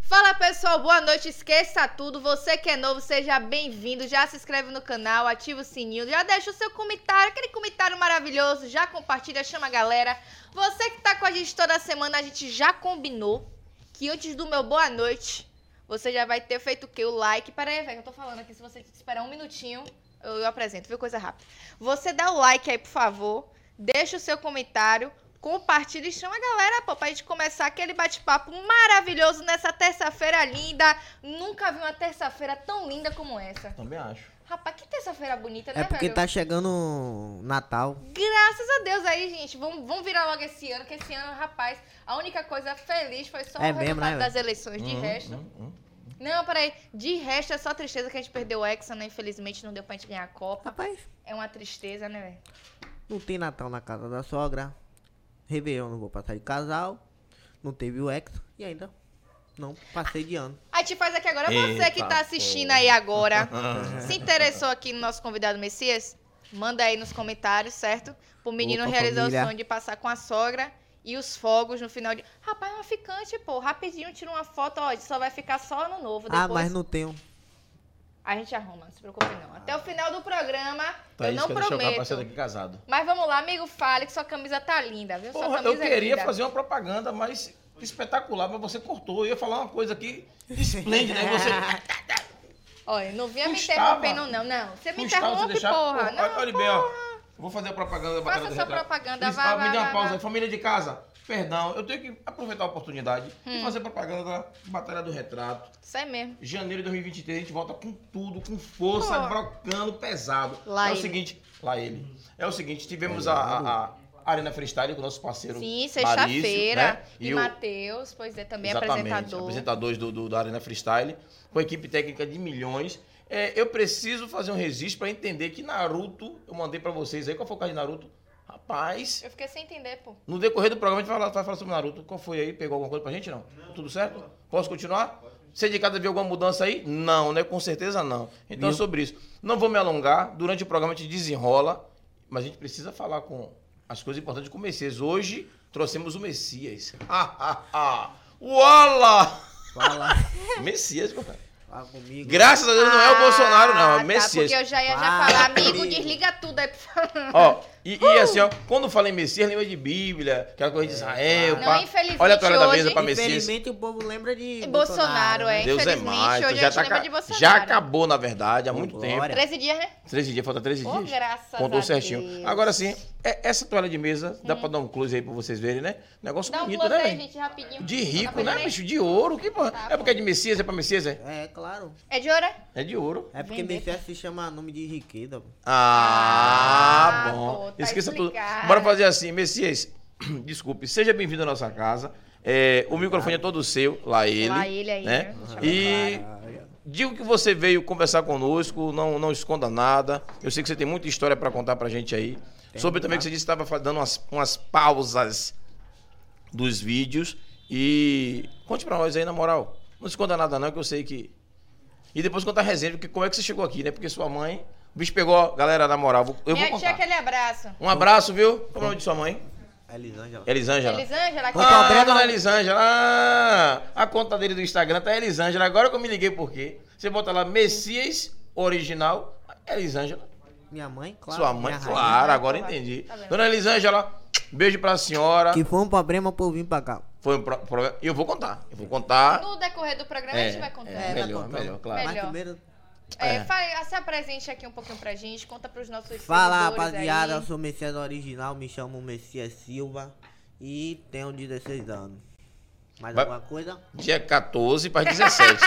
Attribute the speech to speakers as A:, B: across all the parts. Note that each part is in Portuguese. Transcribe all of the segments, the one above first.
A: Fala pessoal, boa noite, esqueça tudo. Você que é novo, seja bem-vindo. Já se inscreve no canal, ativa o sininho, já deixa o seu comentário, aquele comentário maravilhoso, já compartilha, chama a galera. Você que tá com a gente toda semana, a gente já combinou que antes do meu boa noite, você já vai ter feito o quê? O like. Pera aí, velho, que eu tô falando aqui, se você esperar um minutinho, eu, eu apresento, viu? Coisa rápida. Você dá o like aí, por favor, deixa o seu comentário, compartilha e chama a galera, pô, pra gente começar aquele bate-papo maravilhoso nessa terça-feira linda. Nunca vi uma terça-feira tão linda como essa.
B: Também acho.
A: Rapaz, que terça-feira bonita, né,
C: É porque
A: velho?
C: tá chegando o Natal.
A: Graças a Deus aí, gente. Vamos, vamos virar logo esse ano, que esse ano, rapaz, a única coisa feliz foi só
C: É
A: o
C: mesmo,
A: resultado
C: né,
A: das eleições. De
B: Hum,
A: resto.
B: hum, hum.
A: Não, peraí. De resto é só tristeza que a gente perdeu o Hexa, né? Infelizmente não deu pra gente ganhar a Copa.
C: Rapaz,
A: É uma tristeza, né, velho?
C: não tem Natal na casa da sogra. Réveillon não vou passar de casal. Não teve o ex e ainda não passei de ano.
A: A gente faz aqui agora. Você que
B: Eita,
A: tá assistindo aí agora, se interessou aqui no nosso convidado Messias, manda aí nos comentários, certo? Pro menino
C: Opa,
A: realizar
C: família.
A: o sonho de passar com a sogra e os fogos no final de. Rapaz, é uma ficante, pô. Rapidinho tira uma foto, ó. Só vai ficar só no novo depois.
C: Ah, mas não tenho.
A: A gente arruma, não se preocupe não. Até o final do programa, eu
B: Thaís
A: não
B: quer deixar o cara
A: prometo.
B: passando aqui casado.
A: Mas vamos lá, amigo, fale que sua camisa tá linda, viu? sua
B: Porra,
A: camisa
B: eu queria
A: é linda.
B: fazer uma propaganda mais espetacular, mas você cortou. Eu ia falar uma coisa aqui esplêndida, aí você...
A: Olha, não vinha
B: Não
A: me
B: estava.
A: interrompendo, não, não. Você me
B: Não estava, um você
A: interrompe,
B: deixava-
A: porra.
B: Olha-
A: Não,
B: Olha bem, ó. Vou fazer a propaganda bacana
A: Faça
B: do
A: sua
B: retrato.
A: propaganda,
B: Eles-
A: vai,
B: ah,
A: vai,
B: Me dê uma
A: vai,
B: pausa.
A: vai.
B: Família de casa, perdão. Eu tenho que aproveitar a oportunidade
A: Hum.
B: e fazer propaganda da Batalha do Retrato.
A: Isso é mesmo.
B: Janeiro de 2023, a gente volta com tudo, com força,
A: Pô.
B: brocando pesado.
A: Lá
B: é
A: ele.
B: o seguinte, lá ele. É o seguinte, tivemos a, a, a Arena Freestyle com o nosso parceiro.
A: Sim,
B: Marício,
A: sexta-feira.
B: né?
A: E,
B: o-
A: Matheus, pois é, também
B: Exatamente,
A: apresentador.
B: apresentadores do, do- da Arena Freestyle, com a equipe técnica de milhões. É, eu preciso fazer um registro para entender que Naruto, eu mandei para vocês aí, qual foi o caso de Naruto? Rapaz,
A: Eu fiquei sem entender, pô.
B: no decorrer do programa a gente vai, falar- vai falar sobre Naruto. Qual foi aí? Pegou alguma coisa pra gente, não? Tudo certo? Posso continuar? Você de casa viu alguma mudança aí? Não, né? Com certeza não. Então é
C: Viu?
B: sobre isso. Não vou me alongar. Durante o programa a gente desenrola, mas a gente precisa falar com as coisas importantes com o Messias. Hoje trouxemos o Messias. Ah, ah, ah. Uala!
C: Fala,
B: Messias, pô.
C: fala comigo.
B: Graças a Deus não é o Bolsonaro, não. É
A: Ah,
B: o
A: Tá,
B: Messias.
A: porque eu já ia já
C: Ah,
A: falar, amigo,
C: amigo.
A: desliga tudo aí, por favor.
B: Ó, e,
A: Uh!
B: e assim, ó, quando fala em Messias, lembra de Bíblia, aquela coisa de Israel.
A: É, Não,
B: pá.
A: infelizmente
B: Olha a toalha da
A: hoje-
B: mesa pra Messias.
C: Infelizmente o povo lembra de
A: Bolsonaro, é.
C: né?
B: Deus é
A: Infelizmente,
B: mais.
A: hoje a
B: já,
A: gente
B: tá
A: lembra
B: ca-
A: de Bolsonaro.
B: já acabou, na verdade, há
C: Ô,
B: muito
C: glória.
B: tempo.
A: 13 dias, né?
B: 13 dias, falta 13
A: Ô,
B: dias.
A: graças
B: Contou
A: a
B: certinho.
A: Deus.
B: Agora sim, é- essa toalha de mesa, dá pra dar um close aí pra vocês verem, né? Negócio
A: Dá um
B: bonito,
A: close
B: né,
A: aí,
B: velho?
A: gente, rapidinho.
B: De rico,
A: Rapidinho.
B: né, bicho? De ouro, que porra.
A: Tá
B: é porque é de Messias, é pra Messias, é?
C: É, claro.
A: É de ouro? é?
B: É de ouro.
C: É porque
A: Vendetta.
C: Messias se chama nome de riqueza. pô.
B: Ah,
A: Ah,
B: bom.
A: pô, tá
B: Esqueça
A: explicado.
B: tudo. Bora fazer assim, Messias. Desculpe, seja bem-vindo à nossa casa. É, o microfone é todo seu, lá ele.
A: Lá ele aí,
B: né?
A: né? Deixa
B: E digo que você veio conversar conosco, não, não esconda nada. Eu sei que você tem muita história para contar pra gente aí. Sobre também que você disse que estava dando umas, umas pausas dos vídeos. E conte pra nós aí, na moral. Não esconda nada, não, que eu sei que. E depois conta a resenha, porque como é que você chegou aqui, né? Porque sua mãe. O bicho pegou, galera, na moral. vou- Eu vou
A: Minha tia, é
B: contar.
A: aquele abraço.
B: Um abraço, viu? Como é o nome de sua mãe?
C: Elisângela.
B: Elisângela.
A: Elisângela, que
C: Conta
B: Ah,
C: o Breno.
B: dona Elisângela. Ah, a conta dele do Instagram tá Elisângela. Agora que eu me liguei por quê. Você bota lá Messias Original, Elisângela.
C: Minha mãe, claro.
B: sua mãe,
C: minha rainha.
B: claro, agora
A: Tá
B: entendi.
A: vendo?
B: dona Elisângela, beijo pra senhora.
C: Que foi um problema pra eu vir pra cá.
B: Foi um pro- problema. E eu vou contar. Eu vou contar.
A: no decorrer do programa a gente vai contar.
B: É,
C: vai
B: melhor,
C: contar.
B: melhor, claro.
C: Mas
A: tá Melhor.
C: primeiro,
A: É,
B: É.
A: fala- se apresente aqui um pouquinho pra gente, conta pros nossos
C: fala
A: seguidores
C: rapaziada, eu
A: aí.
C: sou o Messias original, me chamo Messias Silva e tenho 16 anos. Mais
B: Vai-
C: alguma coisa?
B: Dia 14 para 17.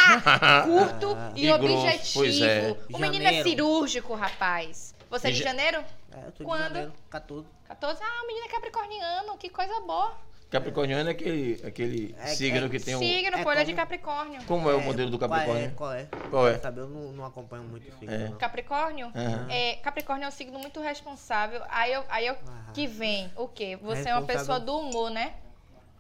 A: Curto e,
B: Ah, E grosso,
A: objetivo.
B: pois é.
A: O menino é
C: Janeiro.
A: cirúrgico, rapaz. Você é
B: E
A: de
B: ja-
A: janeiro?
C: É, eu sou
A: Quando?
C: de janeiro, 14.
A: 14? Ah, o menino é capricorniano, que coisa boa.
B: Capricorniano é aquele, aquele
C: É,
B: signo
C: é
B: que tem um- o.
A: Signo,
C: é
A: folha de
C: como-
A: Capricórnio.
B: Como é o modelo do Capricórnio?
C: Qual é? Qual é?
B: Qual é?
C: Sabe, eu não, não acompanho muito isso.
B: É.
C: não.
A: Capricórnio?
B: Aham.
A: É, Capricórnio é um signo muito responsável. Aí eu, aí eu
C: Ah.
A: que vem o quê? Você é uma
C: Responsável.
A: pessoa do humor, né?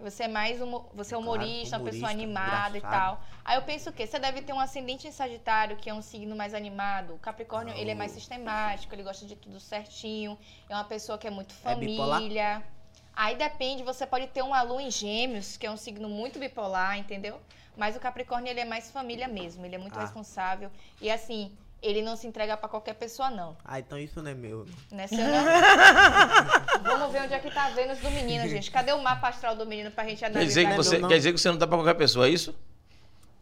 A: Você é mais humo- você é
C: Claro,
A: humorista, uma pessoa
C: humorista,
A: animada e
C: engraçado.
A: tal. Aí eu penso o quê? Você deve ter um ascendente em Sagitário, que é um signo mais animado. O Capricórnio, ele é mais sistemático, ele gosta de tudo certinho. É uma pessoa que é muito
C: É bipolar?
A: família. Aí depende, você pode ter uma lua em gêmeos, que é um signo muito bipolar, entendeu? Mas o Capricórnio, ele é mais família mesmo, ele é muito
C: Ah.
A: responsável. E assim, ele não se entrega pra qualquer pessoa, não.
C: Ah, então isso não é meu. não.
A: Né, seu não? Vamos ver onde é que tá a Vênus do menino, gente. Cadê o mapa astral do menino pra gente analisar?
B: Quer dizer, que
C: Não,
B: você,
C: é
B: é
C: não.
B: quer dizer que você não dá pra qualquer pessoa, é isso?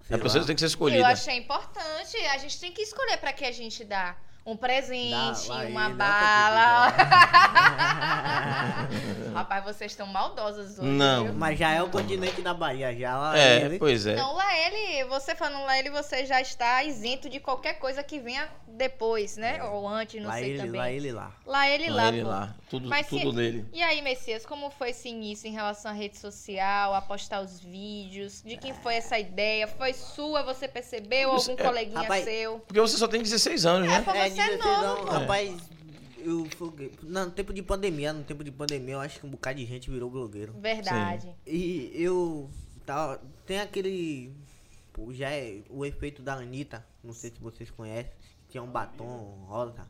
C: Sei
B: a pessoa
C: lá.
B: tem que ser
A: Eu
B: escolhida.
A: achei importante. A gente tem que escolher pra que a gente dá um presente,
C: Dá né, lá
A: uma
C: ele,
A: bala.
C: nossa,
A: Rapaz, vocês estão maldosos hoje.
B: Não.
A: viu?
C: Mas já é o continente da Bahia, já lá.
B: É,
C: ele-
B: pois é.
A: Não, Laele, você falando Laele, você já está isento de qualquer coisa que venha depois, né? Ou antes, não
C: lá
A: sei
C: ele,
A: também.
C: lá ele lá.
A: Laele lá,
B: ele
A: pô.
B: lá. Tudo,
A: Mas se-
B: tudo dele.
A: E aí, Messias, como foi esse início em relação à rede social, a postar os vídeos? De quem foi essa ideia? Foi sua, você percebeu? Algum
B: É,
A: coleguinha
C: rapaz,
A: seu?
B: Porque você só tem 16 anos, né?
A: Pra você é
C: 16
A: novo,
C: anos,
A: pô.
C: Rapaz, eu fui- não, no tempo de pandemia, no tempo de pandemia, eu acho que um bocado de gente virou blogueiro.
A: Verdade.
C: E eu tava. Tem aquele. pô, Já é o efeito da Anitta, não sei se vocês conhecem, que é um batom rosa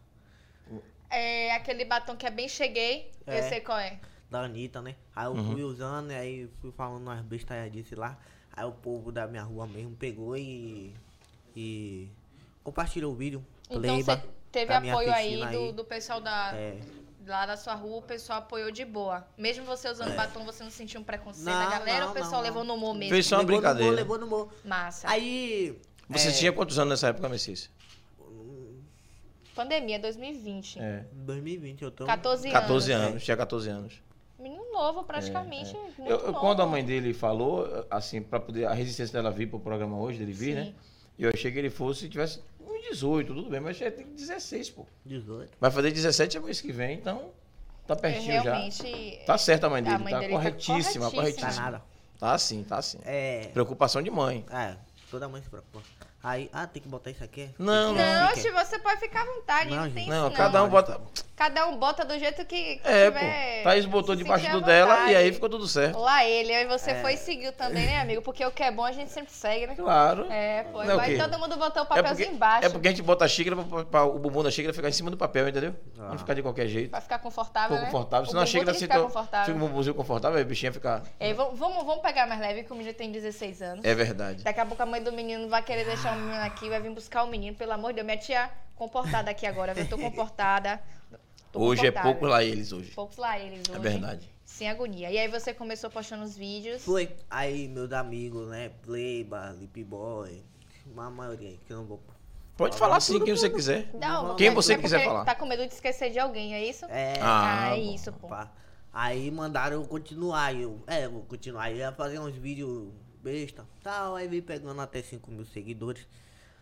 A: É aquele batom que é bem cheguei.
C: É.
A: Eu sei qual é.
C: da Anitta, né? Aí eu fui
B: Uhum.
C: usando, e aí fui falando umas bestas disso lá. Aí o povo da minha rua mesmo pegou e. e compartilhou o vídeo.
A: Então tá.
C: Pleiba,
A: você teve
C: da minha
A: apoio aí,
C: oficina
A: Do, do pessoal da,
C: É.
A: lá da sua rua, o pessoal apoiou de boa. Mesmo você usando batom, você não sentiu um preconceito da
C: É. Não,
A: galera?
C: não,
A: o pessoal
C: não,
A: levou no humor mesmo?
B: Fez só é uma
C: Levou no morro,
B: brincadeira.
C: Levou no morro.
A: Massa.
C: Aí.
B: Você
A: É.
B: tinha quantos anos nessa época, Messias?
A: Pandemia 2020.
B: É.
C: 2020, eu tô.
A: 14 anos.
B: 14 anos, tinha 14 anos.
A: Menino novo, praticamente. muito
B: Eu, eu-
A: novo.
B: quando a mãe dele falou, assim, pra poder a resistência dela vir pro programa hoje, dele vir,
A: Sim.
B: né? Eu achei que ele fosse, tivesse uns 18, tudo bem, mas já tem 16, pô.
C: 18.
B: Vai fazer 17 é mês que vem, então tá
A: É,
B: pertinho já.
A: realmente.
B: Tá certa a mãe dele,
A: A mãe
B: tá,
A: dele tá corretíssima.
B: corretíssima, corretíssima,
C: Tá nada.
B: Tá sim, tá sim.
C: É.
B: Preocupação de mãe.
C: É, toda mãe se preocupa. Aí, ah, tem que botar isso aqui?
B: Não,
A: Não,
C: Fica.
A: oxe, você pode ficar à vontade, não,
C: Não,
A: tem
C: gente.
A: isso
B: assim, Não,
A: não.
B: cada um bota.
A: Cada um bota do jeito que, que
B: É,
A: tiver.
B: pô. Thaís botou
A: se
B: debaixo
A: sentir à
B: do dela e aí
A: vontade.
B: ficou tudo certo.
A: Lá ele, aí você foi e seguiu também, né, amigo? Porque o que é bom a gente sempre segue, né?
B: Claro.
A: É, pô.
B: Não é o
A: Vai
B: quê?
A: todo mundo botou o
B: É
A: papelzinho
B: porque,
A: embaixo.
B: é porque a gente bota a xícara pra, pra- pra o bumbum da xícara ficar em cima do papel, entendeu? Pra Não
C: Ah.
B: ficar de qualquer jeito.
A: Pra ficar confortável,
B: Ficou
A: né?
B: confortável.
A: O
B: Senão a
A: bumbum
B: xícara
A: tem que
B: se
A: ficar
B: to-
A: confortável.
B: fica um bumbumzinho confortável, aí a bichinha fica.
A: É, vamos, vamos, vamos pegar mais leve, que o menino tem 16 anos.
B: É verdade.
A: Daqui a pouco a mãe do menino vai querer deixar o menino aqui, vai vir buscar o menino, pelo amor de Deus. Minha tia comportada aqui agora, viu? Eu tô comportada. Tô
B: Hoje é
A: comportada.
B: pouco lá eles hoje.
A: Poucos lá eles hoje.
B: É verdade.
A: Sem agonia. E aí você começou postando os vídeos.
C: Foi. Aí, meus amigos, né? Playba, Lip Boy. Uma maioria aí, que eu não vou.
B: Pode falar sim quem você quiser.
A: Não,
B: Quem
A: mas
B: você
A: é porque
B: quiser falar.
A: Tá com medo de esquecer de alguém, é isso?
C: É.
B: Ah,
A: é
B: bom.
A: isso, pô.
C: pá. Aí mandaram eu continuar. Eu, é, eu vou continuar. Eu ia fazer uns vídeos besta tal. Aí vim pegando até 5 mil seguidores.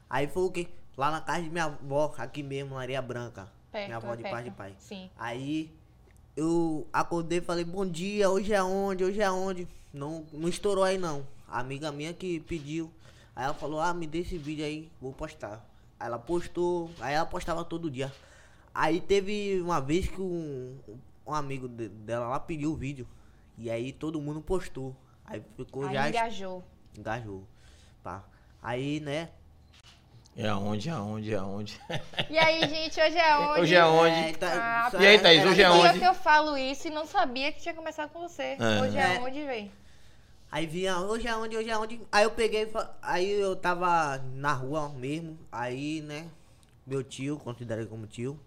C: Aí foi o quê? Lá na casa de minha avó, aqui mesmo, na Areia Branca.
A: Perto,
C: minha avó de
A: perto.
C: pai de pai.
A: Sim.
C: Aí eu acordei e falei, bom dia, hoje é onde, hoje é onde. Não, não estourou aí não. A amiga minha que pediu. Aí ela falou, ah, me dê esse vídeo aí, vou postar. Aí ela postou, aí ela postava todo dia. Aí teve uma vez que um, um amigo de- dela lá pediu o vídeo. E aí todo mundo postou. Aí ficou
A: Aí
C: já
A: engajou.
C: engajou. Pá. Aí, né?
B: É aonde, é aonde, é aonde.
A: E aí, gente, hoje é onde?
B: Hoje é
C: É,
B: aonde.
C: então,
A: Ah,
C: só
B: E aí,
C: é-
B: Thaís,
C: era-
B: hoje é
A: Tem dia
B: onde?
A: que eu falo isso e não sabia que tinha começado com você.
B: É.
A: Hoje é,
C: É.
A: onde, véi?
C: Aí vinha, hoje é onde, hoje é onde. Aí eu peguei, e fa- aí eu tava na rua mesmo. Aí, né, meu tio, considero ele como tio,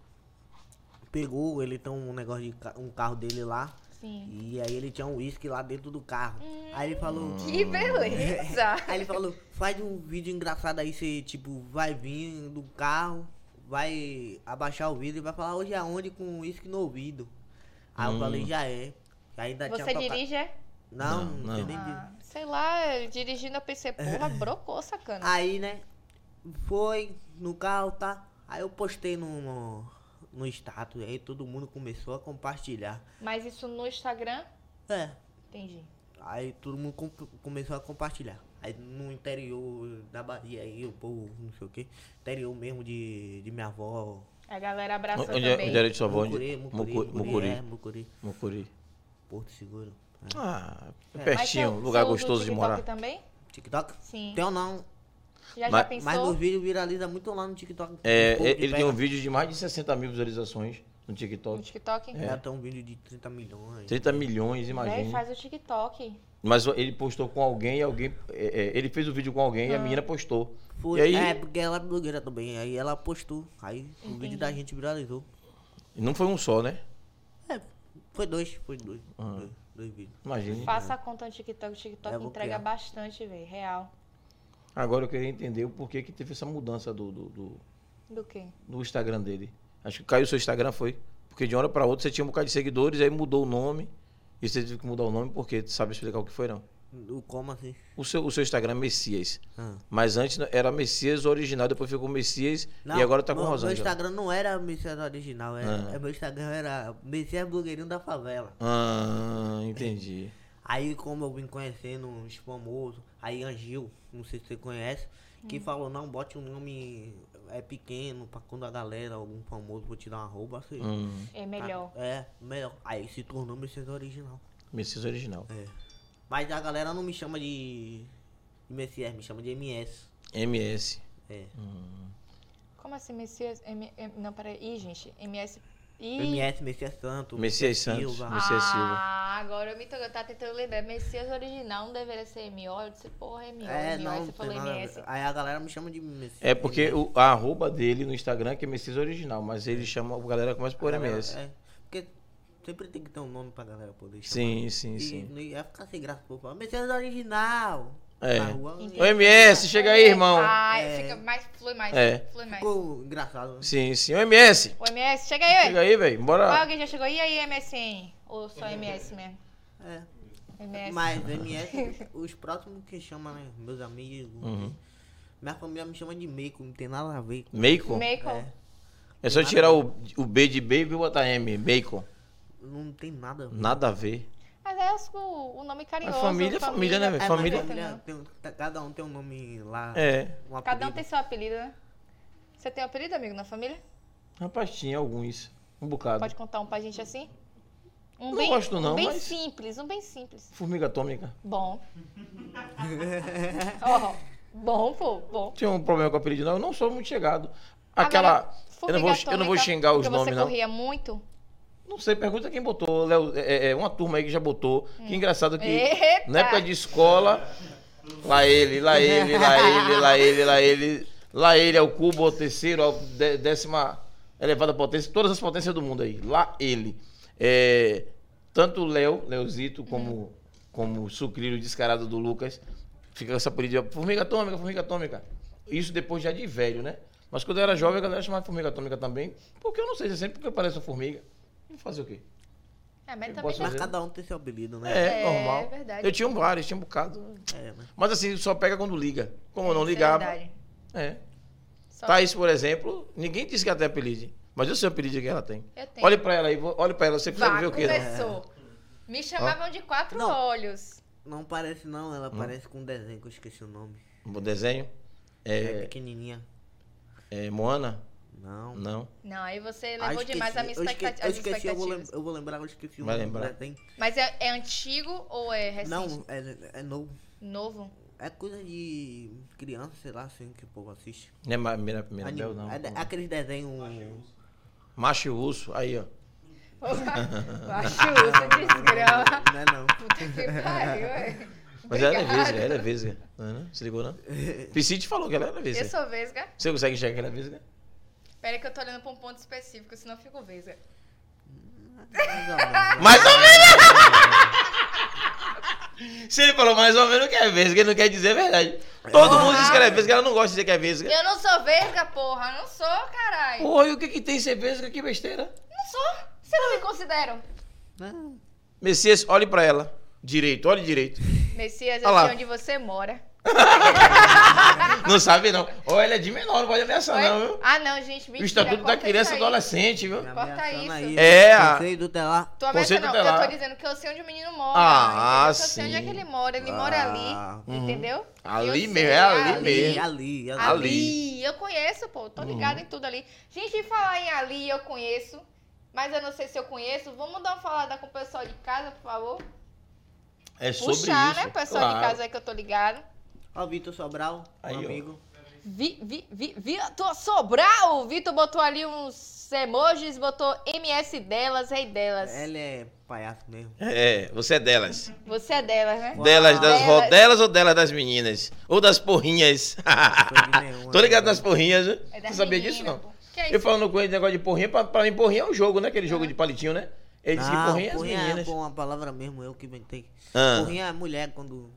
C: pegou, ele tem um negócio de ca- um carro dele lá.
A: Sim. Hum.
C: E aí ele tinha um uísque lá dentro do carro. Aí ele falou.
B: Hum.
A: Que beleza!
C: Aí ele falou, faz um vídeo engraçado aí, você, tipo, vai vir do carro, vai abaixar o vidro e vai falar hoje é onde com uísque no ouvido. Aí
B: Hum.
C: eu falei, já é.
A: Você
C: Ainda tinha toca-
A: dirige, é?
C: Não,
B: Não,
C: não,
B: não.
C: tinha nem dirigir.
A: Ah, sei lá, eu dirigindo eu pensei, porra, brocou, sacana.
C: Aí, né? Foi no carro, tá? Aí eu postei no, no, no status, aí todo mundo começou a compartilhar.
A: Mas isso no Instagram,
C: É,
A: entendi.
C: aí todo mundo com- começou a compartilhar. Aí no interior da Bahia, aí o povo, não sei o que, interior mesmo de, de minha avó.
A: A galera abraçou
B: Onde é,
A: também.
B: onde era de sua avó?
C: Mucuri,
B: Onde-
C: Mucuri,
B: Mucu-
C: Mucuri, é, Mucuri,
B: Mucuri.
C: Porto Seguro. é.
B: Ah,
A: Mas você-
B: pertinho, lugar
A: você usa o
B: gostoso de
A: TikTok
B: morar.
A: também?
C: TikTok?
A: Sim.
C: Tem ou não?
A: Já
B: Mas-
A: já pensou?
C: Mas meus vídeos viralizam muito lá no TikTok.
B: É,
C: O povo que
B: ele tem
C: pega.
B: um vídeo de mais de 60 mil visualizações no no
A: No
B: TikTok.
A: TikTok? Né?
B: É.
C: Ela tem um vídeo de 30 milhões.
B: 30 milhões,
A: Véi,
B: imagina.
A: faz o TikTok.
B: Mas ele postou com alguém e alguém. é, é, ele fez o vídeo com alguém
A: Ah.
B: e a menina postou.
C: Foi,
B: E aí.
C: É, porque ela é blogueira também. Aí ela postou. Aí o vídeo da gente viralizou.
B: Não foi um só, né?
C: É, foi dois, foi dois.
B: Ah.
C: Dois, dois vídeos.
B: Imagina.
A: Faça a conta no TikTok. O TikTok
C: É, vou
A: entrega
C: criar.
A: bastante, velho. Real.
B: Agora eu queria entender o porquê que teve essa mudança do, do, do-
A: Do quê?
B: do Instagram dele. Acho que caiu o seu Instagram, foi? Porque de uma hora pra outra você tinha um bocado de seguidores, aí mudou o nome. E você teve que mudar o nome porque sabe explicar o que foi, não.
C: O como assim?
B: O seu, o seu Instagram é Messias.
C: Ah.
B: Mas antes era Messias original, depois ficou Messias e agora tá com Ah.
C: meu,
B: Rosângela.
C: Meu Instagram não era Messias original, era, meu Instagram era Messias Blogueirinho da Favela.
B: Ah, entendi.
C: Aí como eu vim conhecendo uns famosos, aí Angil, não sei se você conhece, que falou, não, bote um nome é pequeno, pra quando a galera, algum famoso, vou te dar uma roupa, assim.
B: Hum,
A: É melhor.
C: É, melhor. Aí se tornou Messias original.
B: Messias original.
C: É. Mas a galera não me chama de, de Messias, me chama de MS.
B: MS.
C: É.
A: Como assim, Messias? M... M- Não, peraí. Ih, gente. MS. Ih.
C: MS, Messias Santo.
B: Messias Santos.
C: Silva.
B: Messias
A: Ah, agora eu me toquei, eu tava tentando lembrar. Messias original não deveria ser MO. Eu disse, porra, MO,
C: É,
A: MO.
C: não,
A: Aí você
C: tem
A: falou
C: nada a ver.
A: MS.
C: Aí a galera me chama de Messias.
B: É porque o, a arroba dele no Instagram é que é Messias original, mas ele chama a galera começa por MS.
C: É, porque sempre tem que ter um nome pra galera poder chamar.
B: Sim, sim,
C: E
B: sim.
C: não ia ficar sem graça pro povo. Messias é original.
B: É.
C: Na rua,
B: Ô MS, chega aí, irmão.
A: Ai,
C: É.
A: fica mais, flui mais,
B: É.
A: flui mais.
C: Ficou engraçado. né?
B: Sim, sim. Ô MS,
A: O MS, chega aí,
B: chega
A: oi.
B: aí, velho.
A: Ó,
B: Bora.
A: Alguém já chegou? E aí, MSN? Ou só MS mesmo?
C: É.
A: MS.
C: Mas MS, os próximos que chamam, né? Meus amigos.
B: Uhum.
C: Minha família me chama de Meiko, não tem nada a ver.
A: Maicon.
B: Bacon.
C: né?
B: É só tirar o, o B de bacon e botar M. Bacon.
C: Não tem nada a ver.
B: Nada a ver.
A: Mas é os- o, o nome carinhoso.
B: família é família, né, velho?
C: É, mas
B: Família-
C: tem- tá- cada um tem um nome lá.
B: É.
C: um apelido.
A: Cada um tem seu apelido, né? Você tem um apelido, amigo, na família?
B: Rapaz, tinha alguns. Um bocado.
A: Pode contar um pra gente assim? Um
B: Não
A: bem,
B: gosto não,
A: um bem
B: mas-
A: simples, um bem simples.
B: Formiga atômica.
A: Bom. Ó, bom, pô, bom.
B: Tinha um problema com o apelido, não. Eu não sou muito chegado.
A: Ah,
B: Aquela.
A: Agora,
B: eu, não vou, eu não vou
A: formiga
B: xingar os
A: atômica,
B: nomes,
A: Você
B: não.
A: corria muito?
B: Não sei, pergunta quem botou. Léo, é, é, uma turma aí que já botou. Que engraçado
A: É,
B: que
A: Eita!
B: na época é de escola, lá ele, lá ele, lá ele, lá ele, lá ele, lá ele ao cubo, ao terceiro, ao dé- décima elevada potência, todas as potências do mundo aí. Lá ele. É, tanto o Léo, Leozito, como, como o sucrilho descarado do Lucas, fica com essa política de formiga atômica, formiga atômica. Isso depois já de velho, né? Mas quando eu era jovem, a galera chamava de formiga atômica também. Porque eu não sei, se é sempre porque eu pareço uma formiga. Vou fazer o quê?
A: É, mas
B: Eu
A: também
B: posso
A: já...
C: Mas cada um tem seu apelido, né?
B: É,
A: É,
B: normal.
A: verdade.
B: Eu tinha um vários, tinha um bocado.
C: É, né?
B: Mas assim, só pega quando liga. Como eu não
A: Isso é
B: ligava.
A: verdade.
B: É.
A: Só-
B: Thaís, por exemplo, ninguém disse que ela tem apelido. Mas eu sei o apelido que ela tem.
A: Eu tenho.
B: Olhe pra ela aí, vo- olhe pra ela, você precisa
A: Vá,
B: ver o que né?
A: começou. Me chamavam de quatro
C: Não.
A: olhos.
C: Não parece não, ela parece com um desenho que eu esqueci o nome.
B: O desenho.
C: É,
B: É,
C: pequenininha.
B: é Moana?
C: Não.
B: Não.
A: Não, aí você
C: Ah,
A: levou
C: esqueci.
A: demais a minha
C: Eu esque-
A: expectativa.
C: Eu esqueci, eu vou, lem-
A: expectativas.
C: eu vou lembrar, eu esqueci o
B: Vai
C: nome.
B: lembrar.
C: do desenho.
A: Mas é, é antigo ou é recente?
C: Não, é, é novo.
A: Novo?
C: É coisa de criança, sei lá, assim, que o povo assiste.
B: Não é Ma- Mira- Mirabel,
C: Anim-
B: não.
C: é, de- é aquele desenho...
B: Macho e urso, aí, ó.
A: Eu acho isso, desgrama.
C: Ah, Não é não.
A: Puta que pariu, é.
B: Mas ela é
A: Obrigada.
B: vesga, ela é vesga. Não é, não? Se ligou, não? Piscite falou que ela era
A: Eu
B: vesga.
A: sou vesga.
B: Você consegue enxergar que ela é vesga?
A: Pera aí que eu tô olhando pra um ponto específico, senão eu fico vesga.
C: Mais ou menos.
B: Mais ou menos! Se ele falou mais ou menos que é vesga, ele não quer dizer a verdade. Todo
C: Ah.
B: mundo diz que ela é vesga, ela não gosta de dizer que é vesga.
A: Eu não sou vesga, porra. Não sou, caralho.
B: Porra, e o que, que tem ser vesga?
A: é
B: Que besteira.
A: Não sou. Você não me considera. um
C: Não.
B: Messias, olhe pra ela. Direito, olhe direito.
A: Messias,
B: Olha
A: eu
B: lá.
A: sei onde você mora.
B: Não sabe, não. Olha, ela é de menor, não pode ameaçar,
A: Oi?
B: não, viu?
A: Ah, não, gente. Mentira.
B: O estatuto da
A: corta
B: criança e
A: isso aí.
B: adolescente, viu?
C: Me
A: Corta
C: ameaçando
A: isso.
C: Aí,
B: É, a-
C: Conselho tutelar.
A: Tu ameaça
B: Conselho
A: não, eu
B: tutelar.
A: tô dizendo que eu sei onde o menino mora.
B: Ah,
A: entendeu? Que Eu sei onde é
B: sim. Uhum.
A: que ele mora. Ele mora
C: Ah,
A: ali, entendeu?
B: Ali
A: Eu sei,
B: mesmo, é ali
C: Ali,
B: mesmo. Uhum.
C: ali, ali.
A: Ali. eu conheço, pô, tô ligado em tudo ali. Gente, e falar em ali, eu conheço, mas eu não sei se eu conheço. Vamos dar uma falada com o pessoal de casa, por favor?
B: É sobre
A: Puxar,
B: isso.
A: né, o pessoal de
B: claro.
A: casa aí que eu tô ligado.
C: Ó, Vitor Sobral,
B: Aí, ó.
C: um amigo.
A: Vi, vi, vi, Vitor Sobral! O Vitor botou ali uns Semojis botou MS delas, rei delas.
C: Ela é palhaço mesmo.
B: É, você é delas.
A: Você é delas, né?
B: Delas das
A: Delas.
B: ro- delas ou delas das meninas? Ou das porrinhas?
C: Não tô de nenhuma,
B: Tô ligado
C: né?
B: nas porrinhas, né?
A: É
B: Você
A: das
B: sabia
A: meninas,
B: disso, não?
A: pô. Que é
B: Eu
A: isso?
B: falando com ele de negócio de porrinha, pra, pra mim porrinha é um jogo, né? Aquele jogo de palitinho, né? Ele disse que
C: Não,
B: porrinha é as
C: porrinha é
B: meninas.
C: pô, uma palavra mesmo, eu que inventei.
B: Ah.
C: Porrinha é mulher quando.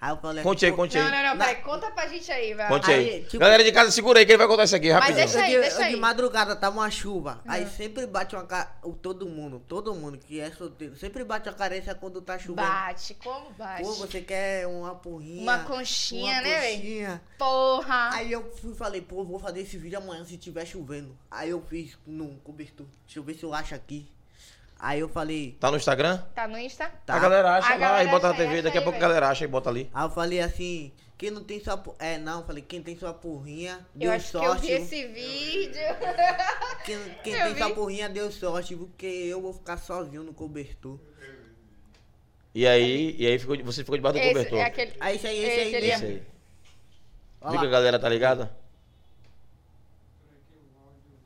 C: Aí eu falei.
B: Conte aí,
C: pô,
B: conte
A: Não,
B: aí.
A: não, não, peraí, conta pra gente aí, vai.
B: Conte aí.
C: Aí, tipo-
B: Galera de casa, segura aí que ele vai contar isso aqui, rapidinho.
A: deixa
C: eu
A: aí,
C: de,
A: deixa
C: eu
A: aí. Ah.
C: de madrugada tava uma chuva. Aí sempre bate uma ca... o todo mundo, todo mundo que é solteiro, sempre bate uma carência quando tá chovendo.
A: Bate, como bate?
C: Pô, você quer uma porrinha.
A: Uma conchinha,
C: uma
A: né, véi?
C: conchinha.
A: Porra.
C: Aí eu fui e falei, pô, vou fazer esse vídeo amanhã se tiver chovendo. Aí eu fiz num cobertor. Deixa eu ver se eu acho aqui. Aí eu falei,
B: Tá no Instagram?
A: Tá no Insta?
C: Tá.
B: A galera acha
A: A
B: lá
A: galera
B: e bota na
A: acha aí,
B: TV,
A: acha
B: daqui a
A: aí,
B: pouco a
A: velho.
B: galera acha e bota ali.
C: aí eu falei assim, quem não tem sua por- É, não, eu falei, quem tem sua porrinha, deu
A: eu acho que eu
C: sorte.
A: vi esse vídeo.
C: Quem, quem
A: Eu
C: tem
A: vi.
C: sua porrinha deu sorte, porque eu vou ficar sozinho no cobertor.
B: E aí, e aí ficou, de- você ficou debaixo do
A: Esse
B: cobertor.
A: é aquele.
C: Aí isso aí,
A: Esse
C: esse,
A: ele
C: aí.
A: é-
B: Esse aí.
C: Olha
B: Viu
C: lá.
B: que a galera tá ligada?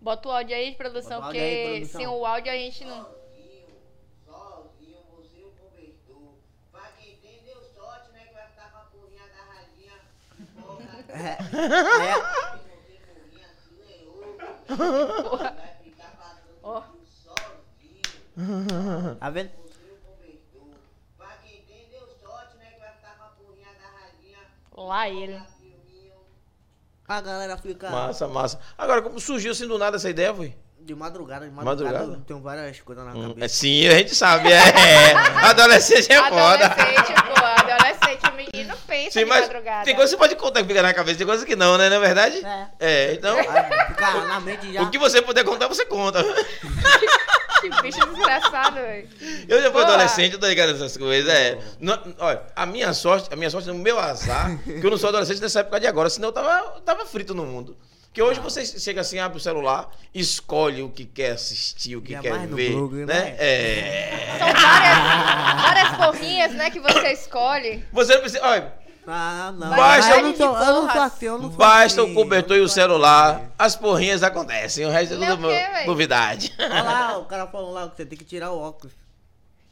A: Bota o áudio aí de produção,
C: Bota o
A: porque
C: áudio aí, produção.
A: sem o áudio a gente não.
C: É,
A: Ó.
C: é, tá vendo?
A: Lá ele.
C: A galera fica
B: Massa, massa. Agora, como surgiu assim do nada essa ideia, foi?
C: de madrugada, de madrugada.
B: Madrugada?
C: Tem várias coisas na
B: Hum, é,
C: cabeça.
B: sim, a gente sabe. É. Adolescente é foda.
A: Adolescente, pô, adolescente, o menino pensa
B: Sim,
A: de
B: mas
A: madrugada.
B: tem coisa que você pode contar que fica na cabeça, tem coisa que não, né? Não é verdade?
C: É.
B: É, então,
C: Aí Fica na mente já.
B: o que você puder contar, você conta.
A: Que bicho é desgraçado, velho.
B: Eu já fui
A: Porra.
B: adolescente, eu tô ligado nessas coisas. É. Não- olha, a minha sorte, a minha sorte, o meu azar, que eu não sou adolescente nessa época de agora, senão eu tava, eu tava frito no mundo. Porque hoje
C: Ah.
B: você chega assim, abre o celular, escolhe o que quer assistir, o que
C: Ainda
B: quer
C: mais no
B: ver.
C: blog,
B: né?
C: né?
B: É.
A: São várias, várias porrinhas, né, que você escolhe.
B: Você não precisa. Olha,
C: Ah, não.
B: Basta-
C: Ah, eu não sou, eu não sou assim, eu não sou
B: basta
C: assim.
B: o cobertor e o celular, as porrinhas acontecem, o resto é
A: Não,
B: tudo
A: o quê, véi?
B: novidade.
C: Olha lá, o cara falou lá que você tem que tirar o óculos.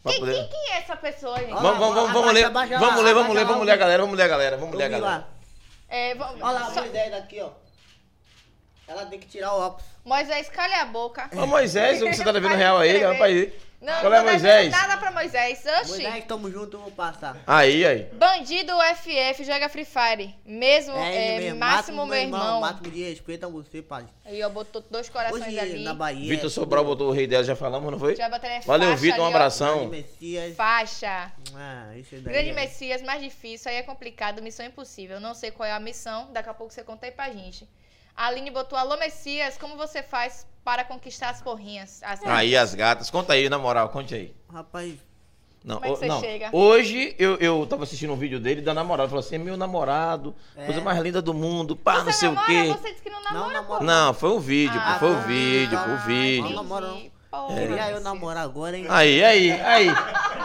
B: Pra
A: Quem,
B: poder-
A: quem, quem é essa pessoa, gente?
C: Ó.
B: Vamos, vamos, vamos, vamos ler,
C: Abaixa, abaixa lá,
B: vamos ler, vamos ler,
C: abaixa lá,
B: vamos ler a
C: ó.
B: galera, vamos ler a galera, vamos
C: Eu
B: ler a
C: vi
B: galera.
C: lá.
A: É, vamos...
C: Olha lá,
A: só-
C: uma ideia daqui, ó. Ela tem que tirar o óculos.
A: Moisés, calha a boca.
B: Ô Moisés, o que você tá devendo
A: Vai
B: real a ele,
A: escrever.
B: rapaz.
A: Não,
B: É. Qual
A: não
B: é,
A: devendo
B: Moisés?
A: nada pra Moisés. Oxi.
C: Moisés, tamo junto, eu vou passar.
B: Aí, aí.
A: Bandido FF joga Free Fire. Mesmo,
C: É,
A: é,
C: ele mesmo.
A: máximo, meu irmão.
C: Máximo de respeito a você, pai.
A: Aí, ó, botou dois corações
C: Hoje
A: ali.
C: na Bahia.
B: Vitor Sobral botou o rei dela, já falamos, não foi?
A: Já botaram é
B: Valeu,
A: faixa
B: Vitor, um
A: ali, ó.
C: Grande
B: abração.
C: Messias.
A: Faixa.
C: Ah, esse daí.
A: Grande
C: é-
A: Messias, mais difícil, aí é complicado, missão impossível. Não sei qual é a missão, daqui a pouco você conta aí pra gente. A Aline botou, alô Messias, como você faz para conquistar as porrinhas? As-
B: Aí as gatas, conta aí, na moral, conte aí.
C: Rapaz,
B: Não,
A: Como é que
B: o-
A: você
B: não.
A: chega?
B: Hoje eu, eu tava assistindo um vídeo dele da namorada. Falou assim: meu namorado,
C: É.
B: coisa mais linda do mundo, pá,
A: Você
B: não sei
A: namora?
B: o quê.
A: Você disse que não
C: não
A: namora.
C: namora.
B: Não, foi um vídeo,
A: Ah,
B: pô, foi um
C: tá.
B: vídeo, foi um
A: Ah,
B: vídeo.
A: entendi.
C: Não namora, não.
A: Porra,
B: é.
C: Queria eu
A: Messias.
C: namorar agora, hein?
B: Aí, aí, aí.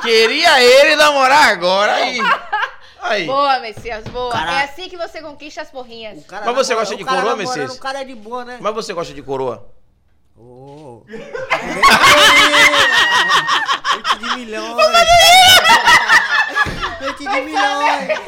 B: Queria ele namorar agora, aí. Aí.
A: Boa, Messias, boa.
C: Cara-
A: É assim que você conquista as porrinhas.
C: O cara
B: Mas você
C: namora-
B: gosta de
C: o cara
B: coroa,
C: namorando,
B: Messias?
C: O cara é de boa, né?
B: Mas você gosta de coroa?
C: Ô. Noite de milhões. Noite de milhões.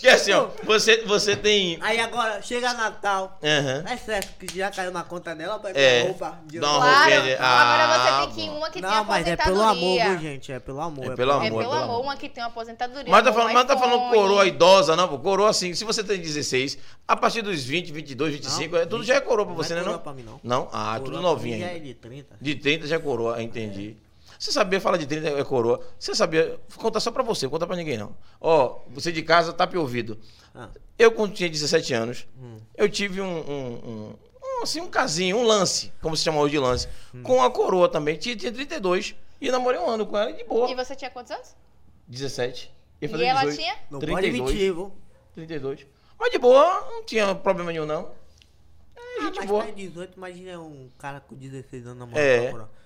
B: Que assim, ó, você, você tem.
C: Aí agora, chega Natal.
B: Aham.
C: É certo que já caiu na conta dela pra
B: É.
C: roupa. de
B: Dá uma
C: novo.
B: roupinha
A: Claro,
B: de- Ah,
A: agora você tem que ir
B: bom.
A: uma que tem
C: Não, mas é
A: aposentadoria.
C: pelo amor, viu, gente? É pelo amor.
B: É pelo
A: É
B: Amor,
A: pelo
B: pelo
A: amor,
B: amor.
A: uma que tem uma aposentadoria.
B: Mas tá
A: um
B: falando, mas tá falando
A: iPhone.
B: coroa idosa, não, pô. Coroa assim, se você tem 16, a partir dos 20, 22, 25, é, tudo já é coroa pra você,
C: não
B: né,
C: é
B: não?
C: coroa pra mim, não.
B: Não? Ah, tudo
C: Coroa
B: novinho
C: pra mim já
B: ainda.
C: é de 30.
B: De 30 já é coroa, entendi. Você sabia, fala de 30 é coroa. Você sabia, vou contar só pra você, não conta pra ninguém não. Ó, você de casa, tapa o ouvido.
C: Ah,
B: Eu, quando tinha 17 anos,
C: Hum.
B: eu tive um, um, um- um, assim, um casinho, um lance, como se chama hoje de lance,
C: Hum.
B: com a coroa também. Tinha, tinha 32 e namorei um ano com ela de boa.
A: E você tinha quantos anos?
B: 17. Ia
A: E
B: fazer
A: ela
B: 18.
A: tinha?
C: não pode
B: 32.
C: mentir, viu?
B: 32. Mas de boa, não tinha problema nenhum, não. É,
C: Ah,
B: gente
C: mas
B: boa.
C: tá em 18, imagina um cara com 16 anos namorando
B: É.
C: com a coroa.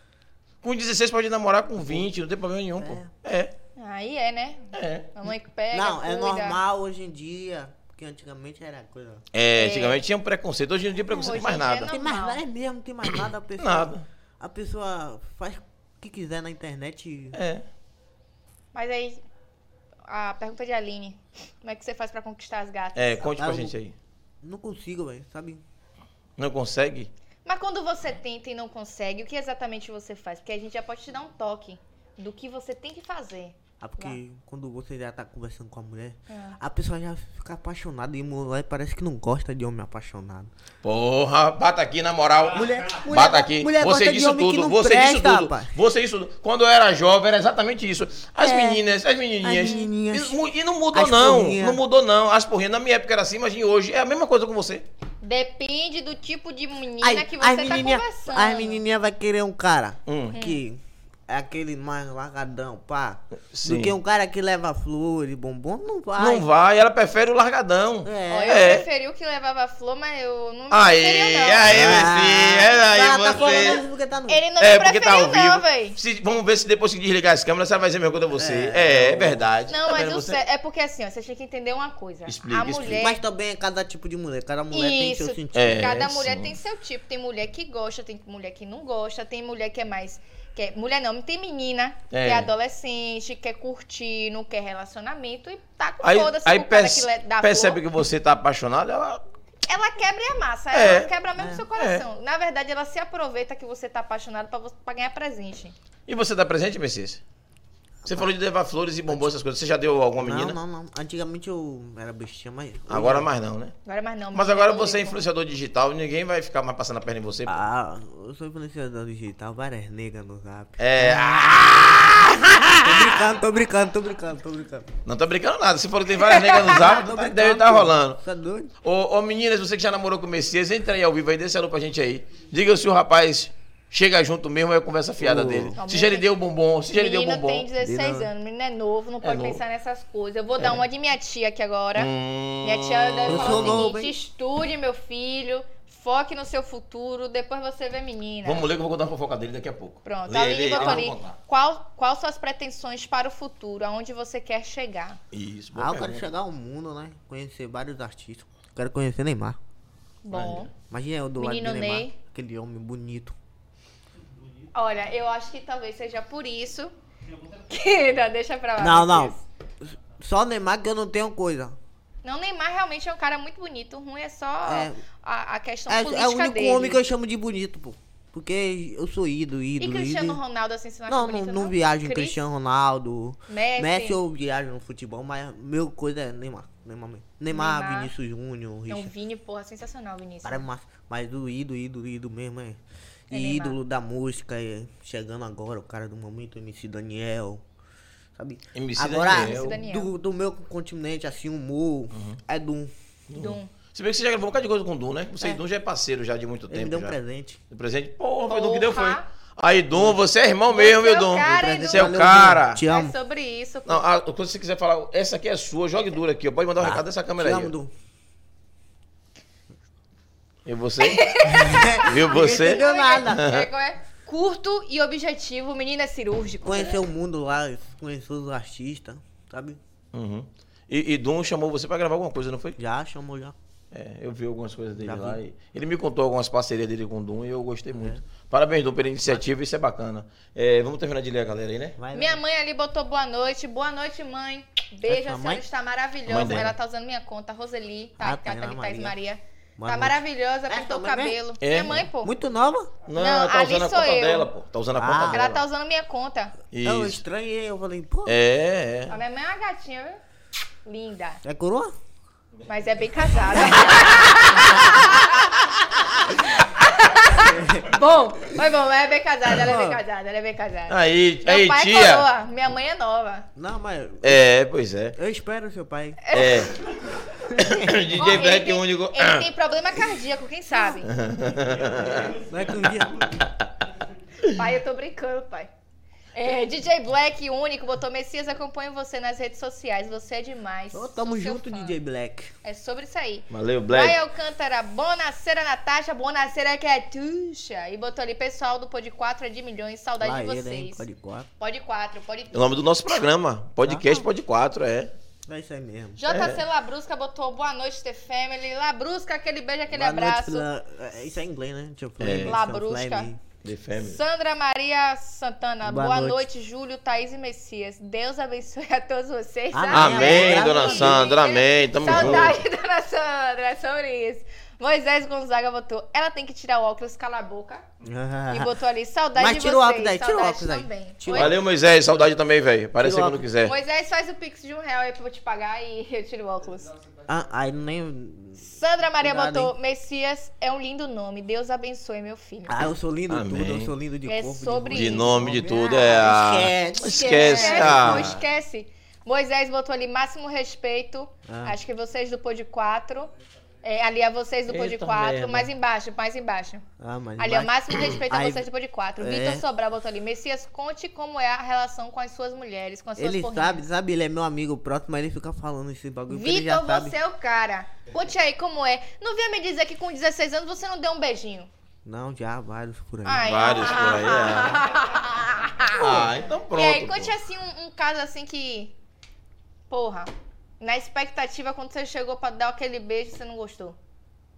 B: Com 16 pode namorar com 20, não tem problema nenhum, pô. É,
A: Aí é, né?
B: é.
A: Mamãe que pega,
C: Não, é
A: cuida.
C: normal hoje em dia. Porque antigamente era coisa.
B: É, antigamente tinha um preconceito. Hoje em dia preconceito
A: Hoje
B: mais
A: em dia
B: nada.
A: não.
C: Tem mais nada é mesmo, tem mais nada. A pessoa,
B: Nada.
C: A pessoa faz o que quiser na internet. e-
B: É.
A: Mas aí, a pergunta de Aline: Como é que você faz pra conquistar as gatas?
B: É, conte pra
C: Rapaz,
B: gente aí.
C: Não consigo, velho, sabe?
B: Não consegue?
A: Mas quando você tenta e não consegue, o que exatamente você faz? Porque a gente já pode te dar um toque do que você tem que fazer.
C: Ah, porque quando você já tá conversando com a mulher,
A: É.
B: É.
C: a pessoa já fica apaixonada e mulher parece que não gosta de homem apaixonado.
B: Porra, bata aqui na moral.
C: Mulher- mulher-
B: bata aqui.
C: mulher
B: você
C: gosta de
B: disse
C: homem que
B: tudo,
C: não
B: você disse
C: presta,
B: tudo.
C: rapaz.
B: Você disse tudo. Quando eu era jovem era exatamente isso. As
C: É.
B: meninas, as menininhas.
C: As menininhas.
B: E, mu- e não mudou
C: As
B: não.
C: porrinhas.
B: Não mudou não. As porrinhas na minha época era assim, mas hoje é a mesma coisa com você.
A: Depende do tipo de menina
C: Aí,
A: que você tá
C: menininha-
A: conversando.
C: As menininhas vai querer um cara
B: Hum.
C: que é aquele mais largadão, pá.
B: Sim.
C: Do que um cara que leva flores, bombom, não vai.
B: Não vai, ela prefere o largadão.
A: Ó,
C: É.
A: eu
B: É.
A: preferi o que levava flor, mas eu não me
B: Aí,
A: preferi, não.
B: aí,
C: Ah,
B: Messi,
C: tá falando
B: aí
C: isso porque tá no...
A: Ele não
B: você. É,
A: me
B: porque tá ao
A: preferiu, não,
B: vivo.
A: véi.
B: Se- vamos ver se depois que desligar as câmeras, ela vai dizer mesmo contra você. É, é verdade.
A: Não,
B: Tá
A: mas
B: vendo
A: o
B: você?
A: sério. É porque assim, ó, você tem que entender uma coisa.
B: Explica,
A: a
B: explica.
A: mulher.
C: Mas também é cada tipo de mulher. Cada mulher tem
A: Isso.
C: seu sentido.
B: É,
A: Cada
B: sim.
A: mulher tem seu tipo. Tem mulher que gosta, tem mulher que não gosta, tem mulher que é mais. Que é, mulher não, tem menina
B: É.
A: que é adolescente, quer curtir, não quer relacionamento e tá com
B: Aí,
A: foda-se
B: aí
A: com o cara
B: perce-
A: que le- dá
B: percebe
A: flor.
B: que você tá apaixonado, ela.
A: Ela quebra e amassa,
B: É.
A: ela quebra mesmo seu coração. Na verdade, ela se aproveita que você tá apaixonado pra, você- pra ganhar presente.
B: E você dá presente, Messias? Você falou de levar flores e bombons, essas coisas. Você já deu a alguma menina?
C: Não, não, não. Antigamente eu era bestinha, mas...
B: Agora mais não, né?
A: Agora mais não.
B: Mas
A: menina,
B: agora
A: não
B: você é
A: liga.
B: influenciador digital, ninguém vai ficar mais passando a perna em você. pô.
C: Ah, eu sou influenciador digital, várias negras no zap.
B: É.
C: Tô brincando, tô brincando, tô brincando, tô brincando.
B: Não tá brincando nada. Você falou que tem várias negras no zap,
C: Tô
B: tá-
C: brincando,
B: deve estar
C: pô.
B: rolando.
C: Tá doido?
B: Ô, ô meninas, você que já namorou com o Messias, entra aí ao vivo aí, dê esse alô pra gente aí. Diga se o rapaz chega junto mesmo, é a conversa fiada
C: Ô.
B: dele.
A: Tá
B: Se já
A: bom,
B: ele deu o bombom, se já ele deu o
A: Menino tem
B: bombom.
A: 16
C: Menina-
A: anos, menino é novo, não pode
B: novo. É.
A: pensar nessas coisas. Eu vou dar uma de minha tia aqui agora.
B: Hum.
A: Minha tia deve
C: Eu
A: falar
C: sou
A: o
C: novo,
A: seguinte:
C: hein?
A: estude, meu filho, foque no seu futuro, depois você vê menina.
B: Vamos ler que eu vou contar a fofoca dele daqui a pouco.
A: né? Pronto, tá a
B: Lê, lê,
A: Aline
B: eu
A: botou
B: vou
A: ali.
B: contar.
A: Qual, qual suas pretensões para o futuro? Aonde você quer chegar?
B: Isso, boa
C: Ah, eu quero
B: pergunta.
C: chegar ao mundo, né? Conhecer vários artistas. Quero conhecer Neymar.
A: Bom.
C: Imagina eu do lado de
A: Menino
C: Neymar.
A: Ney.
C: Aquele homem bonito.
A: Olha, eu acho que talvez seja por isso. Que não, deixa pra lá.
C: Não, não.
A: Matias.
C: Só Neymar que eu não tenho coisa.
A: Não, Neymar realmente é um cara muito bonito. O ruim é só
C: É.
A: a, a questão
C: É,
A: política
C: é o único
A: dele.
C: homem que eu chamo de bonito, pô. Porque eu sou ídolo,
A: E
C: ídolo,
A: Cristiano
C: ídolo.
A: Ronaldo, assim, você não acha
C: Não, não,
A: bonito,
C: não viajo em
A: Cris?
C: Cristiano Ronaldo.
A: Messi.
C: Messi eu viajo no futebol, mas meu coisa é Neymar. Neymar, mesmo. Neymar,
A: Neymar. É um
C: Vinícius Júnior,
A: Não,
C: Richard.
A: Vini, porra, sensacional, Vinícius.
C: Cara, mas, mas o ídolo, ídolo, ídolo mesmo é.
A: É
C: E
A: Neymar.
C: ídolo da música, é, chegando agora, o cara do momento, MC Daniel. Sabe?
B: MC
C: agora,
B: Daniel. Uhum.
A: MC Daniel.
C: Do, do meu continente, assim, o Mo, é do.
A: Dum.
B: Se bem que você já gravou um bocado de coisa com o Dum, né? Você e Dum já é parceiro já de muito
C: Ele me
B: tempo.
C: deu um
B: já.
C: presente.
B: O presente? Porra, foi Dum que deu, foi.
A: Porra.
B: Aí, Dum, você é irmão mesmo,
A: Você é
B: meu
A: o
B: Dum.
A: cara, hein,
B: Você é o
C: Valeu,
B: cara.
C: Dum. Te
A: É
C: amo.
A: sobre isso. pô.
B: Não, ah, quando você quiser falar, essa aqui é sua, jogue dura aqui, ó. Pode mandar um
C: Tá.
B: recado dessa câmera
C: Te
B: aí.
C: amo,
B: ó.
C: Du.
B: E você? Viu você?
C: entendeu nada.
A: É, qual é? Curto e objetivo, menina é cirúrgico.
C: Conhecer o mundo lá, conhecer os artistas, sabe?
B: Uhum. E, e Dum chamou você pra gravar alguma coisa, não foi?
C: Já chamou já.
B: É, eu vi algumas coisas dele
C: Já
B: lá.
C: vi.
B: e- ele me contou algumas parcerias dele com o Dum e eu
A: É.
B: gostei muito. Parabéns, Dum, pela iniciativa, isso é bacana. É, vamos terminar de ler a galera aí, né?
C: Vai,
A: Minha
C: vai.
A: mãe ali botou boa noite. Boa noite, mãe.
C: Essa
A: Beijo, a
C: mãe?
A: senhora está
B: Mãe
A: maravilhosa.
B: dela.
A: Ela tá usando minha conta, Roseli. Tá,
C: Ah,
A: tá,
C: Tainá
A: tá, Thaís
C: Maria.
A: Maria.
C: Boa
A: tá
C: noite.
A: maravilhosa, pintou o
C: tua mãe
A: cabelo.
B: É,
A: Minha mãe, pô.
C: Muito nova?
B: Não,
A: Não,
B: tá
A: ali
B: usando a
A: sou
B: conta
A: eu.
B: dela, pô. Tá usando a conta
C: Ah.
B: dela.
A: Ela tá usando minha conta.
C: Eu
B: Isso.
C: estranhei, um eu falei, pô. É,
B: É,
A: A
B: é.
A: minha mãe é uma gatinha, viu? Linda.
C: é coroa?
A: Mas é bem casada. bom, mas bom, ela é bem casada, ela é bem casada, ela é bem casada.
B: Aí,
A: Meu
B: aí,
A: pai é
B: tia.
A: coroa, minha mãe é nova.
C: Não, mas
B: É, pois é.
C: eu espero seu pai.
B: É.
A: Ó,
B: DJ
A: ele,
B: Black
A: tem,
B: único.
A: ele tem problema cardíaco, quem sabe?
C: Não é que um dia.
A: pai, eu tô brincando, pai. É, DJ Black único, botou Messias, acompanho você nas redes sociais, você é demais.
C: Ô, tamo
A: sou seu
C: junto,
A: fã."
C: DJ Black.
A: É sobre isso aí.
B: Valeu, Black.
A: Vai Alcântara, Bonacera Natasha, Bonacera que é tuxa. E botou ali, pessoal do Pod 4 é de milhões, saudade
C: Lá
A: de
C: ele, hein?
A: vocês.
C: Pode quatro.
A: Pode 4, pode Tá
B: É o nome do nosso programa. Podcast
C: Ah.
B: Pode 4, é.
C: mostrar isso aí mesmo.
A: JC Labrusca botou boa noite, The Family. Labrusca, aquele beijo, aquele
C: Boa noite,
A: abraço.
C: Fla- é, Isso é em inglês, né? Deixa eu falar.
B: É.
C: isso,
A: Labrusca.
C: Flame.
B: The Family.
A: Sandra Maria Santana, boa,
C: Boa
A: noite.
C: noite.
A: Júlio, Thaís e Messias. Deus abençoe a todos vocês.
C: Amém.
B: Amém,
C: Amém.
B: dona Sandra, amém. Tamo junto.
A: Saudade, dona Sandra, é sobre isso. Moisés Gonzaga botou. Ela tem que tirar o óculos, cala a boca. E botou ali, saudade
C: Ah. Mas
A: de
C: tira o
A: vocês.
C: óculos daí, tira o
A: saudade
C: óculos daí.
A: também.
C: Tira o
A: Oi?
B: Valeu, Moisés. Saudade também, velho. Aparece
C: Tira o
B: quando
C: óculos.
B: quiser.
A: Moisés faz o pix de um real aí pra eu te pagar e eu tiro o óculos.
C: Ah, aí nem.
A: Sandra Maria
C: Cuidado,
A: botou, Messias é um lindo nome. Deus abençoe meu filho.
C: Ah, eu sou lindo
B: Amém.
C: tudo, eu sou lindo de
A: É
C: corpo. de
A: sobre
C: rosto.
B: De
A: isso.
B: nome, de tudo. É a...
C: Esquece.
B: Esquece.
A: pô,
B: ah.
A: esquece. Moisés botou ali máximo respeito.
C: Ah.
A: Acho que vocês do Pod 4. É, ali a vocês do Pod
B: Eita
A: 4.
B: merda.
A: Mais embaixo, mais embaixo.
C: Ah, mas
A: Ali, é ó,
C: vai-
A: máximo respeito a
C: Aí-
A: vocês do Pod 4.
C: É.
A: Vitor Sobral botou ali. Messias, conte como é a relação com as suas mulheres, com as suas
C: Ele
A: porrinhas.
C: sabe, sabe, ele é meu amigo próximo, mas ele fica falando esse bagulho. porque ele já
A: Vitor,
C: sabe.
A: você é o cara. Conte aí como é. Não vinha me dizer que com 16 anos você não deu um beijinho.
C: Não, já vários é. por aí.
A: Ai.
B: Vários por aí, Ah, então pronto.
A: e aí,
B: pô.
A: conte assim um, um caso assim que. Porra, na expectativa, quando você chegou pra dar aquele beijo, você não gostou.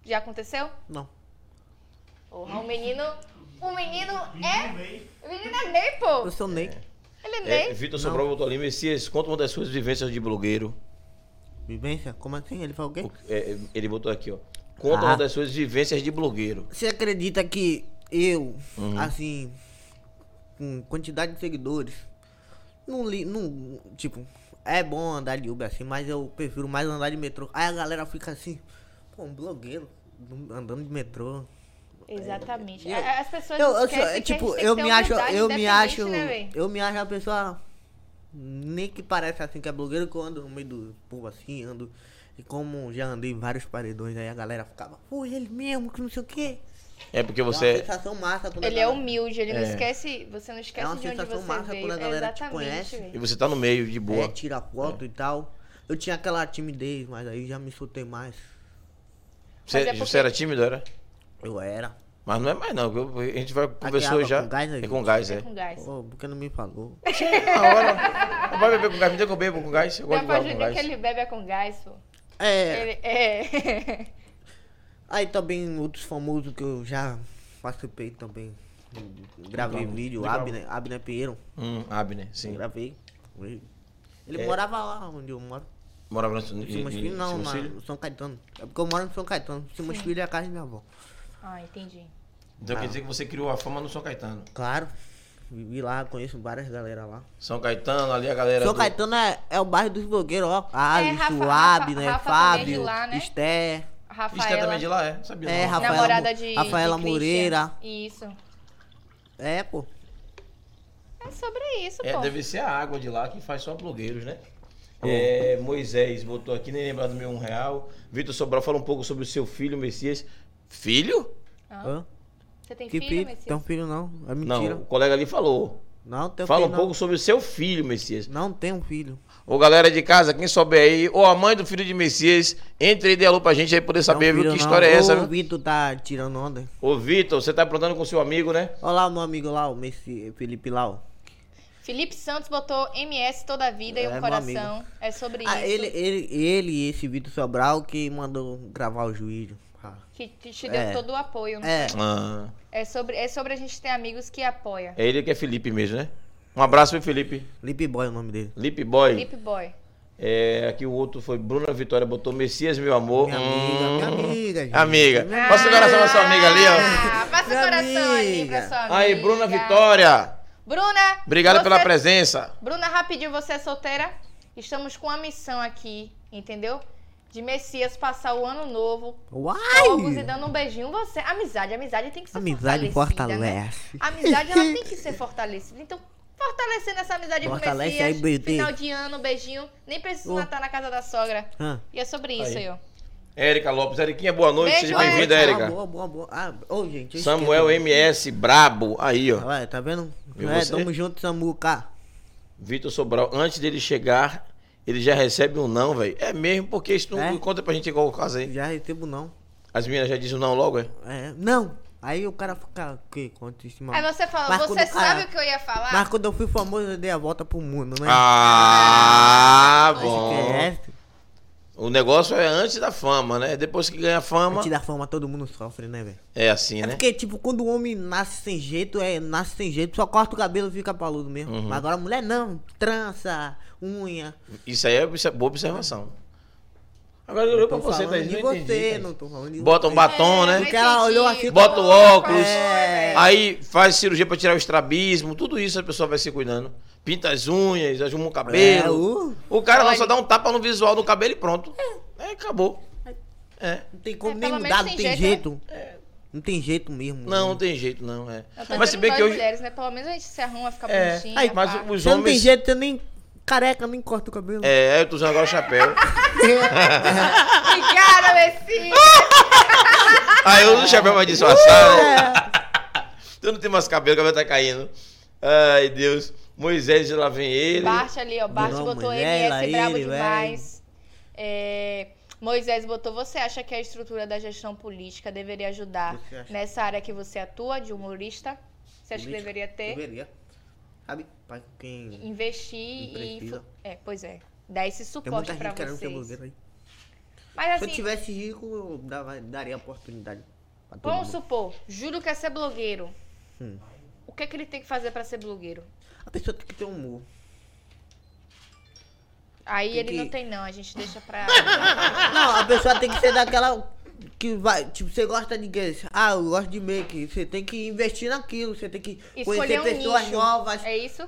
A: Já aconteceu?
C: Não.
A: Porra, o um menino. O menino é. O menino é Ney, pô.
C: Eu sou Ney.
A: Ele é
B: É,
A: Ney.
B: Vitor Sobral botou ali, Messias, conta uma das suas vivências de blogueiro.
C: Vivência? Como assim? Ele falou o quê?
B: O- é, ele botou aqui, ó. Conta
C: Ah.
B: uma das suas vivências de blogueiro.
C: Você acredita que eu, assim, com quantidade de seguidores, não li, não, tipo, é bom andar de Uber assim, mas eu prefiro mais andar de metrô. Aí a galera fica assim, pô, um blogueiro andando de metrô. é,
A: Exatamente.
C: Eu-
A: A- As pessoas.
C: Eu, eu sou,
A: esquecem que Então a
C: é,
A: gente
C: tipo,
A: tem que
C: eu
A: ter
C: me acho,
A: humildade,
C: eu me
A: independente,
C: acho,
A: né, véi?
C: eu me acho a pessoa nem que parece assim que é blogueiro que eu ando no meio do povo assim, ando e como já andei em vários paredões aí a galera ficava, pô, ele mesmo, que não sei o quê.
B: É porque
C: É uma
B: você.
C: sensação massa quando a
A: Ele é
C: galera- É
A: humilde, ele não
B: É.
A: esquece. Você não esquece
C: uma
A: de onde
C: sensação
A: você
C: massa
A: veio.
C: quando a galera te
A: Exatamente,
C: conhece.
A: véi.
B: E você tá no meio, de
C: É,
B: boa.
C: tira foto e tal. Eu tinha aquela timidez, mas aí já me soltei mais.
B: Você,
A: Mas é porque-
B: você era tímido, era?
C: Eu era.
B: Mas não é mais, não. viu? A gente vai conversou
C: água
B: já.
C: com gás, né,
B: é
C: gente?
B: com gás,
A: É
B: é.
A: com gás.
C: Pô, por que não me falou?
B: Na hora. Vai beber com gás, me dê que eu bebo com gás. Eu
A: Dá
B: gosto de
A: pra
B: beber com
A: Juninho
B: gás.
A: que ele bebe é com gás, pô.
C: É.
A: Ele é.
C: Aí também outros famosos que eu já participei também. Gravei
B: Legal.
C: vídeo,
B: Legal.
C: Abner, Abner Pinheiro.
B: Hum, Abner, sim.
C: Gravei. com ele. Ele
B: É.
C: morava lá onde eu moro.
B: Morava no Sul.
C: Simas Filho não, na São Caetano. É porque eu moro no São Caetano. Simas Filho é a casa de minha avó.
A: Ah, entendi.
B: Então quer dizer que você criou a fama no São Caetano.
C: Claro. Vivi lá, conheço várias galera lá.
B: São Caetano, ali a galera.
C: São
B: do-
C: Caetano é, é o bairro dos blogueiros, ó. Ali,
A: É, Rafa-
C: Suave,
A: Rafa-
C: né?
A: Rafa também é de
C: Fábio,
A: lá, né?
C: Esté.
B: Isso é também
A: Rafaela,
B: de lá, é? Sabia.
C: É,
B: não.
C: Rafaela
A: namorada
C: Mo-
A: de
C: Rafaela
A: de Christian.
C: Moreira.
A: Isso.
C: É, pô.
A: É sobre isso,
B: É,
A: pô.
B: deve ser a água de lá que faz só blogueiros, né?
C: Tá
B: É, Moisés botou aqui, nem lembrar do meu um real. Vitor Sobral, fala um pouco sobre o seu filho, Messias. Filho?
A: Hã?
C: Hã?
A: Você Ah, tem
C: Que
A: filho,
C: filho?
A: Messias?
C: Tem um filho não. É
B: Não, o
C: mentira.
B: colega ali falou.
C: Não, tem
B: Fala
C: filho
B: um
C: não.
B: pouco sobre o seu filho, Messias.
C: Não tem um filho.
B: Ô, galera de casa, quem souber aí, ou a mãe do filho de Messias, entre aí e dê alô pra gente aí poder saber
C: Não,
B: viu,
C: filho,
B: que
C: não.
B: história é essa,
C: O
B: viu?
C: Vitor tá tirando onda.
B: Ô, Vitor, você tá aprontando com seu amigo, né?
C: Olha lá o meu amigo lá, o Messi, Felipe Lau.
A: Felipe Santos botou MS toda a vida e
C: É,
A: um
C: meu
A: coração. É sobre isso.
C: Ah, ele, ele, ele e esse Vitor Sobral que mandou gravar o juízo. Ah.
A: Que te, te deu
C: É.
A: todo o apoio. né?
C: É,
B: Ah,
A: É. sobre, é sobre a gente ter amigos que apoia.
B: é ele que é Felipe mesmo, né? Um abraço pro Felipe.
C: Lip Boy é o nome dele.
B: Lip Boy.
A: Felipe Boy.
B: É, aqui o outro foi Bruna Vitória, botou Messias, meu amor.
C: Minha amiga, minha amiga, gente.
B: Hum, Amiga.
C: Minha
B: Passa o coração na sua amiga ali, ó.
A: Ah, passa o
C: Minha
A: coração ali pra
C: amiga.
A: sua amiga.
B: Aí, Bruna Vitória.
A: Bruna!
B: Obrigado
A: você-
C: é
B: pela presença.
A: Bruna, rapidinho, você é solteira? Estamos com a missão aqui, entendeu? De Messias passar o ano novo, fogos e
C: Uai!
A: dando um beijinho. Você, amizade, amizade tem que ser
C: Amizade
A: fortalecida, é né?
C: fortalece.
A: A amizade ela tem que ser fortalecida. Então, fortalecendo essa amizade
C: Fortalece
A: com o Messias,
C: aí, bebê.
A: final de ano, beijinho. Nem precisa
C: Ô.
A: matar na casa da sogra.
C: Hã?
A: E é sobre isso aí,
B: Aí.
A: ó.
B: Érica Lopes. Eriquinha, boa noite.
A: Beijo,
B: Seja bem-vinda,
A: Érica.
B: Érica.
C: Ah, boa, boa, boa. Ah, ô, gente. eu
B: Samuel
C: esqueci.
B: MS Brabo. Aí, ó.
C: Olha, tá vendo?
B: Viu
C: é,
B: você?
C: tamo junto, Samuca.
B: Vitor Sobral, antes dele chegar, ele já recebe um não, velho. É mesmo, porque isso não
C: É?
B: conta pra gente igual o caso aí.
C: Já recebo não.
B: As meninas já dizem o não um logo, é?
C: É, não. Aí o cara fica, que, quanto isso,
A: Aí você fala,
C: Marco
A: você
C: do
A: sabe
C: cara.
A: o que eu ia falar?
C: Mas quando eu fui famoso, eu dei a volta pro mundo, né? é
B: Ah, bom.
C: Esquece.
B: O negócio é antes da fama, né? Depois que ganha fama,
C: Antes da fama, todo mundo sofre, né, velho?
B: é assim,
C: É
B: né?
C: porque, tipo, quando o homem nasce sem jeito, é, nasce sem jeito, só corta o cabelo e fica paludo mesmo.
B: Uhum.
C: Mas agora a mulher não, trança, unha.
B: Isso aí é obs- boa observação. Agora eu olhei pra
C: Tô
B: você,
C: falando
B: Thaís,
C: de
B: não entendi,
C: você,
B: Thaís.
C: não tô falando de
B: Bota um
C: você.
B: batom,
A: É,
B: né?
A: mas
C: Porque ela
A: entendi.
C: olhou assim,
B: Bota o óculos.
A: É.
B: Aí faz cirurgia pra tirar o estrabismo, tudo isso a pessoa vai se cuidando. Pinta as unhas, arruma o
C: É,
B: cabelo.
C: uh,
B: o... cara lá
A: Olha.
B: só dá um tapa no visual do cabelo e pronto. É, acabou. É.
C: não tem como
A: É,
C: nem
A: pelo
C: mudar, não
A: menos
C: tem
A: tem
C: jeito.
A: jeito, né?
C: Não tem jeito mesmo.
B: Não, não tem jeito, não. É.
A: Eu tô
B: Mas se
A: entendendo
B: bem
A: nós
B: que hoje.
A: mulheres, né? Pelo menos a gente se arruma, fica
B: É,
A: bonitinha.
B: aí, mas
A: pá.
B: os
C: Você não tem
B: homens-
C: jeito, eu nem careca, nem corta o cabelo.
B: É, eu tô usando agora o chapéu.
A: Obrigada, Messias!
B: Aí eu uso o chapéu mais disfarçado. Uh! tu não tem mais cabelo, o cabelo tá caindo. Ai, Deus. Moisés, lá vem ele.
A: Bart ali, ó. Bart
C: Virou
A: botou
C: mulher,
A: MS
C: ela,
A: brabo
C: ele,
A: demais. É, Moisés botou, você acha que a estrutura da gestão política deveria ajudar
C: Você acha?
A: nessa área que você atua, de humorista? Você acha que deveria ter?
C: Deveria. Sabe? Pra quem.
A: Investir
C: Não
A: e...
C: precisa.
A: É, pois é. Dar esse
C: Tem
A: suporte
C: muita
A: pra
C: gente querendo ser
A: vocês.
C: blogueiro aí.
A: Mas
C: Se eu
A: assim,
C: tivesse rico, eu dava- daria oportunidade pra todo
A: vamos
C: mundo.
A: supor, Júlio quer ser blogueiro.
C: Hum.
A: O que é que ele tem que fazer pra ser blogueiro?
C: A pessoa tem que ter humor.
A: Aí
C: Tem
A: ele
C: que-
A: não tem não, a gente deixa pra...
C: Não, a pessoa tem que ser daquela que vai, tipo, você gosta de quê? Ah, eu gosto de make. Você tem que investir naquilo, você tem que
A: Escolher
C: conhecer
A: um
C: pessoas
A: nicho.
C: novas,
A: É isso?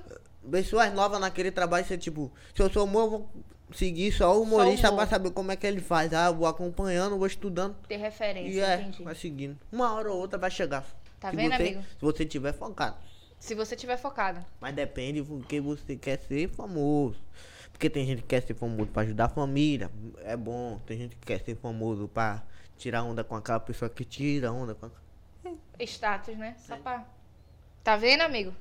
C: pessoas novas naquele trabalho, você tipo, se eu sou humor, eu vou seguir só o humorista
A: humor.
C: pra saber como é que ele faz. Ah, eu vou acompanhando, vou estudando.
A: Ter referência,
C: E é,
A: entendi.
C: vai seguindo. Uma hora ou outra vai chegar.
A: Tá
C: se
A: vendo,
C: você,
A: amigo?
C: Se você tiver focado.
A: Se você tiver focado.
C: Mas depende do que você quer ser famoso. Porque tem gente que quer ser famoso pra ajudar a família, é bom. Tem gente que quer ser famoso pra tirar onda com aquela pessoa que tira onda com aquela-
A: status, né? Só pra. Tá vendo, amigo?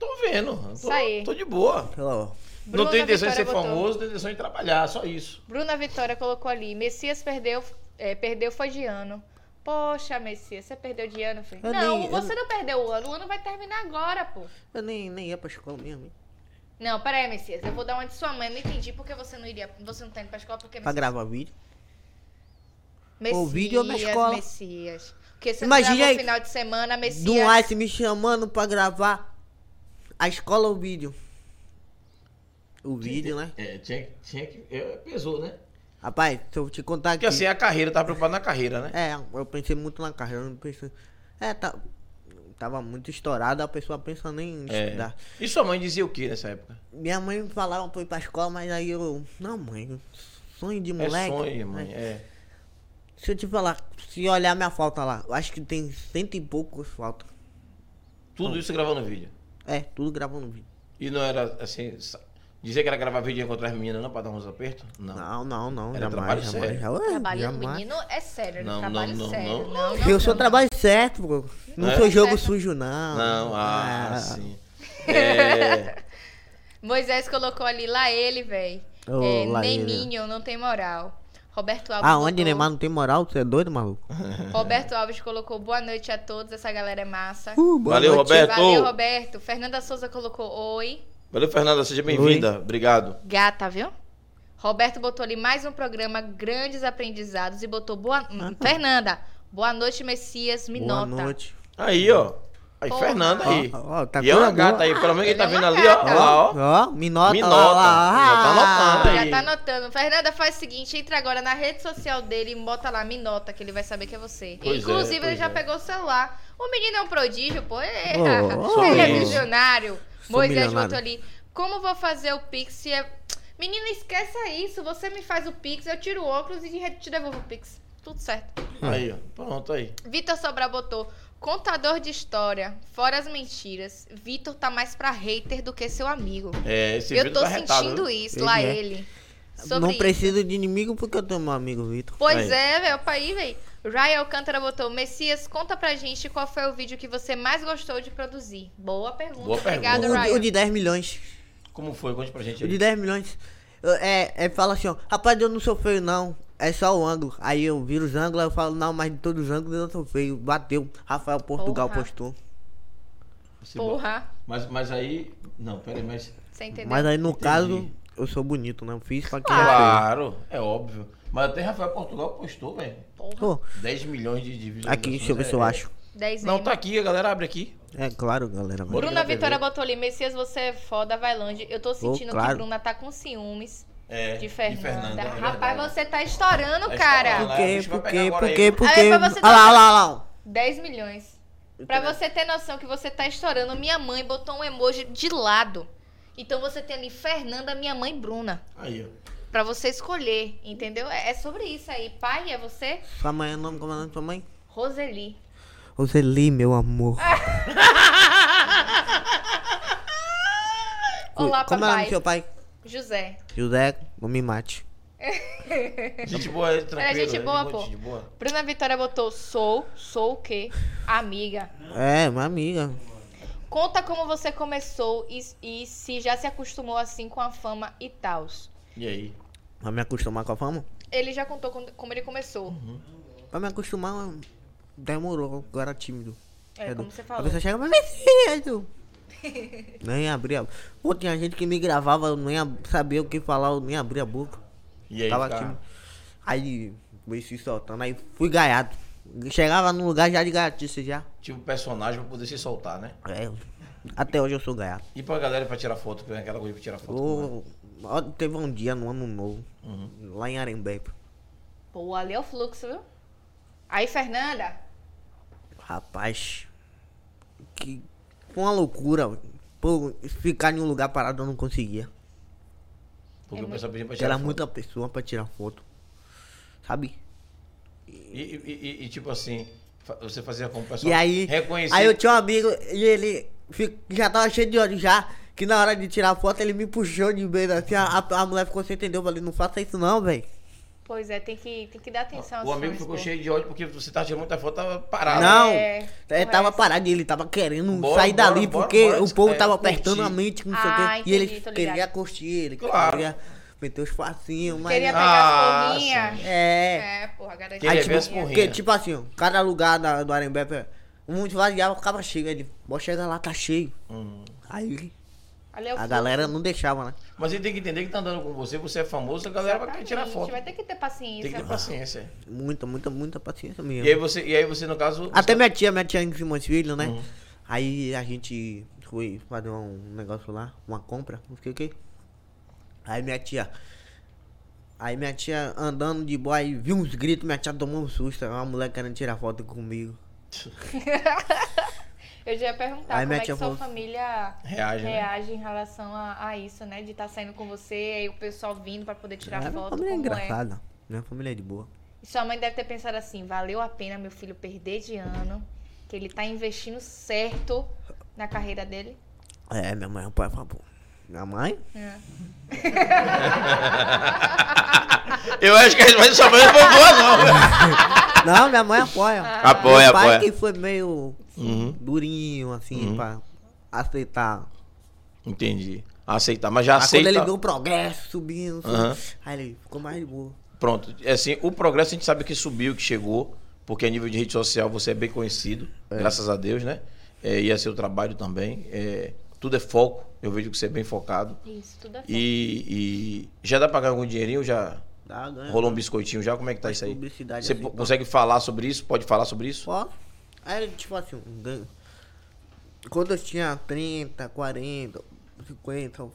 B: Tô vendo.
A: Isso
B: Tô,
A: aí.
B: tô de boa.
C: Ó,
B: não
A: Bruna
B: tem intenção
A: Vitória
B: de ser
A: botou.
B: famoso, tem intenção de trabalhar, só isso.
A: Bruna Vitória colocou ali: Messias perdeu, é, perdeu foi de ano. Poxa, Messias, você perdeu de ano, filho?
C: Eu
A: não,
C: nem- eu
A: você não perdeu o ano. O ano vai terminar agora, pô.
C: Eu nem, nem ia pra escola mesmo. hein?
A: Não, pera aí, Messias. Eu vou dar uma de sua mãe. Não entendi por que você não iria. Você não tá indo pra escola porque
C: Pra
A: Messias.
C: gravar vídeo.
A: Messias,
C: ou vídeo ou na escola.
A: Messias. Porque você
C: Imagina
A: Imagina
C: aí,
A: no final de semana, Messias.
C: Do Ice me chamando pra gravar a escola ou vídeo. O vídeo, né?
B: É, tinha, tinha que. é, pesou, né?
C: Rapaz, se eu te contar aqui.
B: Porque assim, a carreira, tava preocupado na carreira, né?
C: É, eu pensei muito na carreira, eu não pensei. É, tá, tava muito estourado, a pessoa pensa nem em
B: É.
C: estudar.
B: E sua mãe dizia o que nessa época?
C: Minha mãe falava pra eu ir pra escola, mas aí eu. Não, mãe, sonho de
B: É
C: moleque.
B: sonho, mãe.
C: né?
B: É.
C: Se eu te falar, se olhar minha falta lá, eu acho que tem cento e poucos faltas.
B: Tudo isso gravando vídeo.
C: É, tudo gravando vídeo.
B: E não era assim. sa- Dizer que era gravar vídeo e encontrar as meninas, não, pra dar uns apertos? Não.
C: Não, não, não,
B: Era trabalho
C: jamais, jamais,
B: sério.
C: jamais.
A: Trabalho do
C: jamais.
A: menino é sério,
B: Não,
A: não, trabalho
B: não, não,
A: sério.
B: não.
C: Eu sou trabalho certo, pô. Não
B: É?
C: sou jogo
A: Certo.
C: sujo, não.
B: Não, ah,
C: Ah,
B: sim. É,
A: Moisés colocou ali, lá ele, véi.
C: Ô,
A: É,
C: lá
A: nem
C: ele.
A: Minion, não tem moral. Roberto Alves.
C: Aonde
A: botou-
C: Neymar não tem moral, você é doido, maluco?
A: Roberto Alves colocou boa noite a todos, essa galera é massa.
C: Uh, boa
B: Valeu,
C: noite.
B: Roberto.
A: Valeu, Roberto. Fernanda Souza colocou oi.
B: Valeu, Fernanda, seja bem-vinda. Obrigado.
A: Gata, viu? Roberto botou ali mais um programa, Grandes Aprendizados, e botou boa. hum, Fernanda, boa noite, Messias, me
C: Boa
A: nota.
C: noite.
B: Aí, ó. Aí,
A: Porra.
B: Fernanda aí.
C: Ó, ó, tá
B: e é uma
C: coisa boa.
B: gata aí, pelo menos quem tá
A: Ele é
B: vendo
A: uma
B: ali, ó.
A: gata.
B: Olha lá, ó.
C: Ó, me nota.
B: Me
C: ó,
B: nota.
C: lá, Ah, ó.
B: Já tá anotando aí.
A: Já tá anotando. Fernanda, faz o seguinte, entra agora na rede social dele e bota lá, me nota, que ele vai saber que é você.
B: Pois é,
A: Inclusive, ele
B: pois
A: já
B: é.
A: pegou o celular. O menino é um prodígio, pô. É-
C: Oh, sou
A: ele é
B: isso.
A: visionário.
C: Sou
A: Moisés
C: milionário.
A: botou ali. Como vou fazer o Pix se é. Menina, esqueça isso. Você me faz o Pix, eu tiro o óculos e re- te devolvo o Pix. Tudo certo.
B: Aí, ó. Pronto, aí.
A: Vitor Sobral botou. Contador de história, fora as mentiras. Vitor tá mais pra hater do que seu amigo.
B: É, esse
A: eu
B: vídeo
A: tô
B: tá retado,
A: sentindo
B: viu?
A: isso,
C: Ele
A: lá
C: é.
A: ele. Sobre
C: não
A: isso.
C: preciso de inimigo porque eu tenho meu amigo Vitor.
A: Pois
B: Aí.
A: é, velho, pra aí, velho. Ryan Alcântara botou, Messias, conta pra gente qual foi o vídeo que você mais gostou de produzir. Boa pergunta,
B: Boa
A: obrigado,
B: pergunta.
A: Ryan.
C: O, o de 10 milhões.
B: Como foi? Conte pra gente
C: O de
B: aí.
C: 10 milhões. Eu- É, é, fala assim, ó. Rapaz, eu não sou feio, não. é só o ângulo. Aí eu viro os ângulos, aí eu falo, não, mas de todos os ângulos eu sou feio. Bateu. Rafael Portugal
A: Porra.
C: postou.
B: Você bo-
A: Porra.
B: Mas, mas aí. Não, peraí, mas.
A: Você entendeu?
C: Mas aí no
B: Entendi.
C: caso, eu sou bonito, né? Eu fiz pra quem é
B: Claro, é óbvio. Mas até Rafael Portugal postou, velho.
A: Porra.
C: feio. Pô,
B: 10 milhões de dívidas.
C: aqui, deixa eu ver se
B: É.
C: eu acho.
A: 10
B: Não,
A: mil.
B: tá aqui, a galera abre aqui.
C: É claro, galera. mas-
B: Bora.
A: Bruna
B: na
A: Vitória
B: TV.
A: botou ali, Messias, você é foda, vai longe. Eu tô sentindo que
C: claro.
A: Bruna tá com ciúmes
B: É.
A: de Fernanda.
B: é
A: Rapaz,
B: verdade.
A: você tá estourando,
B: Tá
A: cara.
B: estourando.
C: Por
B: Lá,
C: quê?
B: bicho, vai pegar
C: Por quê?
B: agora
C: Por
B: aí.
C: quê? Por
A: Aí
C: quê?
A: pra você
C: Olha lá, olha lá, olha lá.
A: 10 milhões. Pra você ter noção que você tá estourando, minha mãe botou um emoji de lado. Então você tem ali Fernanda, minha mãe e Bruna.
B: Aí, ó.
A: Pra você escolher, entendeu? É é sobre isso aí. Pai, é você?
C: Sua mãe, o nome, como é o nome da sua mãe?
A: Roseli.
C: Roseli, meu amor.
A: Ah, Olá,
C: como é o
A: papai.
C: nome do seu pai?
A: José.
C: José, não me mate.
B: Gente boa, é tranquilo.
A: gente
B: né?
A: boa,
B: Gente
A: pô.
B: de boa.
A: Bruna Vitória botou sou, sou o quê? Amiga.
C: É, minha amiga.
A: Conta como você começou e, e se já se acostumou assim com a fama e tal.
B: E aí?
C: Pra me acostumar com a fama?
A: Ele já contou com- como ele começou.
C: Pra me acostumar, demorou. Eu era tímido.
A: É,
C: Era-
A: como você
C: A
A: falou.
C: pessoa chega pra mim, Nem abria. Pô, tinha gente que me gravava, eu nem ab- sabia o que falar, eu nem abria a boca.
B: E aí,
C: Tava
B: cara?
C: tímido. Aí, fui se soltando, aí fui gaiado. Chegava num lugar já de gaiatice já.
B: Tipo personagem pra poder se soltar, né?
C: É, até hoje eu sou gaiado.
B: E pra galera pra tirar foto, pra aquela coisa pra tirar foto. com ela.
C: Ô, ó, teve um dia no ano novo, lá em Arembé.
A: Pô, ali é o fluxo, viu? Aí, Fernanda.
C: Rapaz, que foi uma loucura. Pô, ficar em um lugar parado eu não conseguia.
B: Porque
A: É
B: o pessoal pedia pra tirar
C: Era
B: foto.
C: muita pessoa pra tirar foto. Sabe?
B: E, e- e- e, tipo assim, fa- você fazia como o pessoal
C: E aí,
B: reconhecer.
C: aí eu tinha um amigo e ele fi- já tava cheio de ódio já. Que na hora de tirar foto ele me puxou de meio assim. A, a- a mulher ficou sem entender. Eu falei, não faça isso não, velho.
A: Pois é, tem que, tem que dar atenção
B: O
A: às
B: amigo
A: fãs,
B: ficou
A: pô.
B: cheio de ódio porque você tava tirando muita foto, tava parado.
C: Não,
A: É,
C: é,
A: correto.
C: tava parado e ele tava querendo
B: Tá Bora,
C: sair
B: bora,
C: dali
B: bora,
C: porque
B: bora,
C: o
B: é,
C: povo tava
B: curtir.
C: apertando a mente, que não sei o
A: Ah,
C: quê. E ele
A: entendi, tô
C: queria
A: ligada.
C: curtir, ele
B: Claro.
C: queria meter os facinhos, mas.
A: Queria
B: Ah,
A: pegar as
B: sim.
A: porrinhas.
C: É.
A: É, porra, garantia.
B: Queria
C: Aí,
B: ver as
C: tipo,
B: porrinhas.
C: porque, tipo assim, ó, cada lugar da, do Arembé, pé, um esvaziava, ficava cheio. Ele, bora chegar lá, tá cheio.
B: Hum.
C: Aí
A: Ali é o
C: a
A: fluxo.
C: galera não deixava, né?
B: Mas ele tem que entender que tá andando com você, você é famoso, a galera vai querer tirar
A: Exatamente,
B: foto.
A: Vai ter que ter paciência.
B: Tem que ter paciência.
C: Muita, muita, muita paciência
B: E aí
C: mesmo.
B: você, e aí você no caso.
C: Até
B: você...
C: minha tia, minha tia em Simões Filho, né?
B: Uhum.
C: Aí a gente foi fazer um negócio lá, uma compra, não sei o que. Aí minha tia. Aí minha tia andando de boa, aí viu uns gritos, minha tia tomou um susto. Uma mulher querendo tirar foto comigo.
A: Eu já ia perguntar
C: Aí
A: como
C: minha
A: é que
C: tia
A: sua
C: falou-
A: família
B: Reage, né?
A: reage em relação a, a isso, né? De estar saindo com você e o pessoal vindo pra poder tirar
C: Aí minha
A: foto.
C: família é
A: Como é.
C: engraçada. Minha família é de boa.
A: E sua mãe deve ter pensado assim: valeu a pena meu filho perder de ano, que ele tá investindo certo na carreira dele.
C: É, minha mãe é um pai favor. Minha mãe?
A: É.
B: Eu acho que a resposta da sua mãe não foi boa, não.
C: Não, minha mãe apoia.
A: Ah.
B: Apoia,
C: Meu pai
B: apoia. Uhum.
C: que foi meio durinho, assim, pra aceitar
B: Entendi. Aceitar, mas já
C: Aí quando
B: aceita.
C: ele viu o progresso subindo, subindo,
B: Aham.
C: aí ele ficou mais de boa.
B: Pronto. É Assim, o progresso a gente sabe que subiu, que chegou, porque a nível de rede social você é bem conhecido, graças a Deus, né? É, e é seu trabalho também. É, tudo é foco. Eu vejo que você é bem focado.
A: Isso, tudo é foda.
B: E, e já dá pra ganhar algum dinheirinho? Já
C: Tá, ganha.
B: rolou um biscoitinho já? Como é que tá isso aí?
C: Publicidade
B: Você
C: assim,
B: po-
C: pá.
B: consegue falar sobre isso? Pode falar sobre isso?
C: Só. Aí ele, tipo assim, ganho. Quando eu tinha 30, 40, 50, eu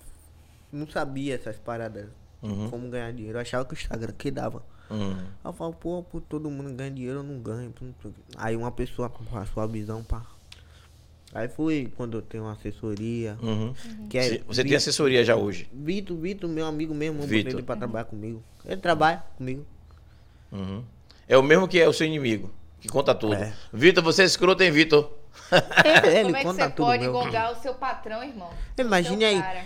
C: não sabia essas paradas.
B: Uhum.
C: Como ganhar dinheiro. Eu achava que o Instagram que dava.
B: Hum.
C: Aí eu falo, pô, pô, todo mundo ganha dinheiro, eu não ganho. tu não sei o quê. Aí uma pessoa com a sua visão, pá. Aí foi quando eu tenho uma assessoria.
B: Uhum.
C: Que é
B: Você- Você tem assessoria já hoje?
C: Vitor, Vitor, meu amigo mesmo, eu botei
B: Vitor.
C: ele pra trabalhar comigo. Ele trabalha comigo.
B: Uhum. É o mesmo que é o seu inimigo, que conta tudo.
C: É.
B: Vitor, você é escroto, hein, Vitor?
C: ele
A: Como é que
C: conta
A: você
C: tudo
A: pode
C: meu.
A: gongar o seu patrão, irmão?
C: Imagine
A: Seu
C: aí,
A: cara.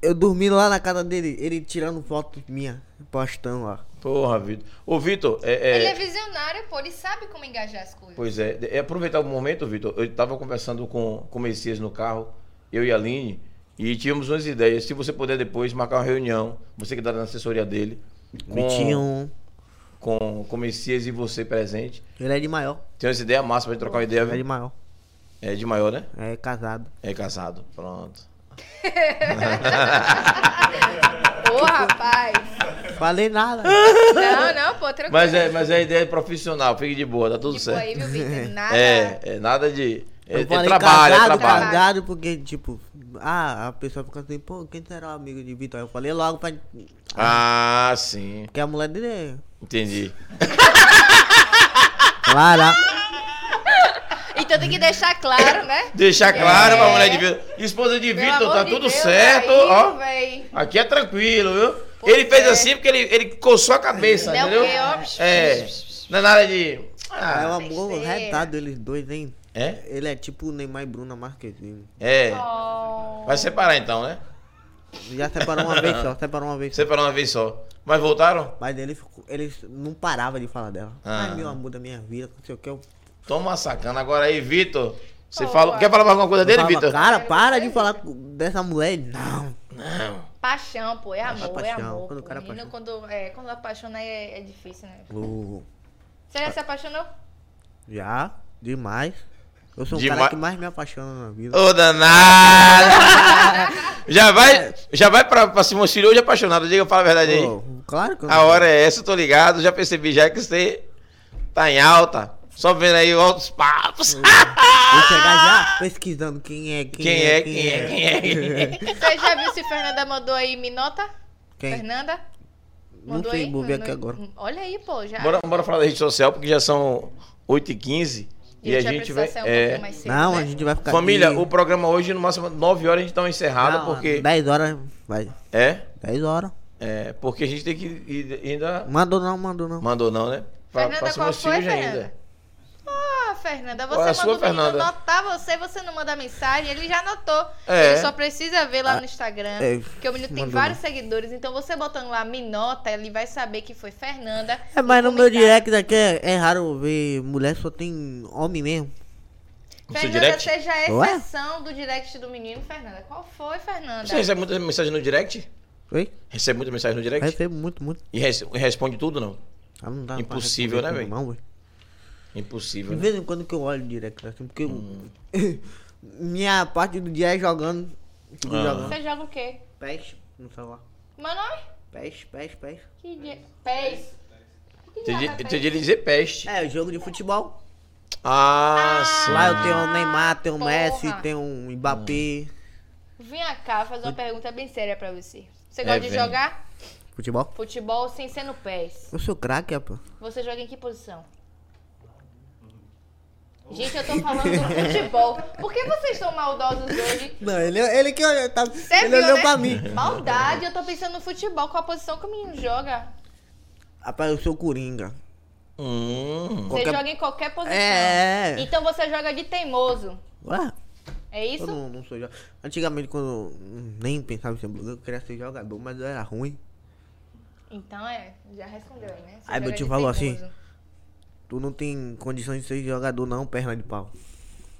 C: eu dormi lá na casa dele, ele tirando foto minha, postando lá.
B: Porra, Vitor. Ô, Vitor, é, é-
A: Ele é visionário, pô, ele sabe como engajar as coisas.
B: Pois é, é aproveitar o momento, Vitor. Eu estava conversando com, com o Messias no carro, eu e a Aline, e tínhamos umas ideias. tá
C: um,
B: Se você puder depois marcar uma reunião, você que dá na assessoria dele, com,
C: Vitinho,
B: com, com o Messias e você presente.
C: Ele é de maior.
B: Tem essa ideia massa pra gente trocar uma ideia,
C: É de
B: viu?
C: maior.
B: É de maior, né?
C: É casado.
B: É casado. Pronto.
A: Ô, rapaz.
C: Falei nada.
A: Não, não, pô, tranquilo.
B: Mas é, mas é ideia profissional, fique de boa, tá tudo
A: Tipo
B: certo.
A: aí, meu Vitor, nada.
B: É, é nada de. É, é
C: Eu falei
B: trabalho, é
C: casado,
B: trabalho.
C: casado, porque, tipo, ah, a pessoa fica assim, pô, quem será o amigo de Vitor? Eu falei logo pra.
B: Ah, sim.
C: Que a mulher dele
B: Entendi.
C: é. Lara.
A: Então tem que deixar claro, né?
B: Deixar claro
A: É.
B: pra mulher de Vitor. Esposa de
A: Pelo
B: Vitor,
A: amor
B: tá
A: de
B: tudo
A: Deus, é
B: certo.
A: aí,
B: ó.
A: véi.
B: Aqui é tranquilo, viu?
A: Pois
B: ele fez
A: é.
B: assim porque ele, ele coçou a cabeça,
A: Não é o
B: entendeu?
A: quê, ó?
B: É. Não é nada de.
C: é um
B: Ah,
C: amor
A: besteira.
C: retado, eles dois, hein?
B: é?
C: Ele é tipo o Neymar e Bruna Marquezine.
B: É.
A: Oh.
B: Vai separar então, né?
C: Já separou uma vez só, separou uma vez só.
B: Separar uma vez só. Mas voltaram?
C: Mas ele, ficou, ele não parava de falar dela.
B: Ah.
C: Ai, meu amor da minha vida, não sei o que. Eu
B: Toma uma sacana agora aí, Vitor. Você
A: Opa.
B: falou. Quer falar mais alguma coisa dele,
C: falava,
B: Vitor?
C: Cara, para de falar com- dessa mulher. Não.
B: Não.
A: Paixão, pô, é amor, é,
C: paixão,
A: amor.
C: quando o cara é
A: Menino,
C: apaixonado.
A: quando, é, quando apaixona é, é difícil, né?
C: O-
A: Você já se apaixonou?
C: já, demais. Eu sou o
B: Dema-
C: cara que mais me apaixona na vida.
B: Ô danado! já vai, já vai pra, pra Simão Filho hoje é apaixonado, diga, fala a verdade aí.
C: Pô, claro que eu
B: A hora é essa, eu tô ligado, já percebi já que você tá em alta. Só vendo aí altos papos.
C: Vou chegar já pesquisando quem é, quem,
B: quem é, quem é, quem é?
A: Você já viu se Fernanda mandou aí minota?
C: Quem?
A: Fernanda?
C: Não
A: Mandou
C: sei,
A: aí?
C: vou ver
A: Não-
C: aqui agora.
A: Olha aí, pô, já.
B: é? Bora, bora falar da rede social, porque já são 8h15 e, a
A: já
B: gente
A: precisa
B: vai.
A: sair um
B: é.
A: pouquinho mais cedo,
C: Não,
A: né?
C: a gente vai ficar
B: Família,
C: aqui.
B: o programa hoje, no máximo 9 horas, a gente dá uma encerrada,
C: Não,
B: porque.
C: 10 horas, vai.
B: É?
C: 10 horas.
B: É, porque a gente tem que ir, ainda.
C: Mandou não, mandou não.
B: Mandou não, né?
A: Fernanda, qual foi,
B: Filho
A: Fernanda? Ah, Fernanda, você
B: Qual é a
A: manda
B: sua,
A: o menino
B: Fernanda?
A: anotar você, você não manda mensagem, ele já anotou.
B: É. Ah,
A: Ele só precisa ver lá no Instagram,
C: é,
A: porque o menino tem
C: mandou
A: vários seguidores, então você botando lá minota, ele vai saber que foi Fernanda.
C: É, mas no meu
A: comentário.
C: direct aqui é, é raro ver mulher, só tem homem mesmo.
B: No seu
A: Fernanda,
B: direct?
A: seja a
C: Ué?
A: exceção do direct do menino, Fernanda. Qual foi, Fernanda?
B: Você recebe muita mensagem no direct?
C: Oi?
B: Recebe muita mensagem no direct?
C: Recebo muito, muito.
B: E res- e responde tudo, não?
C: Ah, não dá pra
B: Impossível,
C: responder
B: né,
C: tudo Não, velho. De
B: Impossível. né?
C: vez em quando que eu olho direct assim, porque eu- Hum. minha parte do dia é jogando. Tipo,
B: Ah.
C: jogando.
A: Você joga o quê?
C: Pés no celular.
A: Meu nome?
C: Pés, pés, pés.
A: Que dia? Pés.
B: Entendi, entendi ele dizer peste.
C: É, jogo de futebol.
B: Ah,
C: Lá
B: sim.
C: eu tenho o Neymar, tenho o Messi,
A: porra.
C: tenho o Mbappé.
B: Hum.
A: Vim cá fazer uma pergunta bem séria pra você. Você gosta de
B: É, vem.
A: jogar
C: Futebol?
A: futebol sem ser no pés?
C: Eu sou craque, rapaz.
A: Você joga em que posição? Gente, eu tô falando do futebol. Por que vocês estão maldosos hoje?
C: Não, ele, ele que olhou, tá,
A: Você
C: ele
A: viu,
C: olhou
A: né?
C: pra mim.
A: Maldade, eu tô pensando no futebol, qual a posição que o menino joga.
C: Rapaz, eu sou coringa.
B: Hum.
A: Você
C: Qualquer-
A: joga em qualquer posição.
C: É.
A: Então você joga de teimoso.
C: Ué,
A: É
C: eu
A: isso?
C: não, não sou jogador. Antigamente, quando eu nem pensava em ser blogueiro, eu queria ser jogador, mas eu era ruim.
A: Então é, já respondeu, né? Você
C: Aí meu
A: joga
C: tio
A: de
C: falou assim.
A: teimoso.
C: Tu não tem condições de ser jogador, não, perna de pau.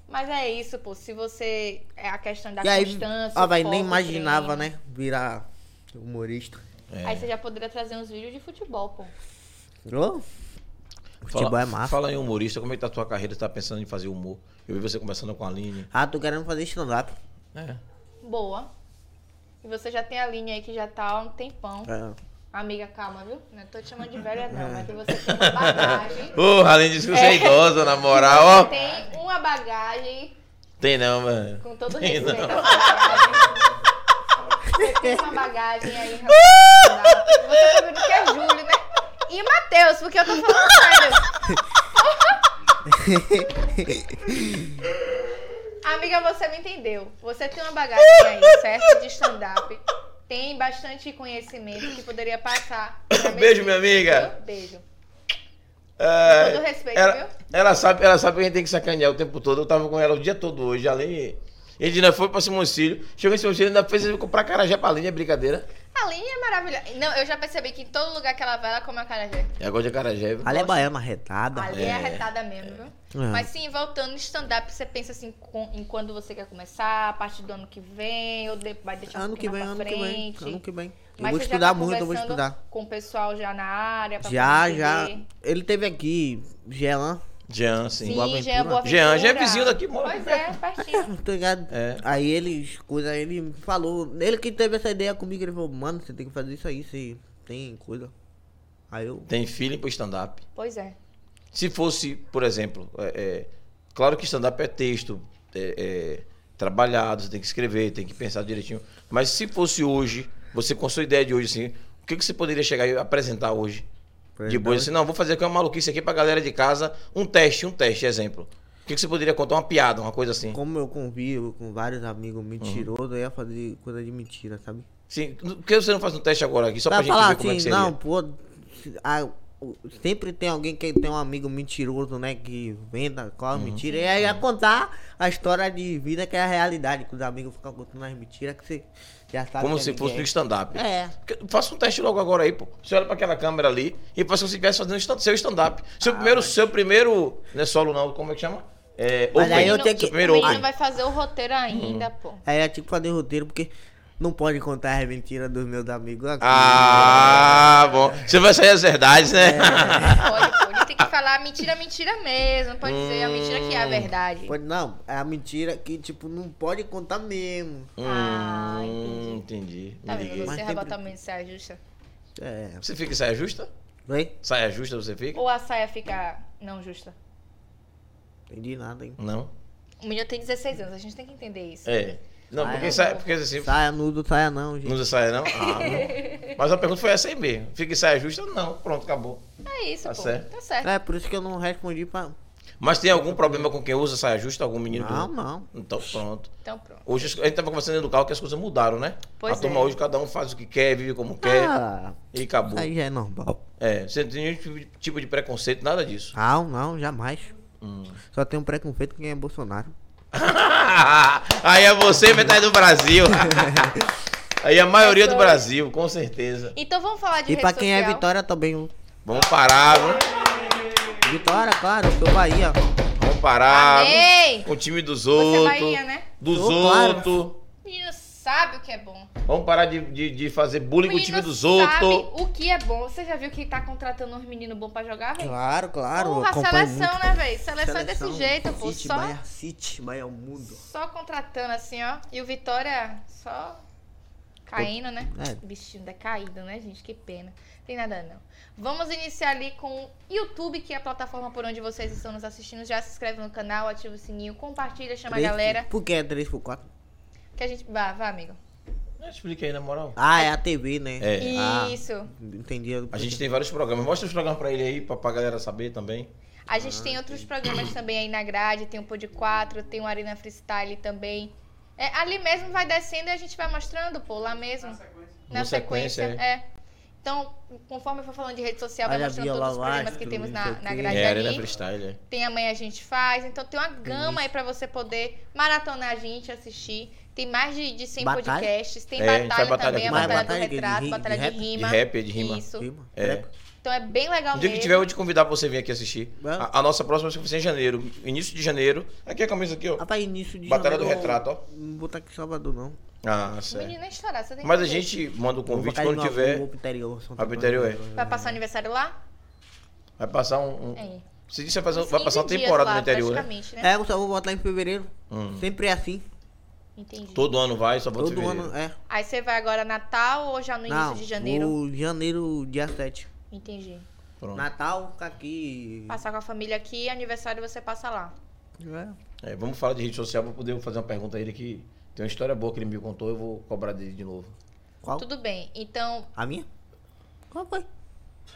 A: Mas é isso, pô. Se você. É a questão da
C: e aí,
A: constância.
C: ah,
A: o
C: vai,
A: foco,
C: nem
A: o
C: imaginava,
A: treino.
C: né? Virar humorista.
A: Aí você já poderia trazer uns vídeos de futebol, pô.
C: Ô, Futebol
B: fala,
C: é massa.
B: Fala aí, humorista, como é que tá a tua carreira? Você tá pensando em fazer humor? Eu vi você conversando com a Aline.
C: Ah, tô querendo fazer stand-up.
B: É.
A: Boa. E você já tem a linha aí que já tá há um tempão.
C: É.
A: Amiga, calma, viu? Não tô te chamando de velha, não, mas que você tem uma bagagem.
B: Porra, Aline disse que você é idosa, na moral, Ah, ó.
A: Tem uma bagagem,
B: Tem não, mano.
A: com todo
B: Tem
A: respeito.
B: não.
A: essa bagagem. Você tem uma bagagem aí. racional. Você tá vendo que é Júlio, né? E Matheus, porque eu tô falando sério. Amiga, você me entendeu. Você tem uma bagagem aí, certo? De stand-up. Tem bastante conhecimento que poderia passar. pra Messi,
B: Beijo, minha amiga.
A: viu? Beijo.
B: É,
A: todo respeito,
B: ela,
A: viu?
B: ela sabe, ela sabe que a gente tem que sacanear o tempo todo. Eu tava com ela o dia todo hoje, além. A gente ainda foi pra Simoncílio. Chegou em Simoncílio, ainda fez eu comprar carajé pra Aline, é brincadeira.
A: A linha é maravilhosa. Não, eu já percebi que em todo lugar que ela vai, ela come a carajé.
B: E agora de carajé, viu?
C: Ali é baiana, retada.
A: Ali é arretada mesmo, viu?
C: É.
A: Mas sim, voltando no stand-up, você pensa assim com- em quando você quer começar, a partir do ano que vem, ou de- vai deixar um
C: Ano que
A: pouquinho
C: vem,
A: mais
C: ano
A: pra
C: que vem,
A: frente.
C: ano que vem. Eu vou
A: você já
C: estudar
A: tá
C: muito, eu vou
A: conversando
C: estudar.
A: Com o pessoal já na área. Pra
C: Já,
A: poder
C: já.
A: entender.
C: Ele teve aqui, Jean.
B: Jean, sim.
A: Sim, Jean, boa
B: Jean, Jean é vizinho daqui, mora
A: Pois
B: aqui
A: é, pertinho.
C: Tá ligado?
B: É.
C: Aí ele, coisa, ele falou. Ele que teve essa ideia comigo, ele falou, mano, você tem que fazer isso aí, você tem coisa. Aí eu.
B: Tem feeling pro stand-up.
A: Pois é.
B: Se fosse, por exemplo, é, é, claro que stand-up é texto é, é, trabalhado, você tem que escrever, tem que pensar direitinho. Mas se fosse hoje, você com sua ideia de hoje, assim, o que, que você poderia chegar e apresentar hoje? De boa, assim, não, vou fazer aqui uma maluquice aqui pra galera de casa, um teste, um teste, exemplo. O que, que você poderia contar? Uma piada, uma coisa assim.
C: Como eu convivo com vários
B: Uhum.
C: amigos mentirosos, eu ia fazer coisa de mentira, sabe?
B: Sim, por que você não faz um teste agora aqui, só pra,
C: Vai
B: gente
C: falar
B: ver como é que
C: assim,
B: seria?
C: não, pô. se- ah, o- sempre tem alguém que tem um amigo mentiroso, né? Que venda, claro,
B: Uhum.
C: mentira. E aí ia contar a história de vida que é a realidade, que os amigos ficam contando as mentiras que você já sabe.
B: Como
C: que
B: se
C: amigo
B: fosse
C: é.
B: um stand-up.
C: É.
B: Que- Faça um teste logo agora aí, pô. Você olha pra aquela câmera ali e parece que você estivesse fazendo stand- seu stand-up. Seu primeiro, seu primeiro. Não é solo não, como é que chama? É,
C: Mas aí eu
A: Menino-
C: tenho que-
B: Seu
C: Hum.
A: O
B: primeiro
A: menino
B: open.
A: vai fazer o roteiro ainda, pô.
C: Aí eu tinha que fazer roteiro, porque não pode contar as mentiras dos meus amigos.
B: Ah, bom. Você vai sair as verdades, né?
C: É.
A: Pode, pô. Ele tem que falar mentira, mentira mesmo. Pode
C: Hum.
A: dizer a mentira que é a verdade.
C: Pode, não, é a mentira que, tipo, não pode contar mesmo.
A: Ah, entendi.
B: Hum, entendi.
A: Tá
B: Me
A: vendo?
B: liguei.
A: Você
C: Mas
A: vai
C: sempre-
A: botar uma saia justa?
C: É.
B: Você fica em saia justa?
C: Vem?
B: Saia justa você fica?
A: Ou a saia fica não justa?
C: Entendi nada, hein?
B: Não.
A: O menino tem 16 anos, a gente tem que entender isso.
B: É. Não,
C: Saia.
B: porque, saia, porque assim.
C: Saia nudo, saia não,
B: Não
C: gente.
B: usa saia, não? Ah, não. Mas a pergunta foi essa aí mesmo. Fica em saia justa? Não. Pronto, acabou.
A: É isso,
B: Tá
A: pô.
B: certo.
A: Tá certo.
C: É, por isso que eu não respondi pra.
B: Mas tem algum problema com quem usa saia justa? Algum menino?
C: Não,
B: do-
C: não.
B: Então pronto.
A: Então pronto.
B: Hoje a gente tava conversando dentro do carro que as coisas mudaram, né?
A: Pois
B: a
A: é.
B: turma hoje cada um faz o que quer, vive como quer
C: Ah,
B: e acabou.
C: aí já é normal.
B: É, você não tem nenhum tipo de- tipo de preconceito, nada disso.
C: Não, não, jamais.
B: Hum.
C: Só tem um preconceito com quem é Bolsonaro.
B: Aí é você metade do Brasil. Aí é a maioria do Brasil, com certeza.
A: Então vamos falar de
C: E
A: rede
C: pra quem é
A: social.
C: Vitória também. viu?
B: Vamos parar, viu?
C: Vitória, claro, eu sou Bahia.
B: Vamos parar. viu?
A: Amém!
B: Com o time dos
A: Você é
B: outros.
A: Bahia, né?
B: Dos
C: Sou, claro.
B: outros.
A: O menino sabe o que é bom.
B: Vamos parar de, de, de fazer bullying com o time
A: menino
B: dos
A: sabe
B: outros.
A: o que é bom. Você já viu que tá contratando uns meninos bons pra jogar, velho?
C: Claro, claro. eu
A: Porra, a
C: acompanho
A: seleção,
C: muito.
A: né, velho? Seleção, é desse jeito, pô.
C: City,
A: Só,
C: Bahia City, Bahia Mundo.
A: só contratando, assim, ó. E o Vitória só caindo, né?
C: É.
A: Bichinho decaído, né, gente? Que pena. Tem nada, não. Vamos iniciar ali com o YouTube, que é a plataforma por onde vocês estão nos assistindo. Já se inscreve no canal, ativa o sininho, compartilha, chama a galera.
C: Por que é 3 por 4?
A: Que a gente... Vá, vá, amigo.
B: Explica aí, na moral.
C: Ah, é a TV, né?
B: É.
C: Ah,
A: Isso.
C: entendi.
B: A gente tem vários programas. Mostra os programas pra ele aí, pra, pra galera saber também.
A: A gente tem outros programas também aí na grade, tem o Pod 4, tem o Arena Freestyle também. É, ali mesmo vai descendo e a gente vai mostrando, pô, lá mesmo. Na sequência.
B: Na sequência,
A: é. Então, conforme eu for falando de rede social, vai
C: Olha a
A: mostrando
C: Bia
A: todos os programas
C: Lavastro,
A: que temos na,
C: não sei o
A: na
C: quê.
A: grade
B: É, Arena
A: ali.
B: Freestyle, é.
A: Tem amanhã a gente faz. Então tem uma gama aí pra você poder maratonar a gente, assistir. Tem mais de, de 100
C: Batalha?
A: podcasts. Tem
B: É, a gente
A: batalha,
B: vai batalha
A: também, a
B: aqui, mas
A: batalha,
C: batalha
A: do
C: de
A: retrato,
C: ri- de
A: batalha de,
C: rap? De
A: rima.
B: rap, de rima.
A: Isso.
C: Prima,
B: É.
C: treco.
A: Então é bem legal
B: O dia que
A: mesmo.
B: tiver, eu vou te convidar pra você vir aqui assistir.
C: É.
B: A, a nossa próxima vai ser em janeiro. Início de janeiro. Aqui a camisa aqui, ó.
C: Rapaz, início de
B: Batalha
C: janeiro,
B: do Retrato, ó.
C: Não vou estar aqui em Salvador, não.
B: Ah,
A: O
B: certo.
A: menino é estourar, você tem que
B: Mas a
A: fazer.
B: gente manda o
C: Eu vou
B: convite
C: pra
B: quando
C: Carnaval,
B: tiver.
C: vou pro interior, São
B: Vai pro
C: Antônio.
B: interior,
A: Vai passar aniversário lá?
B: Vai passar um. um...
A: É.
B: Se disse, vai, fazer,
A: Uns
B: vai passar uma
A: 15 dias
B: temporada
A: lá,
B: no interior, né? Hum.
A: Praticamente, né?
C: É, eu só vou botar em fevereiro. Sempre é assim.
A: Entendi.
B: Todo ano vai, só volta em
C: Todo
B: fevereiro.
C: ano é.
A: Aí você vai agora Natal ou já no início
C: não,
A: de janeiro?
C: O janeiro, dia 7.
A: Entendi.
B: Pronto.
C: Natal, fica aqui.
A: Passar com a família aqui, aniversário você passa lá.
C: É.
B: É, vamos falar de rede social pra poder fazer uma pergunta a ele que tem uma história boa que ele me contou. Eu vou cobrar dele de novo.
C: Qual?
A: Tudo bem. Então,
C: A minha? Qual foi?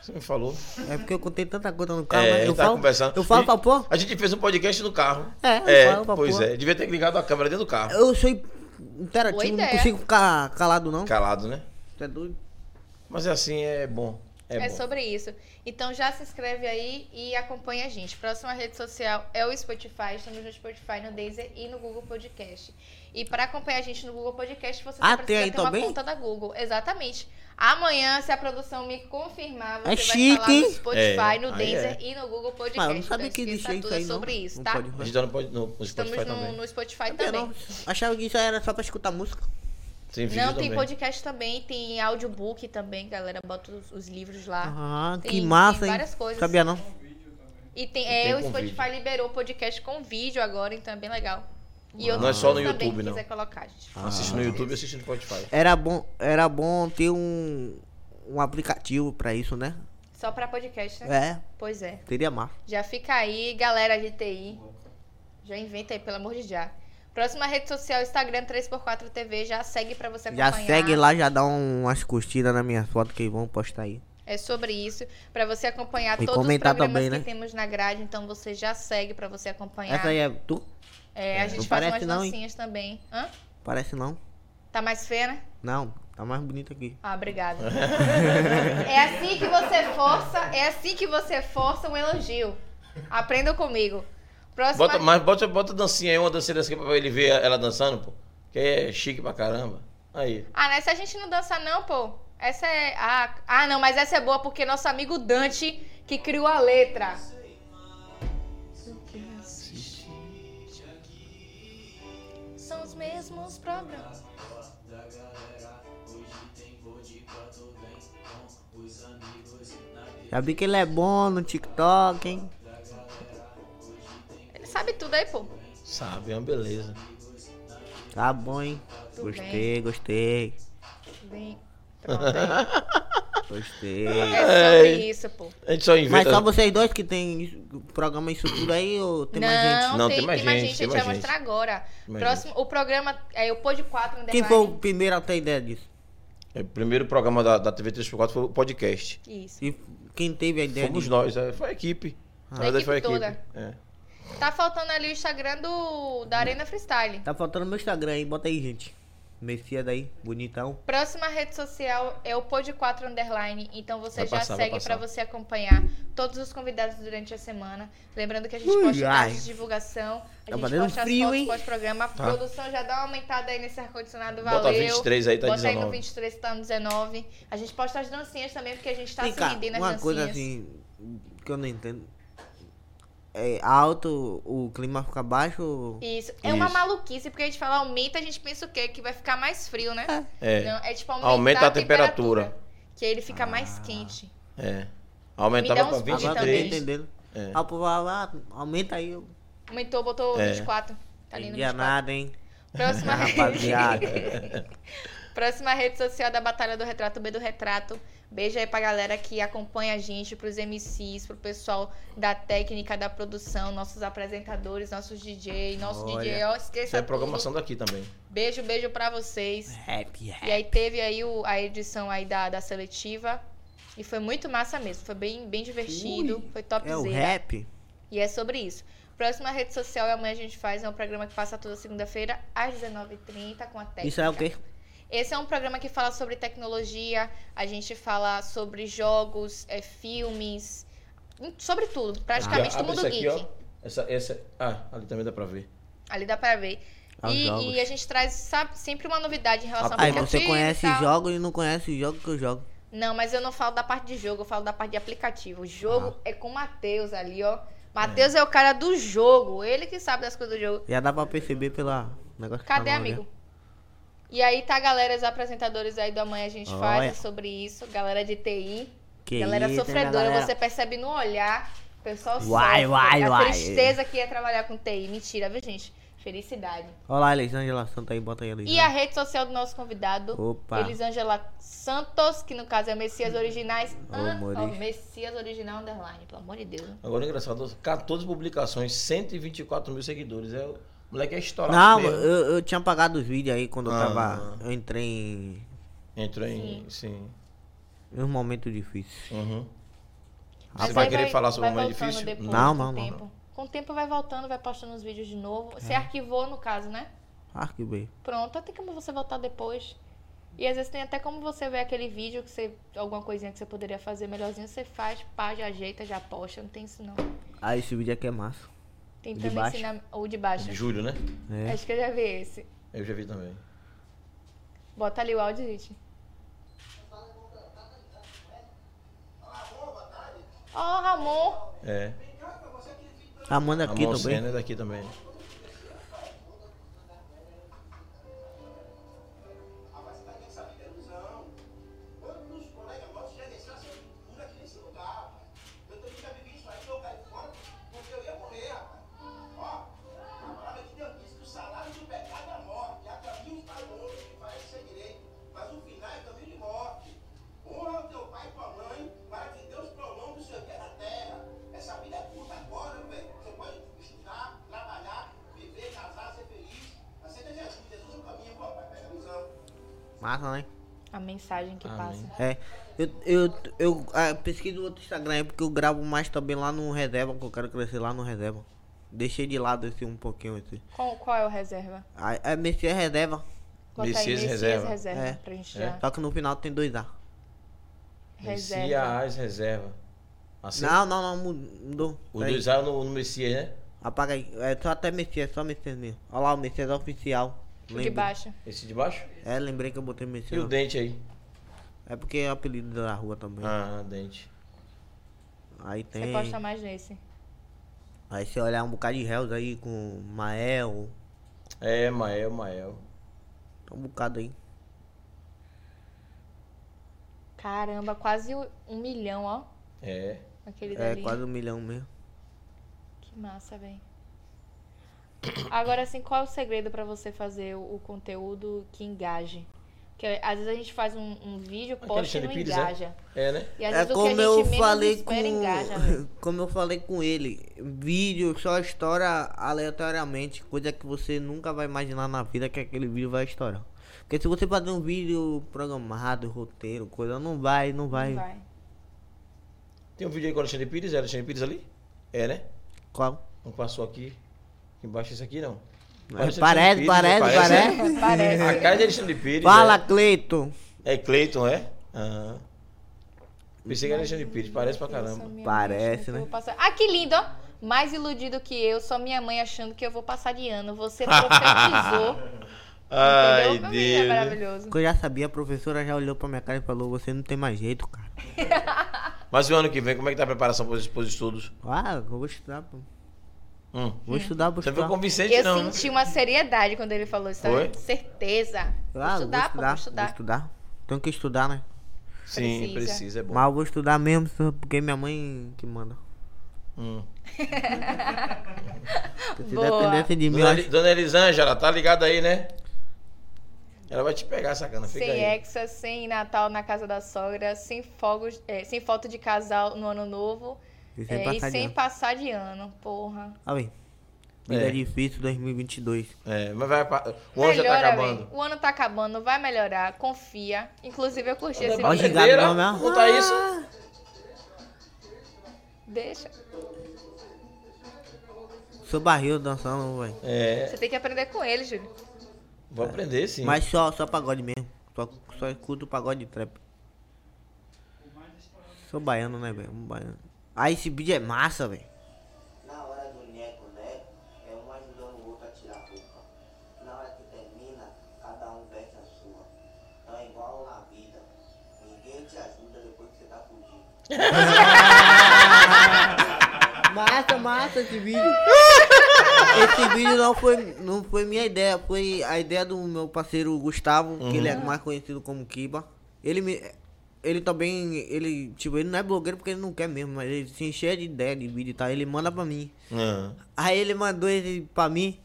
B: Você me falou.
C: É porque eu contei tanta coisa no carro,
B: É,
C: mas
B: ele
C: eu
B: tá
C: falo.
B: conversando.
C: Eu falo
B: E-
C: pra pô.
B: A gente fez um podcast no carro.
C: É, eu falo pra
B: Pois
C: porra.
B: é. Devia ter ligado a câmera dentro do carro.
C: Eu sou
A: Boa
C: interativo, não
A: ideia.
C: consigo ficar calado, não.
B: Calado, né?
C: Você é doido?
B: Mas é assim, é bom. É,
A: é,
B: bom.
A: sobre isso. Então já se inscreve aí e acompanha a gente. Próxima rede social é o Spotify. Estamos no Spotify, no Deezer e no Google Podcast. E para acompanhar a gente no Google Podcast, você
C: Ah,
A: só
C: tem
A: precisa
C: aí
A: ter uma
C: também?
A: conta da Google. Exatamente. Amanhã, se a produção me confirmar, você
C: É
A: vai
C: chique,
A: falar no
C: hein?
A: Spotify,
B: É,
A: no
B: aí
A: Deezer e no Google Podcast.
C: Mas Ah, eu não sabia
A: Então,
C: que
A: esqueça
C: existia isso
A: tudo
C: aí, não.
A: sobre isso,
C: Não
A: tá?
C: pode
B: A gente tá no, pod- no no
A: Estamos
B: Spotify
A: no,
B: também.
A: no Spotify
C: Sabia
A: também.
C: não. Achava que isso era só pra escutar música.
B: Tem vídeo
A: Não, tem
B: também.
A: podcast também, tem audiobook também, galera. Bota os, os livros lá.
C: Ah,
A: Tá. Tem-
C: que massa,
A: tem
C: hein?
A: várias coisas.
C: Sabia não?
A: E tem, é,
B: tem
A: o
B: com
A: Spotify
B: vídeo.
A: liberou podcast com vídeo agora, então é bem legal. E
B: Não é só no YouTube,
A: se
B: não.
A: quiser colocar, gente.
C: Ah.
B: Assiste no YouTube e assiste no
A: É
B: Spotify.
C: Era bom, era bom ter um, um aplicativo pra isso, né?
A: Só pra podcast, né?
C: É,
A: Pois é.
C: teria massa.
A: Já fica aí, galera de TI. Já inventa aí, pelo amor de já. Próxima rede social, Instagram 3x4 TV. Já segue pra você
C: Já
A: acompanhar.
C: segue lá, já dá um, umas curtidas na minha foto que vão postar aí.
A: É sobre isso. Pra você acompanhar
C: E
A: todos os
C: comentar
A: programas
C: também,
A: que
C: né?
A: temos na grade. Então você já segue pra você acompanhar.
C: Essa aí é tu?
A: É, a
C: Não
A: gente faz
C: parece
A: umas
C: não, hein?
A: dancinhas também. Hã?
C: Parece não.
A: Tá mais feia, né?
C: Não, tá mais bonito aqui.
A: Ah, obrigada. é assim que você força, é assim que você força um elogio. Aprenda comigo. Próxima.
B: Bota, mas bota, bota dancinha aí, uma dancinha dessa aqui pra ele ver ela dançando, pô. Que é chique pra caramba. Aí.
A: Ah, nessa a gente não dança não, pô. Essa é ah, ah, não, mas essa é boa porque nosso amigo Dante que criou a letra. São os mesmos programas.
C: Já vi que ele é bom no TikTok, hein?
A: Ele sabe tudo aí, pô.
B: Sabe, é uma beleza.
C: Tá bom, hein?
A: Tudo
C: Gostei, gostei.
A: Bem, pronto, aí.
C: Gostei.
A: É sobre isso, pô.
B: A gente só
C: Mas
B: inventa.
C: só vocês dois que tem isso- programa isso tudo aí ou tem
A: não,
C: mais gente?
B: Não,
A: tem, tem mais gente, a gente
B: tem
A: vai
B: mais
A: mostrar
B: gente.
A: agora.
B: Tem mais
A: Próximo, o programa é o Pod 4
C: Quem foi o primeiro a ter ideia disso?
B: É, O primeiro programa da, da TV 3x4 foi o podcast.
A: Isso.
C: E quem teve a ideia
B: Fomos
C: disso?
B: nós, é, foi a equipe. Na
A: A equipe
B: verdade, foi a equipe.
A: toda.
B: É.
A: Tá faltando ali o Instagram do da Arena Freestyle.
C: Tá faltando meu Instagram aí, bota aí, gente. Messias daí, bonitão.
A: Próxima rede social é o Pod 4 Underline, então você
B: Vai
A: já
B: passar, vai
A: segue
B: passar.
A: pra você acompanhar todos os convidados durante a semana. Lembrando que a gente
C: Ui,
A: posta
C: ai.
A: dados de divulgação, a
C: Tá
A: gente
C: batendo
A: posta
C: frio,
A: as fotos
C: hein?
A: pós-programa. A produção já dá uma aumentada aí nesse ar-condicionado, valeu.
B: Tá. Bota 23 aí, tá
A: Bota aí no
B: 19.
A: 23, tá no 19. A gente posta as dancinhas também, porque a gente tá
C: Vem
A: se
C: cá,
A: rendendo às
C: uma
A: dancinhas.
C: coisa assim que eu não entendo. É alto, o clima fica baixo. ou-
A: Isso. É uma
B: Isso.
A: maluquice, porque a gente fala aumenta, a gente pensa o quê? Que vai ficar mais frio, né?
B: É.
A: Não, é tipo aumentar
B: Aumenta a
A: temperatura,
B: temperatura. Ah.
A: Que aí ele fica mais quente.
B: É.
A: Me
B: Aumentava
A: dá
B: pra
A: uns
C: Agora eu tô
B: 23.
C: entendendo.
B: É.
C: Ah, o povo lá, ah, aumenta aí. eu
A: Aumentou, botou
B: É.
A: 24. Tá ali no
C: Entendia
A: 24.
C: nada, hein? Ah,
A: Próxima
C: Rapaziada. é
A: Próxima rede social da Batalha do Retrato, B do Retrato. Beijo aí pra galera que acompanha a gente, pros MCs, pro pessoal da técnica, da produção, nossos apresentadores, nossos DJ, nosso
C: Olha.
A: DJ, ó, esqueça
B: Isso é
A: tudo.
B: programação daqui também.
A: Beijo, beijo pra
C: é
A: vocês.
C: Happy,
A: E aí teve aí o- a edição aí da, da seletiva. E foi muito massa mesmo. Foi bem, bem divertido.
C: Ui,
A: foi top
C: É o rap?
A: E é sobre isso. Próxima rede social é amanhã a gente faz. É um programa que passa toda segunda-feira às 19h30 com a técnica.
C: Isso é o quê?
A: Esse é um programa que fala sobre tecnologia. A gente fala sobre jogos, é, filmes. em- Sobre tudo. Praticamente
B: Aqui, ó,
A: do
B: abre
A: mundo
B: isso Ah, aqui,
A: geek.
B: ó. Essa, essa. Ah, ali também dá pra ver.
A: Ali dá pra ver.
C: Ah,
A: E,
C: jogos.
A: e a gente traz sabe, sempre uma novidade em relação
B: Ah,
A: ao
C: Aí
A: aplicativo
C: você
A: um e
C: conhece
A: tal.
C: jogos e não conhece o jogo que eu jogo.
A: Não, mas eu não falo da parte de jogo, eu falo da parte de aplicativo. O jogo
C: Ah.
A: é com o Matheus ali, ó. Matheus é. o cara do jogo, ele que sabe das coisas do jogo.
C: Já dá pra perceber pela negócio que tá
A: Cadê,
C: na
A: amigo?
C: orelha.
A: E aí tá a galera, os apresentadores aí do Amanhã a gente
C: Olha.
A: faz sobre isso. Galera de TI,
C: Que
A: galera
C: isso, hein,
A: sofredora,
C: galera?
A: você percebe no olhar. O pessoal
C: Uai,
A: sofre,
C: uai,
A: a
C: uai.
A: tristeza que é trabalhar com TI. Mentira, viu, gente? Felicidade.
C: Olha lá, Elisângela Santa aí, bota aí,
A: E a
C: Elisângela.
A: rede social do nosso convidado,
C: Opa.
A: Elisângela Santos, que no caso é Messias Originais.
C: Ô,
A: an-
C: Maurício.
A: ó, Messias Original Underline, pelo amor de Deus. né?
B: Agora engraçado, 14 publicações, 124 mil seguidores. É, o moleque é estourado.
C: Não,
B: mesmo.
C: eu, eu tinha apagado os vídeos aí quando eu
B: Ah.
C: tava. Eu entrei em,
B: Entrou em. Sim.
C: em um momento difícil.
B: Uhum.
A: Mas
B: Você vai
A: aí
B: querer falar sobre
A: vai
B: o mais
A: voltando
B: difícil?
A: depois,
C: Não,
A: com o
C: não, não,
A: tempo. Com o tempo vai voltando, vai postando os vídeos de novo. Você
B: É.
A: arquivou, no caso, né?
C: Arquivei.
A: Pronto, tem como você voltar depois. E às vezes tem até como você ver aquele vídeo que você. alguma coisinha que você poderia fazer melhorzinho, você faz, pá, já ajeita, já posta. Não tem isso não.
C: Ah, esse vídeo aqui é massa.
A: Tem
C: De
A: pra me
C: baixo?
A: ensinar. Ou de baixo.
B: De julho, né?
C: É.
A: Acho que eu já vi esse.
B: Eu já vi também.
A: Bota ali o áudio, gente. Ó, Ramon.
B: É.
C: Ah, manda
B: A
C: aqui também.
B: Monsena é daqui também.
D: Agora é um é é é é
C: Massa, né?
A: A mensagem que
B: Amém.
A: passa.
C: É. Eu, eu, eu ah, pesquiso outro Instagram aí porque eu gravo mais também lá no reserva, que eu quero crescer lá no reserva. Deixei de lado esse um pouquinho esse.
A: Qual, qual é o reserva?
C: Aí, é Messias Reserva.
A: Bota aí,
B: Messias Reserva.
A: reserva
C: É.
A: pra gente
B: É.
A: já.
C: Só que no final tem dois A.
B: Messias
A: Reserva.
B: as reserva. Assim,
C: Não, não, não, mu- mudou.
B: os
C: Peraí.
B: dois A é no, no Messias, né?
C: Apaga aí. É só até Messias, só Messias mesmo. Olha lá, o Messias oficial.
A: O de
C: Lembrei.
A: baixo.
B: Esse de baixo?
C: É, lembrei que eu botei
B: E o
C: Messias.
B: dente aí?
C: É porque é o apelido da rua também.
B: Ah, dente.
C: Aí
A: Você
C: tem.
A: posta mais nesse.
C: Aí você olhar um bocado de réus aí com Mael.
B: É, Mael, Mael.
C: Tá um bocado aí.
A: Caramba, quase o- um milhão, ó.
B: É.
A: Aquele
C: É
A: dali.
C: quase um milhão mesmo.
A: Que massa, velho. Agora, assim, qual é o segredo pra você fazer o, o conteúdo que engaje? Porque às vezes a gente faz um, um vídeo,
B: Aquele
A: posta e
B: Alexandre
A: não
B: Pires,
A: engaja.
B: É, né?
A: E às
C: É
A: vezes o que a
C: como
A: gente
C: eu
A: menos
C: falei
A: espera engaja, velho.
C: com. Como eu falei com ele. Vídeo só estoura aleatoriamente. Coisa que você nunca vai imaginar na vida que aquele vídeo vai estourar. Porque se você fazer um vídeo programado, roteiro, coisa, não vai, não vai.
A: Não vai.
B: Tem um vídeo aí com o Alexandre Pires, é Alexandre Pires ali? É, né?
C: Qual?
B: Não passou aqui. aqui Embaixo esse aqui não.
C: Parece,
B: Alexandre
C: parece,
B: Pires,
C: é parece.
B: não
C: parece.
B: A
A: Parece.
B: cara de Alexandre Pires. né?
C: Fala, Cleiton.
B: É, é Cleiton, é? Aham. Pensei que era Alexandre Pires, parece pra
A: Só
B: caramba.
A: minha mãe
C: Parece,
A: achando que eu
C: né?
A: vou passar- Ah, que lindo, ó. Mais iludido que eu, só minha mãe achando que eu vou passar de ano. Você profetizou.
B: Ai,
A: entendeu? É
B: Deus.
A: maravilhoso.
C: Que eu já sabia, a professora já olhou pra minha cara e falou: Você não tem mais jeito, cara.
B: Mas e o ano que vem, como é que tá a preparação pros, pros estudos?
C: Ah, eu vou estudar, pô.
B: Hum.
C: Vou estudar, vou
B: Você
C: estudar.
B: viu com o Vicente,
A: Eu
B: não, né?
A: senti uma seriedade quando ele falou isso. tá?
B: Foi?
A: Certeza. Vou
C: Ah,
A: estudar, pô, vou
C: Vou
A: estudar.
C: estudar. Tenho que estudar, né?
B: Sim,
A: Precisa.
B: precisa, é bom.
C: Mas eu vou estudar mesmo, só porque é minha mãe que manda.
B: Hum.
C: Se
A: Boa.
C: dependesse de mim, eu
B: Dona,
C: acho
B: Eli- Dona Elisângela, tá ligada aí, né? Ela vai te pegar, sacana. Fica
A: Sem
B: aí.
A: exa, sem Natal na casa da sogra, sem, fogos, é, sem foto de casal no ano novo
C: que sem
A: é,
C: passar
A: e sem
C: de ano.
A: passar de ano, porra.
C: Ah, bem. Vida
B: É.
C: difícil 2022.
B: É, mas vai. pa- O ano já tá
A: véi.
B: acabando.
A: O ano tá acabando, vai melhorar, confia. Inclusive, eu curti
B: é
A: esse
C: Olha
A: vídeo.
C: o gigante.
B: Bandeira,
C: não, né?
B: conta isso.
A: Deixa.
C: Sou barril dançando, velho.
B: É,
A: Você tem que aprender com ele, Júlio.
B: vou aprender sim.
C: Mas só, só pagode mesmo. Só, só escuto pagode e trap. Sou baiano, né, velho? Um baiano. Ah, esse vídeo é massa, velho.
D: Na hora do neco, neco, é um ajudando o outro a tirar a roupa. Na hora que termina, cada um veste a sua. Então é igual na vida. Ninguém te ajuda depois que você tá fugindo.
C: Massa, massa esse vídeo. Esse vídeo não foi, não foi minha ideia, foi a ideia do meu parceiro Gustavo, que ele é
A: Uhum.
C: mais conhecido como Kiba. Ele me. Ele também, ele, tipo, ele não é blogueiro porque ele não quer mesmo, mas ele se enche de ideia de vídeo e tal, ele manda pra mim.
B: Ah,
C: Aí ele mandou esse pra mim,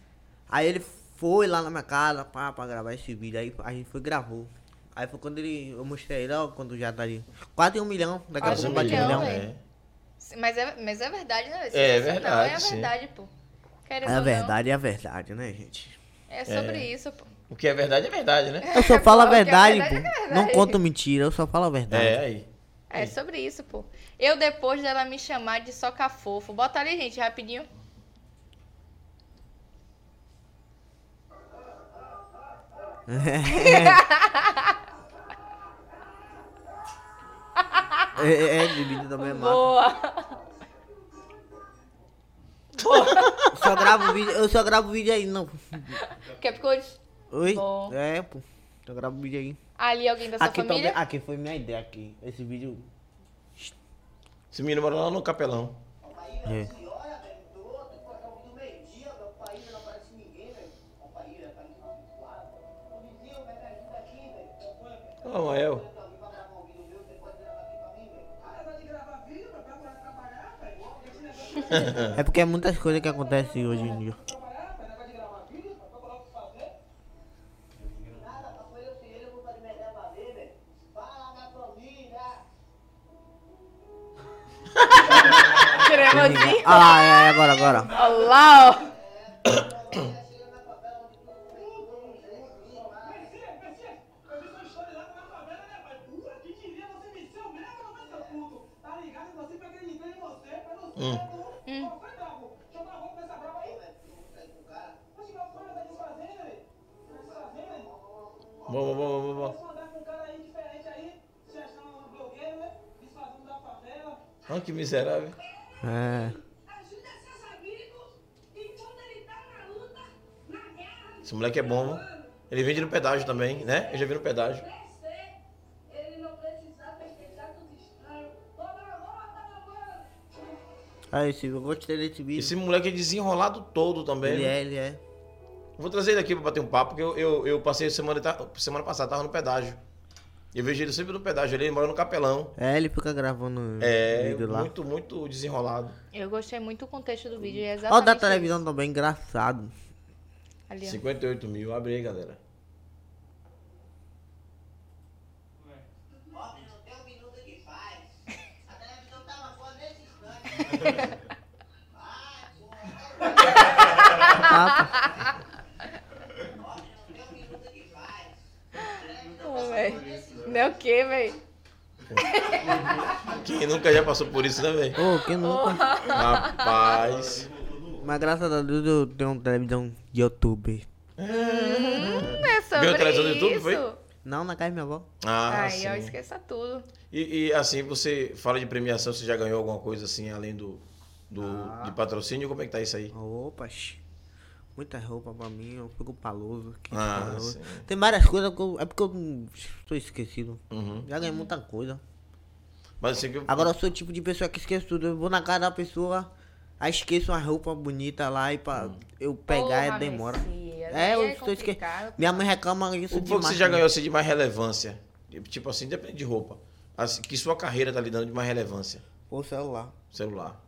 C: aí ele foi lá na minha casa pra, pra gravar esse vídeo, aí a gente foi e gravou. Aí foi quando ele, eu mostrei ele, ó, quando já tá ali, quase um milhão, daqui a
A: Quase
C: pouco
A: um
C: bate um
A: milhão,
C: milhão.
A: velho. Mas é, mas é verdade, né? velho?
B: É
A: Sensacional,
B: verdade,
A: É a
B: sim.
A: verdade, pô. Querendo
C: É
A: ou
C: a
A: não,
C: verdade, é a verdade, né, gente?
A: É sobre isso, pô.
B: O que é verdade é verdade, né?
C: Eu só falo a
A: O que é
C: verdade, pô.
A: verdade é verdade.
C: Não conto mentira, eu só falo a verdade.
B: É, aí.
A: É sobre isso, pô. Eu depois dela me chamar de soca fofo. Bota ali, gente, rapidinho.
C: É, é, de vídeo também é massa.
A: Boa.
C: Só gravo vídeo, eu só gravo vídeo aí, não.
A: Porque ficou
C: Oi?
A: Bom.
C: É, pô. Só gravo vídeo aí.
A: ali alguém da sua
C: Aqui, também,
A: família.
C: aqui foi minha ideia aqui. Esse vídeo.
B: Esse menino mora lá no capelão.
C: É.
D: Olha, velho, do outro, pô, tá ouvindo meio-dia, meu pai ainda não aparece ninguém, velho. Meu pai ainda tá me desvinculado. O vizinho, velho, ajuda aqui, velho. Meu pai, velho,
B: Ô, Mael.
D: tá vindo pra gravar um vídeo meu, depois ele vai aqui pra mim, velho. Ah, tá de gravar vídeo, meu pai vai trabalhar, velho. Esse negócio
C: É porque é muitas coisas que acontecem hoje em dia.
D: Nada, papai, eu sei, eu vou fazer melhor valer, velho. Fala na família.
A: Cremosinho.
C: Ah, é, é, agora, agora.
A: Olha lá, ó.
D: Messias, Messias, eu vi sua história, né, Tá Então, assim,
B: Hum.
D: né? tá
B: Bom, bom, bom, bom, bom.
D: um né?
B: Olha que miserável.
C: É.
B: Esse moleque é bom, mano. Ele vende no pedágio também, né? Eu já vi no pedágio.
C: Ah, esse, eu gostei desse vídeo.
B: Esse moleque é desenrolado todo também.
C: Ele
B: né?
C: é, ele é.
B: Vou trazer ele aqui pra bater um papo, porque eu, eu, eu passei semana, ta- semana passada, tava no pedágio. Eu vejo ele sempre no pedágio, ele mora no capelão.
C: É, ele fica gravando
B: É,
C: vídeo lá.
B: muito, muito desenrolado.
A: Eu gostei muito do contexto do vídeo. É
C: Ó, o
A: exatamente
C: da televisão também, engraçado.
A: isso. Ali, ó.
B: 58 mil, abre aí, galera.
D: Pobre não tem um minuto que faz. A televisão tava boa nesse instante. Vai, porra.
C: Ah,
D: Pobre não tem um minuto que faz.
A: Pô, velho. Não é o quê, velho?
B: Quem nunca já passou por isso, né, velho?
C: pô, Ô, quem nunca.
B: Rapaz.
C: Mas graças a Deus eu tenho uma televisão de YouTube.
A: Hum, é
B: Ganhou
A: sobre
B: televisão do YouTube,
A: isso.
B: foi?
C: Não, na casa da minha avó.
B: Ah,
A: Aí,
B: sim.
A: ó, esqueça tudo.
B: E, e, assim, você fala de premiação, você já ganhou alguma coisa assim, além do, do
C: Ah.
B: de patrocínio? Como é que tá isso aí?
C: Roupas. Muita roupa pra mim, eu fico paloso. que
B: Ah,
C: paloso.
B: sim.
C: Tem várias coisas, que eu- é porque eu não- tô esquecido.
B: Uhum.
C: Já ganhei muita coisa.
B: Mas assim, que eu-
C: Agora eu sou o tipo de pessoa que esquece tudo. Eu vou na casa da pessoa, aí esqueço uma roupa bonita lá e pra
B: Hum.
C: eu pegar
A: Porra,
C: demora.
A: Messias,
C: É,
A: aí
C: eu
A: é
C: estou esquecendo.
A: complicado.
C: Minha mãe reclama
B: o
C: disso
B: pouco que
C: demais. né?
B: você já ganhou assim, de mais relevância? Tipo assim, depende de roupa. Assim, que sua carreira tá lhe dando de mais relevância?
C: O celular.
B: Celular.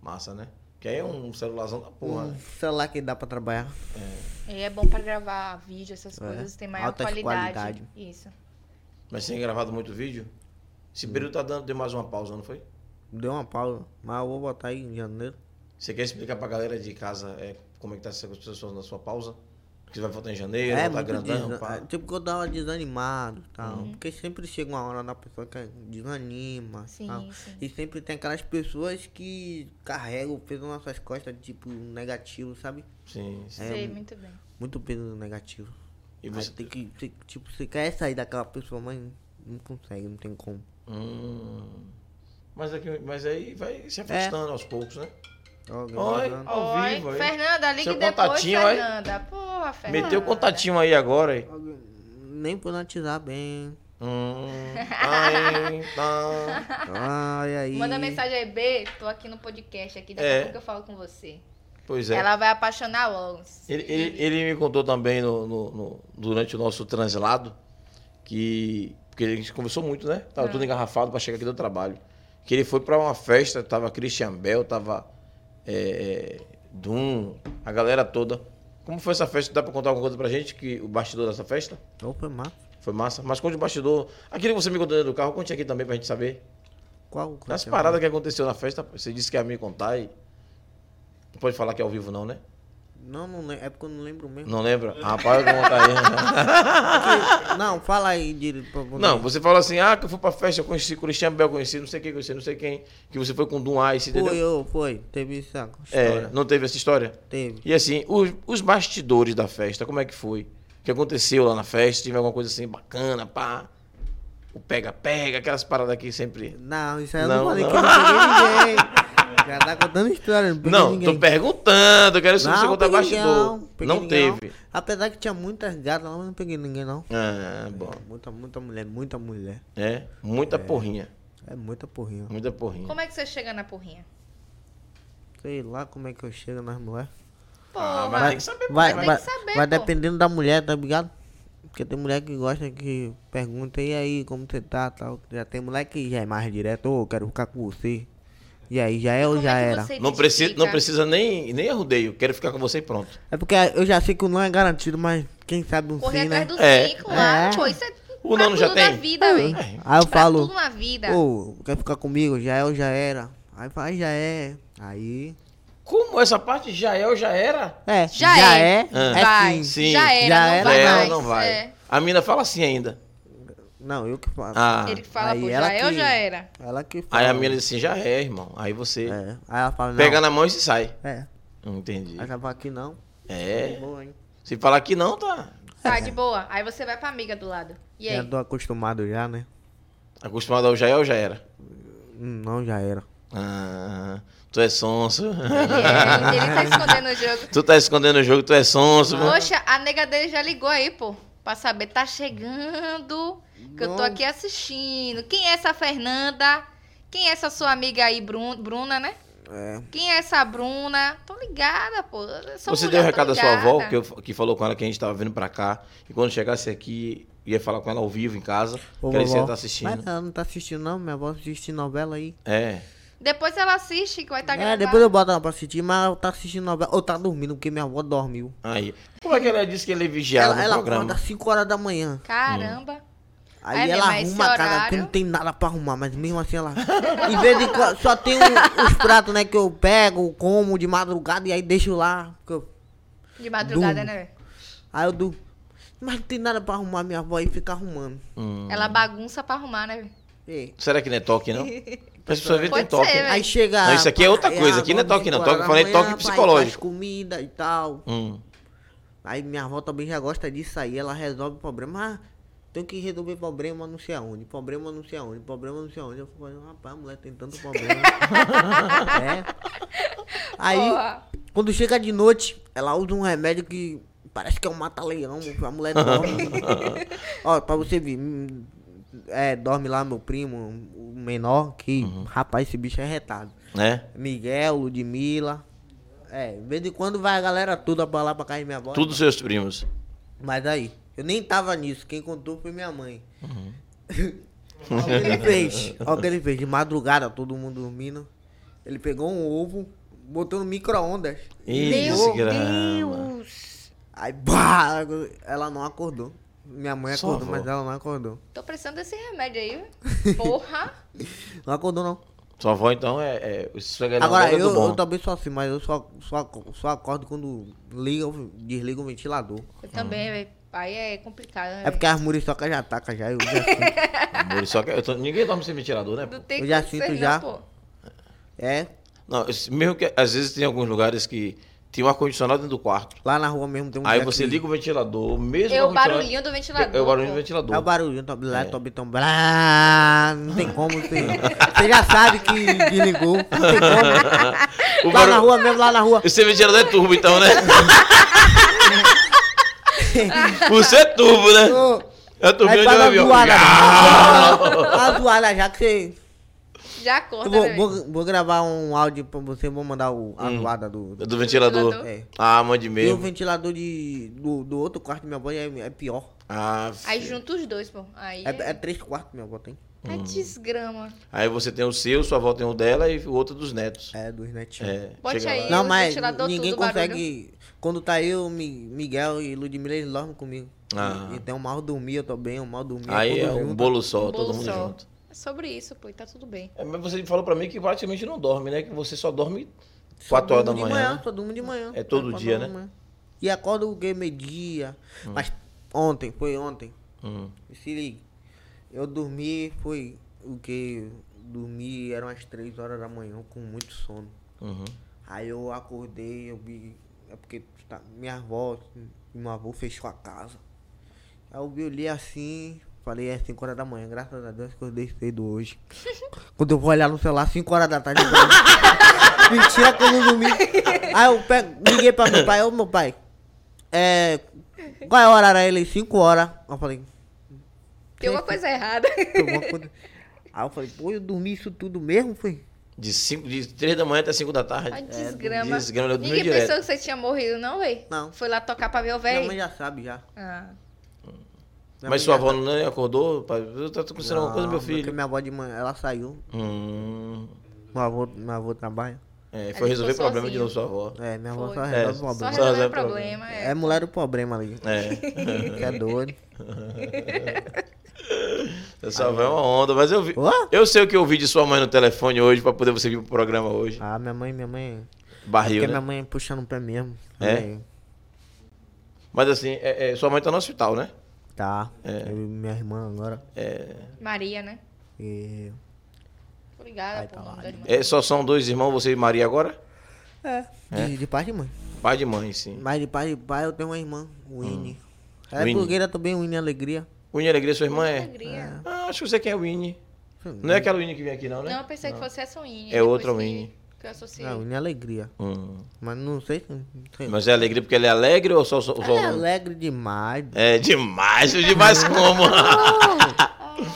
B: Massa, né? Que aí é um celularzão da porra.
C: Um
B: né?
C: celular que dá pra trabalhar.
A: E é bom pra gravar vídeo, essas coisas, tem maior
C: É. Alta
A: qualidade.
C: qualidade.
A: Isso.
B: Mas você tem gravado muito vídeo? Esse período tá dando, deu mais uma pausa, não foi?
C: Deu uma pausa, mas eu vou botar aí em janeiro.
B: Você quer explicar pra galera de casa é, como é que tá essa situação na sua pausa? Porque você vai voltar em janeiro,
C: é,
B: tá
C: muito
B: grandão,
C: desa-
B: pá.
C: é, Tipo que eu tava desanimado e tal.
A: Uhum.
C: Porque sempre chega uma hora da pessoa que desanima.
A: Sim,
C: tal.
A: sim.
C: E sempre tem aquelas pessoas que carregam o peso nas suas costas, tipo, negativo, sabe?
B: Sim,
C: É.
B: sim.
A: Sei muito bem.
C: Muito peso negativo.
B: E
C: Aí
B: você-
C: tem que, você- tipo, você quer sair daquela pessoa, mas não consegue, não tem como.
B: Hum. Mas, aqui, mas aí vai
C: É.
B: se afastando aos poucos, né?
C: Ó,
B: Oi,
C: gravando.
B: ao
A: Oi,
B: vivo aí.
A: Fernanda, ligue
B: Seu
A: depois,
B: contatinho, aí.
A: Fernanda. Porra, Fernanda.
B: Meteu o contatinho aí agora. Aí.
C: É. Nem por notizar bem.
B: Hum. Aí, tá.
C: Ai, aí.
A: Manda mensagem aí, B, tô aqui no podcast, aqui daqui
B: É.
A: a pouco eu falo com você.
B: Pois é.
A: Ela vai apaixonar logo.
B: Ele,
A: Uhum.
B: ele- ele me contou também no, no- no- durante o nosso translado que. Porque a gente conversou muito, né? Tava tudo engarrafado pra chegar aqui do trabalho. Que ele foi pra uma festa, tava Christian Bell, tava. É, é, Doom, a galera toda. Como foi essa festa? Dá pra contar alguma coisa pra gente? Que, o bastidor dessa festa?
C: Ou foi massa.
B: Foi massa. Mas conte o bastidor. Aquilo que você me contou dentro do carro, conte aqui também pra gente saber.
C: Qual? qual
B: Tá As
C: que é o
B: paradas que aconteceu na festa, você disse que ia me contar e. Não pode falar que é ao vivo, não, né?
C: nome? Não, não lem- é porque eu não lembro mesmo.
B: Não lembra? Rapaz, eu vou contar aí. né?
C: Não, fala aí, direito. pra- pra-
B: Não, você fala assim, ah, que eu fui pra festa, eu conheci Christian Bell, conheci não sei quem, conheci não sei quem, que você foi com Doom Ice, entendeu?
C: Foi, eu, foi. Teve essa história.
B: é, não teve essa história?
C: Teve.
B: E assim, os, os bastidores da festa, como é que foi? O que aconteceu lá na festa? Tive alguma coisa assim bacana, pá. O pega-pega, aquelas paradas aqui sempre.
C: Não, isso aí eu
B: Não,
C: não falei
B: não.
C: que eu não peguei ninguém. Já tá contando história, não peguei
B: Não,
C: ninguém.
B: tô perguntando, quero saber se você
C: Não,
B: contar
C: peguei
B: bastidor.
C: ninguém, peguei
B: Não
C: ninguém,
B: teve.
C: Apesar que tinha muitas gatas lá, mas não peguei ninguém, não.
B: Ah, bom.
C: Muita, muita mulher, muita mulher.
B: É, muita porrinha.
C: É muita porrinha.
B: Muita porrinha.
A: Como é que você chega na porrinha?
C: Sei lá como é que eu chego nas mulheres.
B: Ah,
A: Porra,
B: mas tem que saber.
C: Vai,
A: Tem que
C: vai,
A: saber,
C: vai
A: pô.
C: dependendo da mulher, tá ligado? Porque tem mulher que gosta que pergunta, e aí, como você tá, tal. Já tem mulher que já é mais direto, ô, quero ficar com você. E aí, já é ou
A: Como
C: já
A: é que
C: era?
A: você
B: Não precisa, não
A: identifica?
B: precisa nem, nem arrudeio, quero ficar com você e pronto.
C: É porque eu já sei que o não é garantido, mas quem sabe um
A: Correr
C: sim, né?
A: atrás do
B: É.
A: sim, claro,
C: É.
A: pô. Isso é
B: O
A: pra
B: Nano já
A: tudo
B: tem?
A: na vida, velho.
C: Aí eu
A: Pra
C: falo,
A: tudo na vida.
C: ô, quer ficar comigo? Já é ou já era? Aí fala, "Ah, já é. Aí.
B: Como essa parte já é ou já era?
C: É,
A: Já é.
C: é,
B: Ah.
A: vai.
C: sim.
B: Sim.
A: Já era,
C: Já
A: não
C: era,
A: vai
B: Ela
A: mais.
B: É, não vai.
A: É.
B: A mina fala assim ainda.
C: Não, eu que falo.
B: Ah.
A: Ele que fala,
C: Aí
A: pô,
C: ela
A: já eu
C: que-
A: já era.
C: Ela que fala.
B: Aí a minha disse assim, já é, irmão. Aí você
C: É. Aí ela fala, não.
B: pega na mão e se sai.
C: É.
B: Não entendi.
C: Aí ela fala que não.
B: É.
C: Boa, hein?
B: Se falar que não, tá
A: Tá, de boa. Aí você vai pra amiga do lado. E aí?
C: Já tô acostumado já, né?
B: acostumado ao já é ou já era.
C: Hum, Não, já era.
B: Ah, tu é sonso.
A: Ele, é, ele tá escondendo o jogo.
B: tu tá escondendo o jogo, tu é sonso. mano.
A: Poxa, a nega dele já ligou aí, pô. Pra saber, tá chegando. Que eu tô
C: Não.
A: aqui assistindo. Quem é essa Fernanda? Quem é essa sua amiga aí, Brun- Bruna, né?
C: É.
A: Quem é essa Bruna? Tô ligada, pô. Eu sou
B: Você
A: mulher,
B: deu o
A: tô
B: recado da sua avó,
A: ligada.
B: que, eu- que falou com ela que a gente tava vindo pra cá. E quando chegasse aqui, ia falar com ela ao vivo em casa.
C: Ô,
B: que ela tá
C: vovó. Mas
B: assistindo.
C: ela não tá assistindo, não. Minha avó assiste novela aí.
B: É.
A: Depois ela assiste, que vai estar tá
C: é,
A: gravado.
C: depois eu boto ela pra assistir, mas ela tá assistindo novela. Ou tá dormindo, porque minha avó dormiu.
B: Aí. Como é que ela disse que ele é vigiada
C: Ela,
B: no
C: ela acorda
B: programa?
C: às 5 horas da manhã.
A: Caramba. Aí,
C: Aí
A: minha
C: ela
A: mãe, esse
C: arruma a casa, que
A: horário-
C: não tem nada pra arrumar, mas mesmo assim ela. Em vez de. co- Só tem o- os pratos, né, que eu pego, como de madrugada e aí deixo lá. porque eu-
A: De
C: Hum.
A: madrugada,
C: Durmo.
A: né? velho?
C: aí eu durmo. Mas não tem nada pra arrumar, minha avó aí fica arrumando.
B: Hum.
A: Ela bagunça pra arrumar, né? velho?
C: É.
B: Será que não é toque, não? As pessoas veem que tem
A: Pode
B: toque.
A: ser,
B: né?
A: velho.
C: Aí chega.
B: Não, isso aqui é outra
C: aí
B: coisa,
C: a
B: aqui não é
C: avó
B: toque, não.
C: cinco horas
B: Toque-
C: da
B: falei toque
C: pai,
B: psicológico.
C: faz comida e tal.
B: Hum.
C: Aí minha avó também já gosta disso aí, ela resolve o problema. Ah, tem que resolver problema não sei aonde, problema não sei aonde, problema não sei aonde. Eu fico falando, rapaz, a mulher tem tanto problema. é. Aí,
A: Porra.
C: quando chega de noite, ela usa um remédio que parece que é um mata-leão, a mulher dorme. Ó, pra você ver, hum, é, dorme lá meu primo, o menor, que, rapaz, esse bicho é retado.
B: Né?
C: Miguel, Ludmilla. É, de vez em quando vai a galera toda pra lá pra casa de minha avó.
B: Tudo seus primos.
C: Mas aí, eu nem tava nisso. Quem contou foi minha mãe.
B: Uhum.
C: Olha o que ele fez. Olha o que ele fez. De madrugada, todo mundo dormindo. Ele pegou um ovo, botou no micro-ondas.
B: Ih,
A: Meu
B: desgrama.
C: Aí, bah, ela não acordou. Minha mãe
B: Só
C: acordou,
B: avó.
C: mas ela não acordou.
A: Tô precisando desse remédio aí, velho. Porra.
C: Não acordou, não.
B: Sua avó, então, é. é sua
C: Agora,
B: é
C: eu,
B: do bom.
C: eu também sou assim, mas eu só, só, ac- só acordo quando liga, o- desliga o ventilador.
A: Eu também,
B: Hum.
A: velho. Aí é complicado, né?
C: É porque as muriçocas já atacam já. Eu já sinto.
B: Amor, só que eu tô- ninguém dorme sem ventilador, né? pô?
A: Não tem
C: Eu já
A: como
C: sinto
A: ser, Não,
C: já.
A: pô.
C: É,
B: Não, esse- mesmo que às vezes tem alguns lugares que tem um ar-condicionado dentro do quarto.
C: lá na rua mesmo tem um
B: Aí
C: dia
B: você
C: que-
B: liga o ventilador, mesmo.
A: É o
B: com ventilador-
A: barulhinho do ventilador.
B: É o barulhinho do
A: pô.
B: ventilador.
C: É o barulho, tá, lá,
B: É.
C: tá, tá, blá, não tem como, você, você já sabe que desligou, não tem
B: O
C: como. Lá na
B: barulho-
C: rua mesmo, lá na rua.
B: Esse ventilador é turbo, então, né? Você é turbo, né?
C: Ô,
B: É turbina
C: Aí
B: de
C: faz
B: um
C: uma
B: avião.
C: zoada,
B: Ah!
C: uma zoada já que você...
A: Já
C: eu
A: acorda, né,
C: vou,
A: velho?
C: vou- vou gravar um áudio pra você, vou mandar o, a zoada do...
B: É Do ventilador.
A: Ventilador.
C: É.
B: Ah, mande
C: E o
B: Hum. mesmo.
C: ventilador de, do, do outro quarto, minha avó, é, é pior.
B: Ah,
A: Aí
B: filho.
A: junta os dois, pô. Aí
C: É, é
A: é,
C: três quartos, minha avó tem.
A: é
B: Hum.
A: desgrama.
B: Aí você tem o seu, sua avó tem o dela e o outro dos netos.
C: É, dos netinhos.
B: É.
A: Bote
B: chega
A: aí.
B: lá.
C: Não,
A: o
C: mas
A: ventilador,
C: ninguém
A: tudo, barulho.
C: consegue. Quando tá eu, Mi- Miguel e Ludmilla, eles dormem comigo.
B: Ah.
C: E tem um mal dormir, eu tô bem, um mal dormir.
B: Aí é
C: tudo
B: um
C: junto.
B: bolo só,
A: Um
B: todo
A: bolo
B: mundo
A: só.
B: junto.
A: É sobre isso, pô. E tá tudo bem.
B: É, mas você falou pra mim que praticamente não dorme, né? Que você só dorme
C: Só
B: 4 horas da
C: durmo de
B: manhã. né?
C: Só durmo de manhã.
B: É todo
C: quatro
B: dia,
C: horas
B: né?
C: da manhã. E acordo o quê? Meio-dia. Mas ontem, foi ontem.
B: Hum.
C: Se liga. Eu dormi, foi o quê? Dormi, eram as três horas da manhã, com muito sono.
B: Uhum.
C: Aí eu acordei, eu vi. É porque tá- minha avó, meu avô fechou a casa. Aí eu vi, olhei assim, falei, é 5 horas da manhã, graças a Deus que eu acordei cedo hoje. Quando eu vou olhar no celular, 5 horas da tarde. eu dormi. Mentira que eu não dormi. Aí eu pego, liguei pra meu pai, ô meu pai, é. Qual é a hora? Era ele, 5 horas. Eu falei,
A: Tem alguma coisa errada.
C: "Tem alguma coisa." Aí eu falei, pô, eu dormi isso tudo mesmo, foi?
B: De 5, de 3 da manhã até 5 da tarde.
A: Ai, Tá desgrama.
B: É, Desgrama, eu dormi
A: Ninguém pensou
B: direto.
A: que você tinha morrido, não, velho?
C: Não.
A: Foi lá tocar pra ver o
C: Minha mãe
A: velho?
C: já sabe já.
A: Ah.
C: Minha mãe
B: Mas sua
C: já
B: avó não né? acordou? Pai, tá acontecendo alguma coisa, meu
C: porque
B: filho?
C: minha avó de manhã, ela saiu.
B: Hum.
C: Meu avô, meu avô trabalha.
B: É,
A: ficou assim,
B: foi resolver problema de
A: sozinha.
B: novo sua avó.
C: É, minha avó
A: Foi.
C: só
B: É,
C: resolve o
A: Só
C: problema.
A: resolveu
B: resolve
A: o problema. É.
C: É mulher do problema ali.
B: É.
C: Que é doido.
B: Essa avó é uma onda, mas eu vi.
C: Ó.
B: Eu sei o que eu ouvi de sua mãe no telefone hoje pra poder você vir pro programa hoje.
C: Ah, minha mãe, minha mãe.
B: Barril,
C: Porque
B: né?
C: minha mãe é puxando o pé mesmo.
B: É? Mas assim, é- é, sua mãe tá no hospital, né?
C: Tá. Eu e minha irmã agora.
B: É,
C: É.
A: Maria, né?
C: E.
A: Tô ligada,
C: Aí
A: pô.
C: tá
A: o nome
C: lá,
A: da
C: ali.
A: irmã.
B: É, só são dois irmãos, você e Maria agora?
C: É. De, de pai de mãe.
B: Pai de mãe, sim.
C: Mas de pai de pai eu tenho uma irmã, Winnie. Ela
B: Hum. Winnie.
C: é blogueira também, Winnie Alegria.
B: Winnie Alegria, sua irmã é?
A: Alegria.
B: Ah, acho que você quer Winnie.
C: Hum.
B: Não é aquela Winnie que vem aqui, não, né?
A: Não, eu pensei que fosse essa Winnie.
B: É
A: depois
B: outra
A: que-
B: Winnie.
A: Que eu associei.
C: É, Winnie Alegria.
B: Hum.
C: Mas não sei se. não sei.
B: Mas é alegria porque ela é alegre ou só. só, só-
C: Ela é alegre demais.
B: É demais, demais como?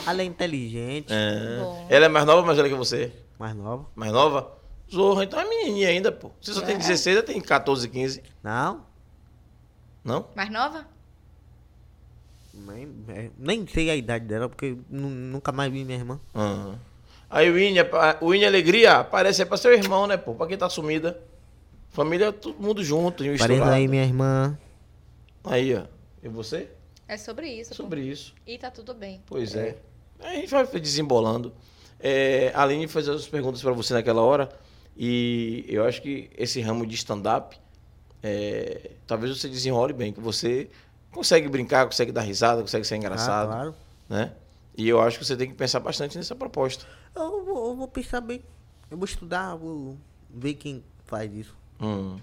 C: Ela é inteligente,
B: É.
A: Bom.
B: Ela é mais nova ou mais velha que você?
C: mais nova.
B: Mais nova? Zorra, então é menininha ainda, pô. Você só
C: É.
B: tem 16, ela tem 14, 15.
C: Não,
B: Não?
A: Mais nova?
C: nem, é, nem sei a idade dela, porque nu- nunca mais vi minha irmã.
B: Ah. Aí o Winnie, apa- o Winnie Alegria parece é pra seu irmão, né, pô? Pra quem tá sumida. Família, todo mundo junto,
C: Parece
B: misturado.
C: aí
B: Aí,
C: minha irmã.
B: ó. E você?
A: É sobre isso. pô.
B: Sobre isso.
A: E tá tudo bem.
B: Pois é. Aí a gente vai desembolando. É, a Aline fez as perguntas para você naquela hora e eu acho que esse ramo de stand-up, é, talvez você desenrole bem, que você consegue brincar, consegue dar risada, consegue ser engraçado,
C: Ah, claro.
B: né? E eu acho que você tem que pensar bastante nessa proposta.
C: Eu vou, eu vou pensar bem. Eu vou estudar, vou ver quem faz isso.
B: Hum.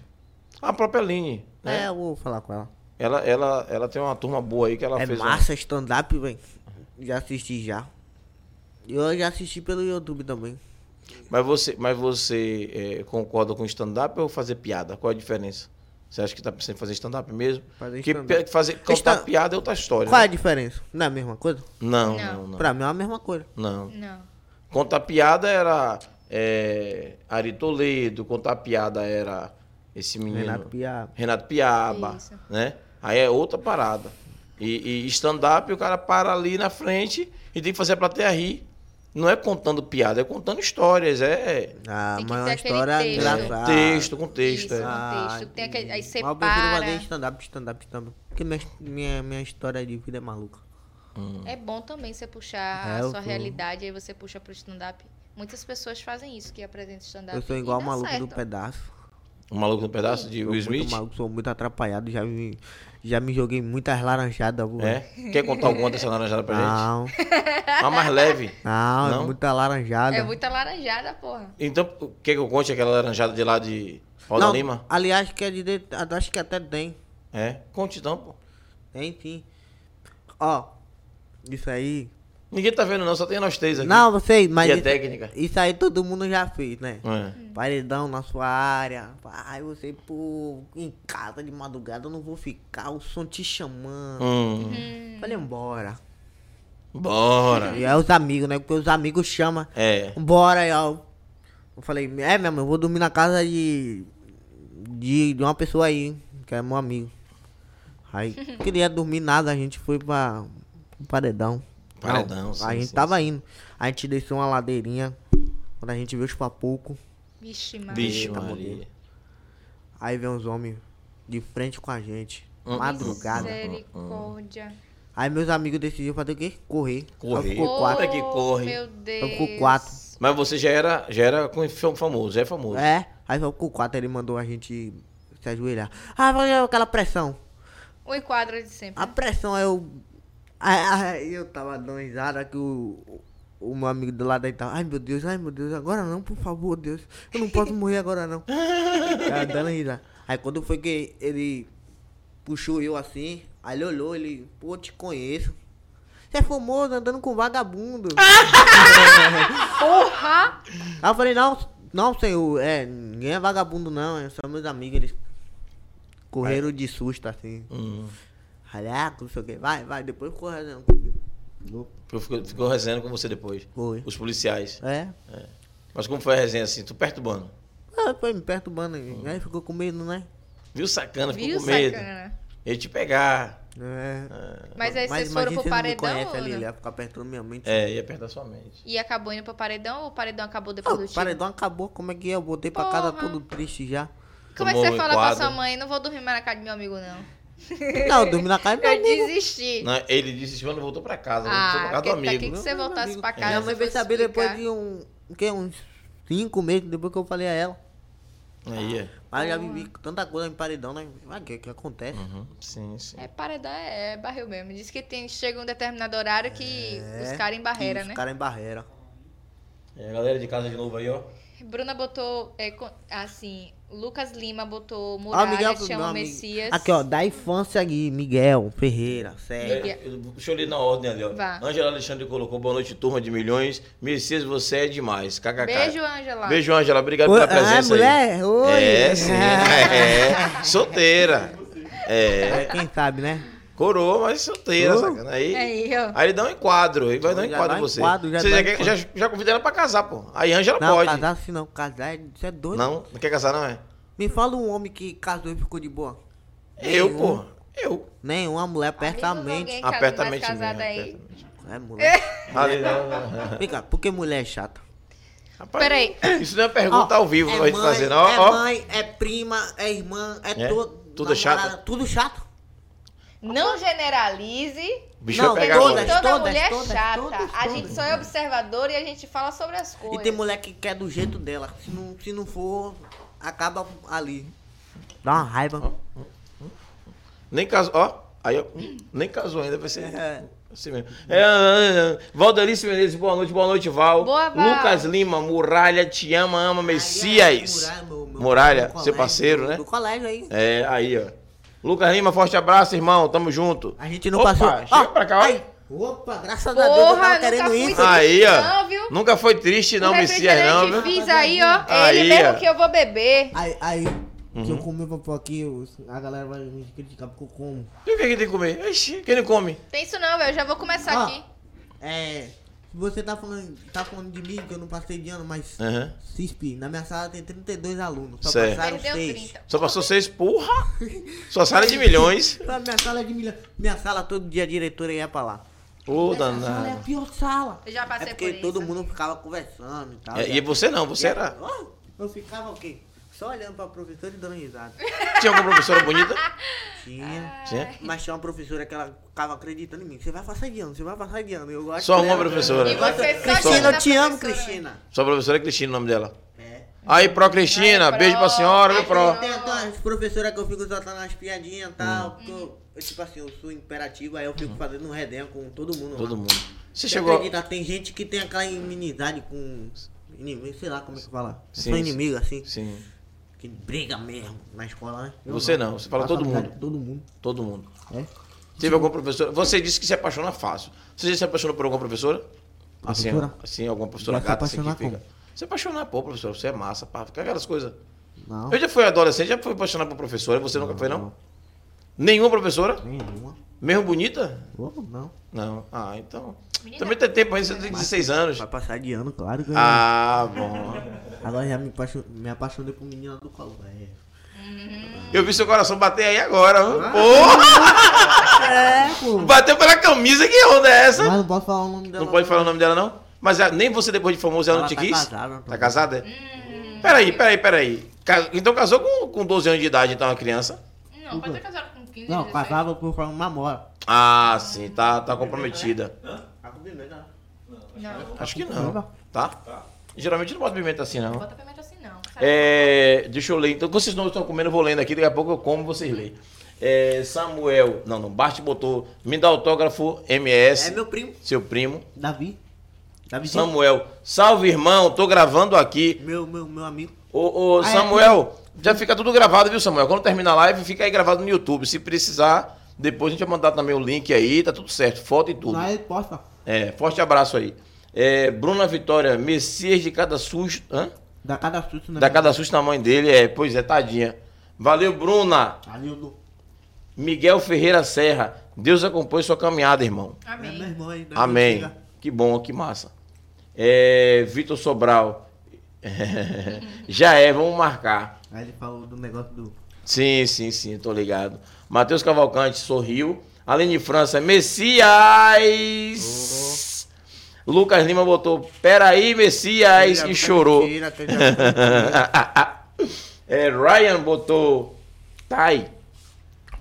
B: A própria Aline, né?
C: É, eu vou falar com ela.
B: Ela, ela, ela tem uma turma boa aí que ela
C: é
B: fez. uma-
C: massa stand-up, velho. Já assisti já. Eu já assisti pelo YouTube também.
B: Mas você, mas você é, concorda com stand-up ou fazer piada? Qual é a diferença? Você acha que tá pensando em fazer stand-up mesmo?
C: Fazer
B: Porque
C: stand-up.
B: pe- fazer contar
C: Esta-
B: piada é outra história.
C: Qual é a
B: né?
C: diferença? Não é a mesma coisa?
B: Não,
A: Não.
B: não, não.
C: Pra mim é a mesma coisa.
B: não.
A: Não.
B: Contar piada era é, Ari Toledo, contar piada era esse menino
C: Renato
B: Renato,
C: Pia.
B: Piaba,
A: Isso.
B: né? Aí é outra parada. E, e stand-up o cara para ali na frente e tem que fazer a plateia rir. Não é contando piada, é contando histórias, é
C: Ah,
A: Tem que
C: mas
A: ter
C: é uma
A: aquele
C: história
A: texto.
C: engraçada.
B: um
C: Ah,
B: texto com texto.
A: Isso.
B: é.
A: Um texto, tem aquele- aí
C: mas Eu prefiro
A: separa.
C: fazer é stand-up, stand-up, stand-up. Porque minha, minha, minha história de vida é maluca.
B: Hum.
A: É bom também você puxar
C: É,
A: a
C: eu
A: sua
C: tô-
A: realidade, aí você puxa pro stand-up. Muitas pessoas fazem isso, que apresentam stand-up.
C: eu sou
A: e
C: igual o
A: dá
C: maluco do
A: certo.
C: pedaço.
B: O Um maluco no pedaço de
C: Sou
B: Will
C: muito
B: Smith.
C: maluco, sou muito atrapalhado. Já me, já me joguei muitas laranjadas. vô.
B: É. Quer contar alguma dessa laranjada pra gente?
C: Não,
B: Uma mais leve.
C: não,
B: Não?
C: é muita laranjada.
A: É muita laranjada, porra.
B: Então, quer que eu conte aquela laranjada de lá de Roda
C: não,
B: Lima?
C: Aliás, que é de dentro, acho que até tem.
B: É. Conte então, pô.
C: Tem sim. Ó, isso aí.
B: Ninguém tá vendo, não, só tem nós três aqui.
C: Não, vocês, mas.
B: E a
C: isso-
B: técnica?
C: Isso aí todo mundo já fez, né?
B: É.
C: Paredão na sua área. Ai, você, pô, em casa de madrugada eu não vou ficar, o som te chamando.
B: Hum. Ah.
C: Falei, embora.
B: Bora.
C: E aí os amigos, né? Porque os amigos chamam.
B: É.
C: Bora, aí eu. Eu falei, é mesmo, eu vou dormir na casa de. de, de uma pessoa aí, que é meu amigo. Aí queria dormir nada, a gente foi pra. pro paredão.
B: Paredão,
C: Não,
B: sim,
C: A gente
B: sim,
C: tava indo. A gente desceu uma ladeirinha. Quando a gente tipo, viu os papocos.
A: Vixe, mano.
B: Vixe, tá
C: Eita,
B: Maria.
C: modelo. Aí vem uns homens de frente com a gente.
B: Hum.
C: Madrugada.
A: Misericórdia.
C: Aí meus amigos decidiram fazer o quê? Correr.
B: Correr.
C: Aí ficou
B: Como
C: quatro.
B: é que corre?
A: Meu Deus.
C: ficou quatro.
B: Mas você já era, já era com- famoso, é famoso.
C: É. Aí só ficou quatro. Ele mandou a gente se ajoelhar. Ah, valeu aquela pressão.
A: O enquadro é de sempre.
C: A pressão eu. Aí eu tava dando risada que o. O meu amigo do lado aí tava. Ai meu Deus, ai meu Deus, agora não, por favor, Deus. Eu não posso morrer agora não. Tava dando risada. Aí quando foi que ele puxou eu assim, aí ele olhou, ele, pô, te conheço. Você é famoso andando com vagabundo.
A: Porra!
C: Aí eu falei, não, não, senhor, é, ninguém é vagabundo não, é só meus amigos, eles correram de susto assim.
B: Hum.
C: Caraca, não sei o que, vai, vai, depois correndo.
B: Eu fico- Ficou resenhando com você depois.
C: Foi.
B: Os policiais.
C: É.
B: Mas como foi a resenha assim? Tu perturbando.
C: Ah, Foi me perturbando, aí ficou com medo, né?
B: Viu sacana, ficou
A: Viu,
B: com medo.
A: sacana?
B: Ele te pegar.
C: É.
A: Mas aí vocês
C: imagina
A: foram pro
C: se ele não me
A: paredão
C: Conhece,
A: ou
C: ali,
A: não?
C: ele ia ficar apertando minha mente.
B: É, ia apertar sua mente.
A: e acabou indo pro paredão ou o paredão acabou
C: Ah,
A: depois do
C: o
A: tiro?
C: paredão acabou, como é que é? Eu voltei pra casa
A: Porra.
C: todo triste já.
A: Como é que
B: Tomou
A: você
B: um
A: fala
B: enquadro.
A: pra sua mãe? Não vou dormir mais na casa do meu amigo, não.
C: Não, eu dormi na casa do meu
A: Eu
C: amigo.
A: desisti.
B: Não, ele disse que quando voltou pra casa, voltou pra
A: Ah,
B: casa do
A: porque tá
B: amigo.
A: aqui que você voltasse pra
C: Minha
A: casa.
C: mãe
A: você
C: veio
A: fosse
C: saber depois
A: ficar.
C: de um, o quê? uns cinco meses depois que eu falei a ela.
B: Aí é.
C: Mas já vivi tanta coisa em paredão, né? Mas o que, que acontece?
B: Uhum, Sim, sim.
A: É paredão, é, é barril mesmo. Diz que tem, chega um determinado horário que os caras em barreira,
C: É, Os
A: né?
C: caras em barreira.
B: E a galera de casa de novo aí, ó.
A: Bruna botou, é, co- assim, Lucas Lima botou
C: Ó,
A: Muralha,
C: Miguel,
A: Chama
C: não,
A: o
C: amigo.
A: Messias.
C: Aqui, ó, da infância aqui, Miguel, Ferreira, Sérgio.
A: Miguel.
B: É, eu- Deixa eu ler na ordem ali, ó.
A: Vá.
B: Angela Alexandre colocou boa noite, turma de milhões. Messias, você é demais. KKK.
A: Beijo, Angela.
B: Beijo, Angela. Obrigado
C: Oi,
B: pela
C: ah,
B: presença.
C: mulher?
B: Aí.
C: Oi.
B: É, sim. É, solteira. É.
C: Quem sabe, né?
B: Coroa, mas solteira,
C: Oh.
B: sacana. Aí,
A: Aí, ó.
B: aí ele dá um enquadro. Ele vai dar um
C: Já
B: enquadro
C: dá
B: em
C: um
B: você.
C: enquadro, já
B: você
C: dá
B: já,
C: um
B: quer- já,
C: enquadro.
B: já convida ela pra casar, pô. Aí Angela
C: Não,
B: pode.
C: casar assim não. Casar, isso é doido.
B: Não, não quer casar, não é?
C: Me fala um homem que casou e ficou de boa.
B: Eu,
C: Nenhum.
B: pô. Eu.
C: Nenhuma mulher,
A: Amigos,
C: apertamente.
A: alguém caso
B: Apertamente
A: mais casado
B: mesmo,
A: aí.
B: apertamente.
C: É, mulher.
B: Ali não, não.
C: Vem cá, por que mulher é chata?
B: Rapaz,
A: Peraí.
B: Isso não é pergunta
C: Ó,
B: ao vivo
C: é
B: pra gente
C: mãe,
B: fazer, não.
C: É
B: ó,
C: mãe, é prima, é irmã, é,
B: É?
C: todo.
B: Tudo chato?
C: Tudo chato.
A: Não generalize.
B: o bicho
C: Não,
B: vai
C: é
B: pegar
A: Toda,
C: Todas,
B: agora.
A: toda
C: todas,
A: mulher
C: todas,
A: é chata.
C: todas,
A: a
C: todas.
A: gente só é observador e a gente fala sobre as coisas.
C: E tem mulher que quer do jeito dela. Se não, se não for, acaba ali. Dá uma raiva. é
B: Nem casou, ó. Aí, ó, hum, nem casou ainda, vai ser.
C: É.
B: Assim mesmo. É, é, é. Valdelice Menezes, boa noite, boa noite, Val.
A: Boa, Val.
B: Lucas Lima, Muralha, te ama, ama, Messias.
C: é, Muralha, meu- meu-
B: Muralha,
C: meu
B: seu
C: colégio,
B: parceiro,
C: do-
B: né?
C: Do colégio aí.
B: É, aí, ó. Lucas Lima, forte abraço, irmão, tamo junto.
C: A gente não
B: Opa,
C: passou.
B: Chega pra cá, ó.
C: ai. Opa, graças a Deus eu
A: Porra, nunca
C: tava tá querendo
A: fui
C: isso.
B: Aí, ó.
A: Não, viu?
B: Nunca foi triste, não,
A: o
B: Messias, não,
A: refrigerante
B: viu?
A: fiz aí, ó. É
B: Aí,
A: ele
B: ó.
A: mesmo que eu vou beber.
C: Aí, aí. Se
B: Uhum.
C: eu comer papo aqui, eu- a galera vai me criticar porque eu como.
B: E o que, é que tem que comer? Ixi, quem não come?
A: Tem isso não, velho. Eu já vou começar
C: Ó,
A: aqui.
C: É. Se você tá falando, tá falando de mim, que eu não passei de ano, mas.
B: Aham.
C: CISP, na minha sala tem 32 alunos. Só
B: É. Certo.
C: passaram
A: Perdeu
C: 6.
A: 30.
B: Só passou seis, porra! Sua sala é de milhões.
C: Na minha sala é de milha. Minha sala todo dia a diretora ia pra lá.
B: Ô,
C: Essa sala é a
B: danado.
C: pior sala.
A: Eu já passei
C: é porque
A: por isso.
C: todo mundo ficava conversando e tal.
B: É, e você não, você era.
C: Ó, Eu ficava o quê? Só olhando pra professora e dando risada.
B: Tinha alguma professora bonita?
C: Tinha.
B: Tinha.
C: Mas tinha uma professora que ela ficava acreditando em mim. Você vai passar de ano, você vai passar de ano. Eu gosto
B: Só uma
C: dela.
B: professora.
A: E você só
C: Cristina,
A: olhando
C: eu te
A: a
C: amo,
A: professora.
C: Cristina.
B: Sua professora é Cristina, o nome dela.
C: É.
B: Aí, Pro Cristina,
A: Aí,
B: beijo pra
A: Pro.
B: senhora, viu, Pro?
C: Tem até umas professoras que eu fico soltando umas piadinhas e tal. Porque eu, eu, tipo assim, eu sou imperativo, aí eu fico fazendo um redenho com todo mundo.
B: Uhum. Todo
C: lá.
B: mundo. Você
C: Você
B: chegou.
C: acredita? Tem gente que tem aquela inimizade com. Inimigo, sei lá como é que fala.
B: Sim,
C: São
B: sim.
C: inimigos assim.
B: Sim,
C: Que briga mesmo na escola, né?
B: Você não, você fala
C: Faço
B: todo
C: amizade
B: mundo.
C: com Todo mundo.
B: todo mundo.
C: É?
B: Teve alguma professora? Você disse que se apaixona fácil. Você já se apaixonou por alguma professora? Assim,
C: Professora?
B: assim alguma professora
C: Já se
B: gata assim que
C: apaixonar
B: fica. Se apaixonar, pô, professor, você é massa, pá, fica aquelas coisas.
C: Não.
B: Eu já fui adolescente, já fui apaixonar por professora, você nunca foi, não? Nenhuma professora?
C: Nenhuma.
B: Mesmo bonita?
C: Ou não.
B: Não. Ah, então.
A: Menina.
B: Também tem tempo ainda, você tem 16 anos.
C: Vai passar de ano, claro que eu-
B: Ah, bom.
C: Agora já me, apaixo- me apaixonei por menina do colégio.
B: Eu vi seu coração bater aí agora. viu?
C: Ah.
B: Porra!
C: É, pô.
B: Bateu pela camisa, que onda é essa?
C: Mas não posso falar o nome dela.
B: Não pode falar o nome dela, não? Mas ah, nem você, depois de famoso, ela não
C: Ela
B: te
C: tá
B: quis?
C: casada,
B: Tá casada?
A: Hum,
B: é? Peraí, peraí, peraí. Ca- Então casou com, com 12 anos de idade, então, uma criança?
A: Não, pode ter casado com 15.
C: Não,
A: 16.
C: casava por falar uma mora.
B: Ah, sim, tá, tá comprometida.
C: Tá combinando, né?
A: Não,
B: Acho que não, tá? Geralmente não bota pimenta assim, não.
A: bota pimenta assim não. Sabe?
B: É, deixa eu ler. Então, quando vocês não estão comendo, eu vou lendo aqui. Daqui a pouco eu como, vocês leem. É, Samuel. Não, não. Bart botou. Me dá autógrafo, MS.
C: É meu primo,
B: Seu primo.
C: Davi. Davi
B: Samuel. Salve, irmão. Tô gravando aqui.
C: Meu, meu, meu amigo.
B: Ô, ô,
C: Ah, é?
B: Samuel, já fica tudo gravado, viu, Samuel? Quando terminar a live, fica aí gravado no YouTube. Se precisar, depois a gente vai mandar também o link aí. Tá tudo certo. Foto e tudo.
C: Não é posta.
B: É, forte abraço aí. É, Bruna Vitória. Messias de cada susto. Hã?
C: Da cada susto, né?
B: Da cada susto na mãe dele, é, pois é, tadinha. Valeu, Bruna.
C: Ali eu dou.
B: Miguel Ferreira Serra. Deus acompanhe sua caminhada, irmão.
C: É meu
A: Amém.
C: irmão aí. Davi
B: Amém.
C: Ortega.
B: Que bom, que massa. É, Vitor Sobral. Já é, vamos marcar.
C: Aí ele falou do negócio do.
B: Sim, sim, sim, tô ligado. Matheus Cavalcante sorriu. Aline França, Messias!
A: Uhum.
B: Lucas Lima botou, peraí, Messias!
C: Mentira,
B: E É chorou.
C: mentira, que eu já-
B: É, Ryan botou. Tai.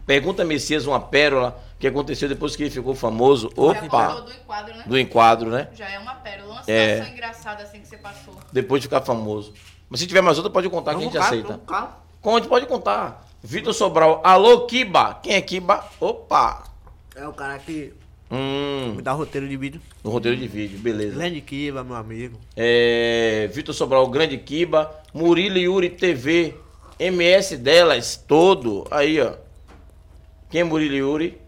B: Pergunta a Messias uma pérola que aconteceu depois que ele ficou famoso.
A: Já falou
B: Opa!
A: do enquadro, né?
B: Do enquadro, né?
A: Já é uma pérola. Uma
B: É.
A: situação engraçada assim que você passou.
B: Depois de ficar famoso. Mas se tiver mais outra, pode contar que a gente
C: cá,
B: aceita.
C: vamos cá.
B: Conte, pode contar. Vitor Sobral, alô, Kiba. Quem é Kiba? Opa!
C: É o cara que
B: Hum,
C: me dá roteiro de vídeo.
B: no roteiro de vídeo, beleza.
C: Grande Kiva, meu amigo.
B: É, Vitor Sobral, grande Kiba. Murilo e Yuri TV, MS delas, todo. Aí, ó. Quem é Murilo e Yuri?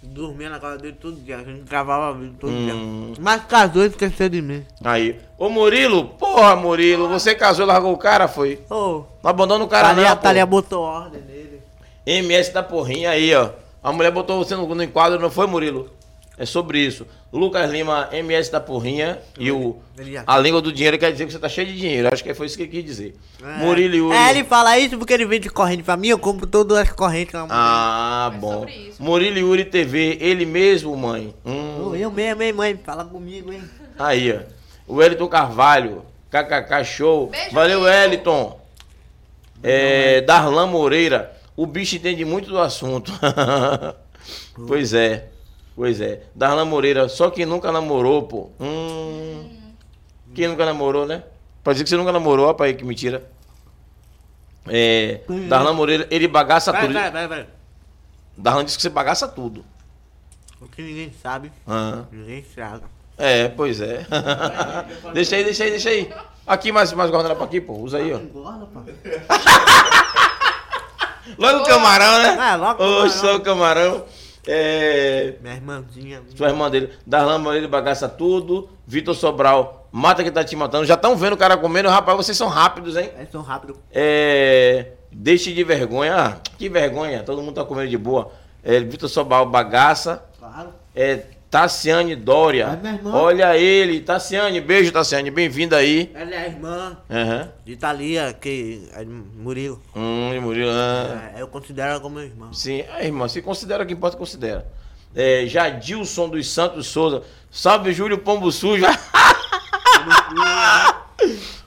C: Dormia na casa dele todo dia, a gente gravava vídeo todo
B: Hum.
C: dia. Mas casou e esqueceu de mim.
B: Aí. Ô, Murilo, porra, Murilo, você casou e largou o cara, foi?
C: Ô,
B: Não abandona o cara,
C: Thalia,
B: não, é, pô.
C: Thalia botou ordem nele.
B: MS da porrinha aí, ó. A mulher botou você no, no enquadro, não foi, Murilo? É sobre isso. Lucas Lima, MS da porrinha e o
C: Ele já-
B: a língua do dinheiro quer dizer que você tá cheio de dinheiro. Acho que foi isso que ele quis dizer. Murilo e Uri.
C: É, ele fala isso porque ele vende corrente pra mim, eu compro todas as correntes na mão.
B: Ah,
A: É
B: bom.
A: sobre isso.
B: Murilo e Uri TV, ele mesmo, mãe. Hum.
C: Ô, Eu mesmo, hein, mãe? Fala comigo, hein?
B: Aí, ó. O Wellington Carvalho, KKK Show.
A: Beijo,
B: Valeu,
A: Wellington.
B: Wellington. É, Darlan Moreira, o bicho entende muito do assunto. pois é, pois é. Darlan Moreira, só que nunca namorou, pô. Hum. Quem nunca namorou, né? Pra dizer que você nunca namorou, ó, pai, que mentira. É, Darlan Moreira, ele bagaça
C: Vai,
B: Tá tudo.
C: vai, vai, vai.
B: Darlan disse que você bagaça tudo.
C: O que ninguém sabe,
B: Ah.
C: ninguém estraga.
B: É, pois é. deixa aí, deixa aí, deixa aí. Aqui, mais, mais guardanapo aqui, pô. Usa aí, ó.
C: Engorda, pá.
B: Logo o camarão, né?
C: É, logo o
B: Oxe,
C: camarão.
B: logo o camarão. É...
C: Minha irmãzinha.
B: Sua irmã dele, Darlan Moreira bagaça tudo. Vitor Sobral, mata que tá te matando. Já estão vendo o cara comendo. Rapaz, vocês são rápidos, hein?
C: Eles são rápidos.
B: É... Deixe de vergonha. Ah, que vergonha. Todo mundo tá comendo de boa. É, Vitor Sobral, bagaça.
C: Claro.
B: É... Tassiane Dória.
C: Vai, meu irmão.
B: Olha ele. Tassiane, beijo, Tassiane. Bem-vinda aí.
C: Ela é a irmã
B: Aham.
C: de Thalia, que é de Murilo.
B: Hum, e Murilo. ah.
C: É, eu considero ela como minha irmã.
B: Sim, é, irmão, se considera que importa, considera. É, Jadilson dos Santos Souza. Salve, Júlio Pombo Sujo.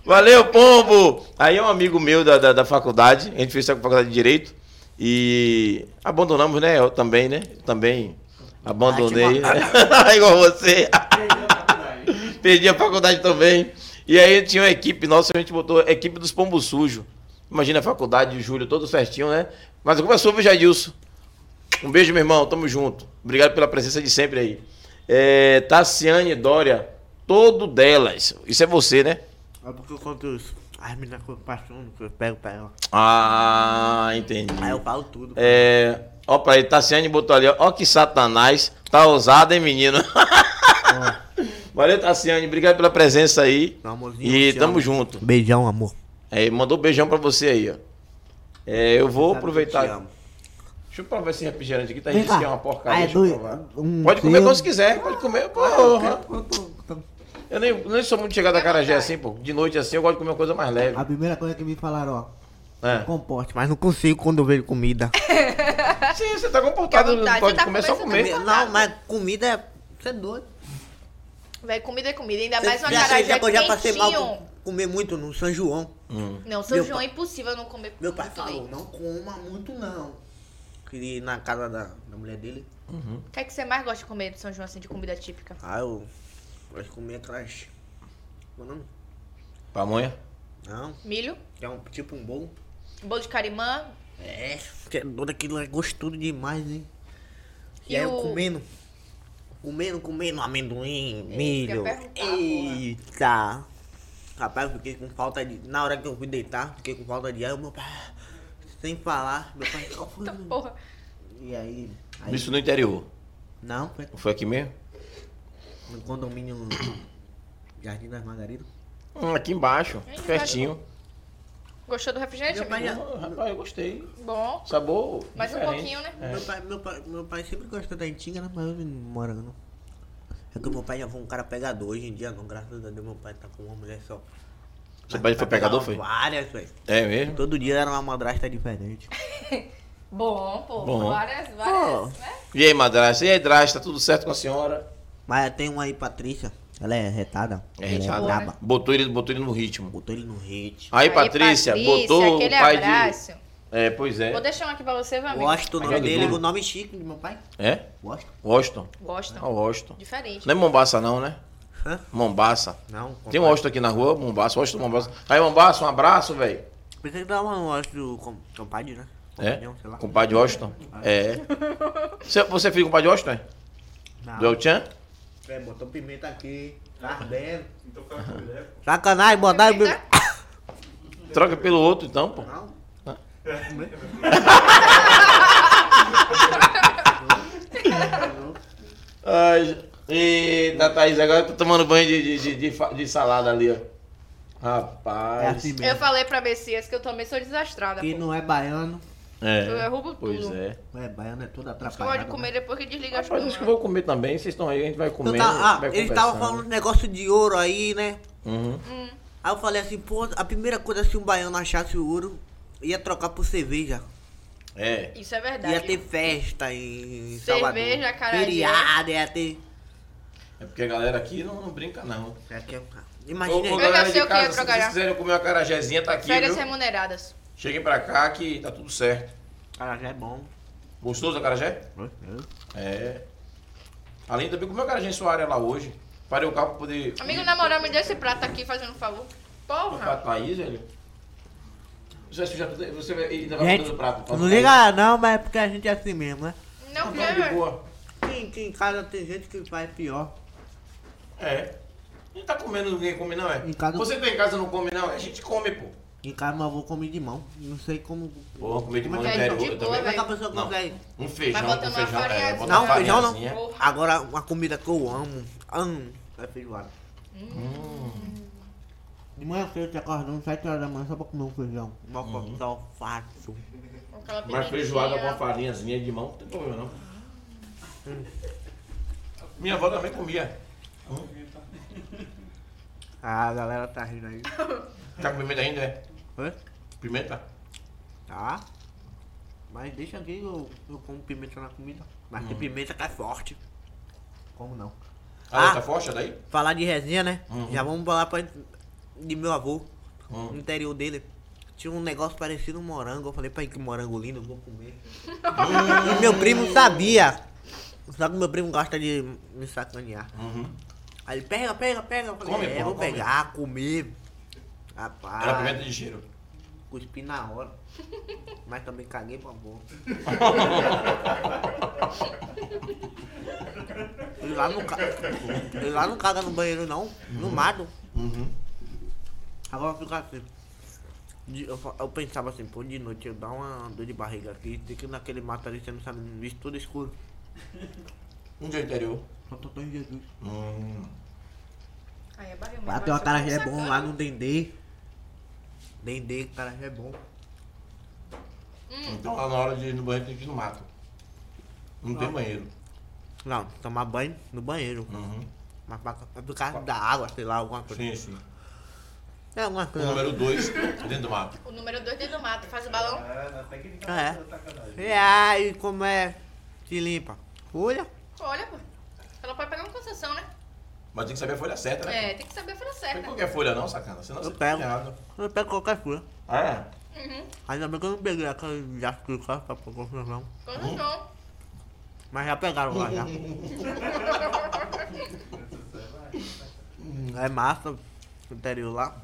B: Valeu, Pombo! Aí é um amigo meu da, da, da faculdade. A gente fez a faculdade de Direito. E abandonamos, né? Eu também, né? Também abandonei. Ah, Igual você. Perdi a faculdade também. E aí tinha uma equipe nossa, a gente botou a equipe dos Pombo Sujo. Imagina a faculdade, Júlio, todo certinho, né? Mas começou, viu, Jadilson? Um beijo, meu irmão. Tamo junto. Obrigado pela presença de sempre aí. É, Tassiane Dória, todo delas. Isso é você, né?
C: É porque eu conto isso. As meninas que eu apaixono, que eu pego pra ela.
B: Ah, entendi.
C: Aí eu falo tudo.
B: Hum. É. Ó, pra ele, Tassiane botou ali, ó. Ó que satanás. Tá ousado, hein, menino? Valeu, Tassiane. Obrigado pela presença aí.
C: Meu amorzinho, eu
B: E
C: te
B: tamo
C: amo.
B: junto.
C: Beijão, amor.
B: É, mandou um beijão pra você aí, ó. É, eu vou
C: Sabe que eu
B: aproveitar.
C: te amo.
B: Deixa eu provar esse refrigerante aqui, tá?
C: Vem
B: Gente,
C: cá.
B: que é uma porcaria.
C: Ah, é
B: deixa eu
C: doido.
B: provar.
C: Um
B: pode comer
C: seu.
B: quando você quiser, pode
C: Ah,
B: comer. Porra. Eu nem, nem sou muito chegado a carajé assim, pô. De noite assim, eu gosto de comer uma coisa mais leve.
E: A primeira coisa que me falaram, ó,
C: Ah,
B: É.
E: comporte.
C: Mas não consigo quando eu vejo comida.
B: Sim, você tá comportado,
A: Fica à vontade,
B: pode
A: você tá
B: comer, só
A: comendo,
B: comer.
A: você tá comendo.
C: não, mas comida é. Você é doido.
A: Véi, comida é comida. Ainda mais uma
C: Já sei,
A: carajé
C: já que eu já passei mal
A: quentinho.
C: com comer muito no São João.
A: Não, São
C: Meu
A: João é impossível não comer
C: Meu pai
A: muito
C: falou,
A: bem.
C: não coma muito não. Queria ir na casa da, da mulher dele.
A: O que é que você mais gosta de comer de São João, assim, de comida típica?
C: Aí eu gosto de comer aquelas. Como é o nome?
B: Pamonha?
C: Não,
A: Milho,
C: que é um, tipo um bolo.
A: bolo de carimã,
C: É, que é doido, aquilo é gostoso demais, hein? E,
A: E
C: aí eu
A: o- É
C: comendo. Comendo, comendo amendoim,
A: Isso
C: milho.
A: que eu ia perguntar, porra.
C: Eita! Rapaz, eu fiquei com falta de. Na hora que eu fui deitar, fiquei com falta de ar. o Meu pai. Sem falar. Meu pai. "Qual foi o
A: Eita
C: nome?"
A: porra.
C: E aí. aí
B: Isso no interior.
C: não, foi
B: Foi aqui mesmo?
C: no condomínio Jardim das Margaridas.
B: Hum, aqui embaixo,
A: Aí,
B: pertinho.
A: um Gostou do refrigerante,
C: Meu pai
A: amigo?
C: já-
B: Ah, Rapaz, eu gostei.
A: Bom.
B: Sabor.
A: Mais um
B: diferente.
A: pouquinho, né?
B: É.
C: Meu, pai, meu, pai, meu pai sempre gostou da antiga, né? Mas eu não moro não. É que meu pai já foi um cara pegador hoje em dia, não. Graças a Deus, meu pai tá com uma mulher só.
B: Seu pai foi pegador, foi?
C: Várias, velho.
B: É mesmo?
C: Todo dia era uma madrasta diferente.
A: Bom, pô.
B: Bom.
A: Várias, várias,
C: Pô.
A: né?
B: E aí, madrasta? E aí, drasta? Tá Tudo certo com a senhora?
C: Mas tem uma aí, Patrícia. Ela é retada.
B: É
C: Ela
B: retada.
C: braba.
B: Botou ele, botou ele no ritmo.
C: Botou ele no hit.
B: Aí, Patrícia, botou o
A: né? aquele
B: pai
A: abraço.
B: de. É, pois é.
A: Vou deixar um aqui pra você, meu amigo. é
C: Gosto o nome
B: Aquele
C: dele,
B: duro.
C: o nome chique de meu pai.
B: É?
C: Gosto.
B: Washington.
A: Gostam.
B: Ah, Washington.
A: Diferente.
B: Não é Mombaça, não, né?
C: Hã?
B: Mombaça.
C: Não.
B: Tem um Washington aqui na rua, Mombaça, Washington Mombaça. Aí, Mombaça, um abraço, velho.
C: Pensei que tava um hóspede do com- compadre, né?
B: É?
C: Companhão, sei lá.
B: Compadre Washington. É. Você, você é filho do compadre Washington? é?
C: Não.
B: Do El Chan?
C: É, botou pimenta aqui. Tá ardendo.
E: Então foi uma mulher, pô.
C: Sacanagem, botaram
A: Pimenta?
C: pimenta.
B: Troca pelo outro, então, pô.
C: Não.
B: Ai, eita, Thaís, agora eu tô tomando banho de, de, de, de fa- de salada ali, ó.
C: É
B: Rapaz.
C: assim
A: Eu
C: mesmo.
A: falei pra Messias que eu também sou desastrada.
C: Quem
A: pô.
C: não é baiano,
A: Eu derrubo
B: É. Pois
A: tudo.
B: é.
C: não é baiano, é todo
A: Eu gosto de
C: atrapalhado.
A: comer depois que desliga as
B: Rapaz,
A: coisas.
B: acho que eu vou comer também. Vocês estão aí, a gente vai
C: Então
B: comendo.
C: tá, ah,
B: vai
C: ele
B: conversando.
C: tava falando um negócio de ouro aí, né?
B: Uhum.
C: Aí eu falei assim, pô, a primeira coisa se um baiano achasse o ouro, ia trocar por cerveja.
B: É.
A: Isso é verdade.
C: Ia ter festa em
A: Cerveja,
C: Salvador.
A: acarajé.
C: Feriado, ia ter...
B: É porque a galera aqui não, não brinca, não.
C: É que-
B: Ô, ô,
C: Imagina aí.
B: galera
A: sei
B: de
A: o que é
B: casa,
A: ia
B: se
A: trabalhar.
B: vocês quiserem comer uma carajézinha, tá aqui,
A: Férias
B: viu?
A: remuneradas.
B: Cheguem pra cá que tá tudo certo.
C: Acarajé é bom. Tá
B: Gostoso a carajé? É. Além também comeu a carajé em sua área lá hoje. Parei o carro pra poder...
A: Amigo, na moral, me dê esse prato aqui, fazendo um favor.
B: Pra
A: Porra.
B: Thaís, é velho. Você, já, é- você vai- ainda vai
C: Gente,
B: mudando o prato. pra
C: não
B: Thaís.
C: liga não, mas é porque a gente é assim mesmo, né?
A: Não
B: Não, tá de
A: quero.
B: boa.
C: Aqui, aqui em casa tem gente que faz pior.
B: É. Não tá comendo, ninguém come não, é?
C: Em casa-
B: Você tá em casa e não come não, é? a gente come, pô.
C: Em casa meu avô come de mão. Não sei como...
B: Pô, comer de
C: Como é
B: mão
C: que
B: no
C: é
A: interior
C: isso?
A: eu
C: Como é
A: também.
C: que a pessoa
B: Não.
C: consegue?
B: Um feijão
A: Vai
B: com
A: botando
B: feijão,
A: uma
B: é,
A: farinhazinha.
B: bota
C: Não,
B: uma
C: feijão não.
B: farinhazinha.
A: Porra.
C: Agora, uma comida que eu amo, amo, é feijoada. De manhã cedo, você acorda às 7 horas da manhã só pra comer um feijão. Uma uhum. só fácil.
A: Aquela
B: Mas feijoada com
A: pequenininha.
B: uma farinhazinha de mão, não tem problema não. Minha avó também comia.
C: Ah, a galera tá rindo aí.
B: Tá com pimenta ainda, é?
C: Oi?
B: Pimenta?
C: Tá. Mas deixa aqui, eu, eu como pimenta na comida. Mas tem pimenta que é forte. Como não?
B: Ah,
C: Ah.
B: tá forte a daí?
C: Falar de resenha, né?
B: Uhum.
C: Já vamos falar pra, de meu avô. No
B: Hum.
C: interior dele tinha um negócio parecido um morango. Eu falei, pai, que morango lindo, eu vou comer.
B: Hum.
C: e meu primo sabia. Só que meu primo gosta de me sacanear.
B: Uhum.
C: Aí ele pega, pega, pega. Eu falei,
B: Come,
C: é,
B: porra,
C: vou
B: come.
C: pegar, comer.
B: Era
C: Rapaz,
B: pimenta de cheiro.
C: cuspi na hora. Mas também caguei pra boca. Ele lá não, ca... ele lá não caga no banheiro, não. No mato.
B: Uhum.
C: Agora fica assim. De- Eu, fa- eu pensava assim, pô, de noite eu dar uma dor de barriga aqui, tem que ir naquele mato ali, você não sabe, um bicho tudo escuro.
B: Um dia interior.
C: Só tô em Jesus.
B: Hum.
A: Ai, é barril mesmo,
C: Lá tem
A: mas
C: uma
A: você
C: cara é
A: tá
C: bom
A: sacando.
C: lá no Dendê. Dendê, cara é bom.
A: Hum.
B: Então lá na hora de ir no banheiro tem que ir no mato. Não tem banheiro.
C: Não, tomar banho no banheiro.
B: Uhum.
C: Mas pra, pra- por causa da água, sei lá, alguma coisa.
B: Sim, sim.
C: É alguma coisa.
B: Número 2, dentro do mato.
C: né?
A: O número 2 dentro do mato. Faz o balão.
E: É, na técnica
C: É.
E: da sacanagem.
C: E aí, como é? Se limpa. Olha.
A: Olha, pô. Ela pode pegar uma concessão, né?
B: Mas tem que saber a folha certa, né?
A: É, tem que saber a folha
B: Não é
A: certa.
B: qualquer folha não, sacana. Senão
C: Eu
B: você
C: pego.
B: tá errado.
C: Eu pego qualquer coisa.
B: Ah, é?
C: Ainda bem que eu não peguei aquele já que eu faço pra confirmar.
A: Concessão.
C: Mas já pegaram lá já. é massa o interior lá.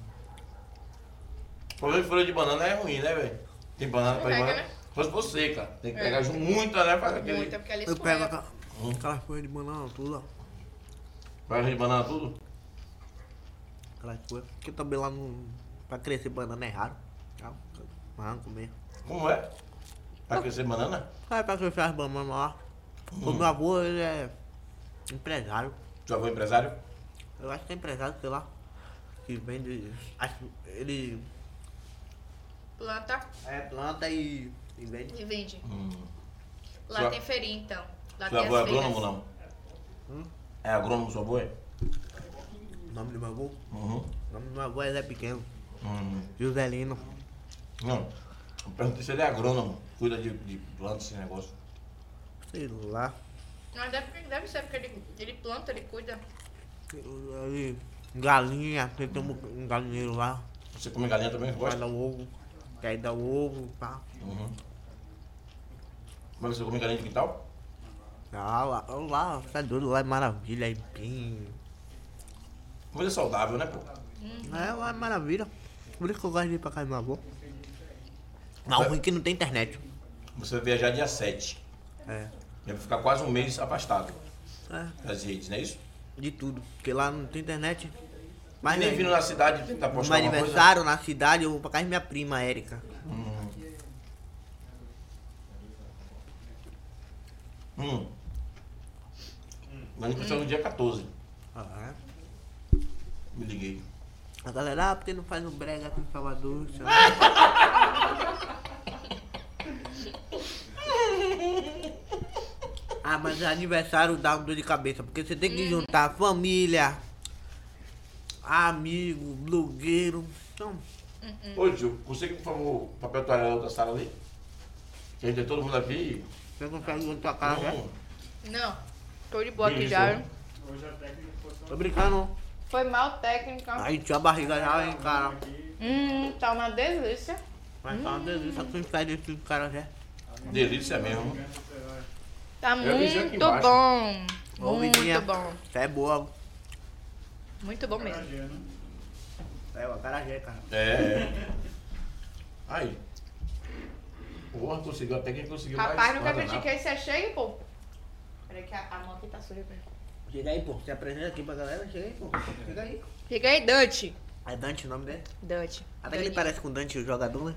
B: O problema de folha de banana é ruim, né, velho? Tem banana pra
A: Pega,
B: banana.
A: né?
B: Só se você, cara. Tem que
A: É.
B: pegar junto muita, né? Faz aquele.
A: Muita, então, porque ali
C: Eu pego
A: escorrega.
C: aquela- aquelas coisas de banana tudo, ó.
B: Folha de banana tudo.
C: aquelas coisas. Porque também lá no. Pra crescer banana é raro. Tá? Manco mesmo.
B: Como é?
A: Oh.
B: Pra crescer banana?
C: Aí pra crescer as bananas lá. O meu avô, ele é empresário.
B: Já foi é empresário?
C: Eu acho que é empresário, sei lá. Que vende. Acho, ele
A: Planta
C: é planta e, e vende.
A: e vende.
B: Hum.
A: Lá
B: Sua-
A: tem feria, então. Lá
B: Seu
A: tem
B: avô é
A: as feiras.
B: agrônomo, não? É agrônomo, seu avô? é?
C: O nome do meu avô?
B: Uhum.
C: O nome do meu avô é Zé Pequeno.
B: Hum.
C: Joselino.
B: Não. Eu perguntei se ele é agrônomo. Cuida de, de plantas, esse negócio.
C: Sei lá.
A: Mas deve, deve ser, porque ele, ele planta, ele cuida.
C: Aí, galinha, tem tem um um galinheiro lá,
B: Você come galinha também?
C: vai
B: Gosta?
C: dar ovo, que aí dá ovo, pá.
B: Uhum. Mas você come galinha de quintal?
C: é Ah, lá, lá, tá doido, lá é maravilha, é bem.
B: Comida saudável, né, pô?
C: É uma maravilha. Por isso que eu gosto de ir pra casa do meu avô. Mas o ruim é que não tem internet.
B: Você vai viajar dia 7.
C: É.
B: Já vai ficar quase um mês afastado
C: É,
B: das redes, não é isso?
C: de tudo. Porque lá não tem internet. Mas
B: Mas nem vindo na cidade tentar
C: no
B: postar
C: meu
B: alguma coisa.
C: Um
B: Uhum.
C: aniversário, na cidade, eu vou pra casa da minha prima, a Érica.
B: Hum. Meu aniversário é no dia 14.
C: Ah, é?
B: Me liguei.
C: A galera, ah, porque não faz um brega aqui em Salvador? sei lá. ah, mas aniversário dá uma dor de cabeça, porque você tem que juntar família, amigo, blogueiro. Então,
B: Ô, tio, consegue, por favor, o papel toalha da sala ali? Que a gente tem todo mundo aqui.
C: você consegue juntar a casa, né?
B: Hum.
A: Não, tô de boa aqui
B: Isso.
A: já.
E: Hoje a técnica foi só
C: Tô brincando.
A: Foi mal técnica.
C: Aí tinha a barriga já, hein, cara.
E: aqui.
A: Hum, tá uma delícia.
C: Mas tá uma delícia quem pede esse cara, né?
B: Delícia mesmo.
E: Criança, sei lá.
A: Tá
B: Eu avisei aqui
A: muito
B: embaixo.
A: bom.
C: Ô, Vidinha,
A: Muito bom.
C: Você é boa.
A: Muito bom mesmo.
E: Carajé, né?
C: É, o acarajé, cara.
B: É. Aí. Porra, conseguiu até quem conseguiu
A: Rapaz,
B: mais.
A: nunca
B: guardanapo.
A: critiquei você chega, pô. Peraí que a, a mão aqui tá suja pra mim.
C: Chega aí, pô. Se apresenta aqui pra galera. Chega aí, pô. Chega aí.
A: Chega aí, Dante.
C: É Dante o nome dele?
A: Dante.
C: Até que ele parece com o Dante, o jogador, né?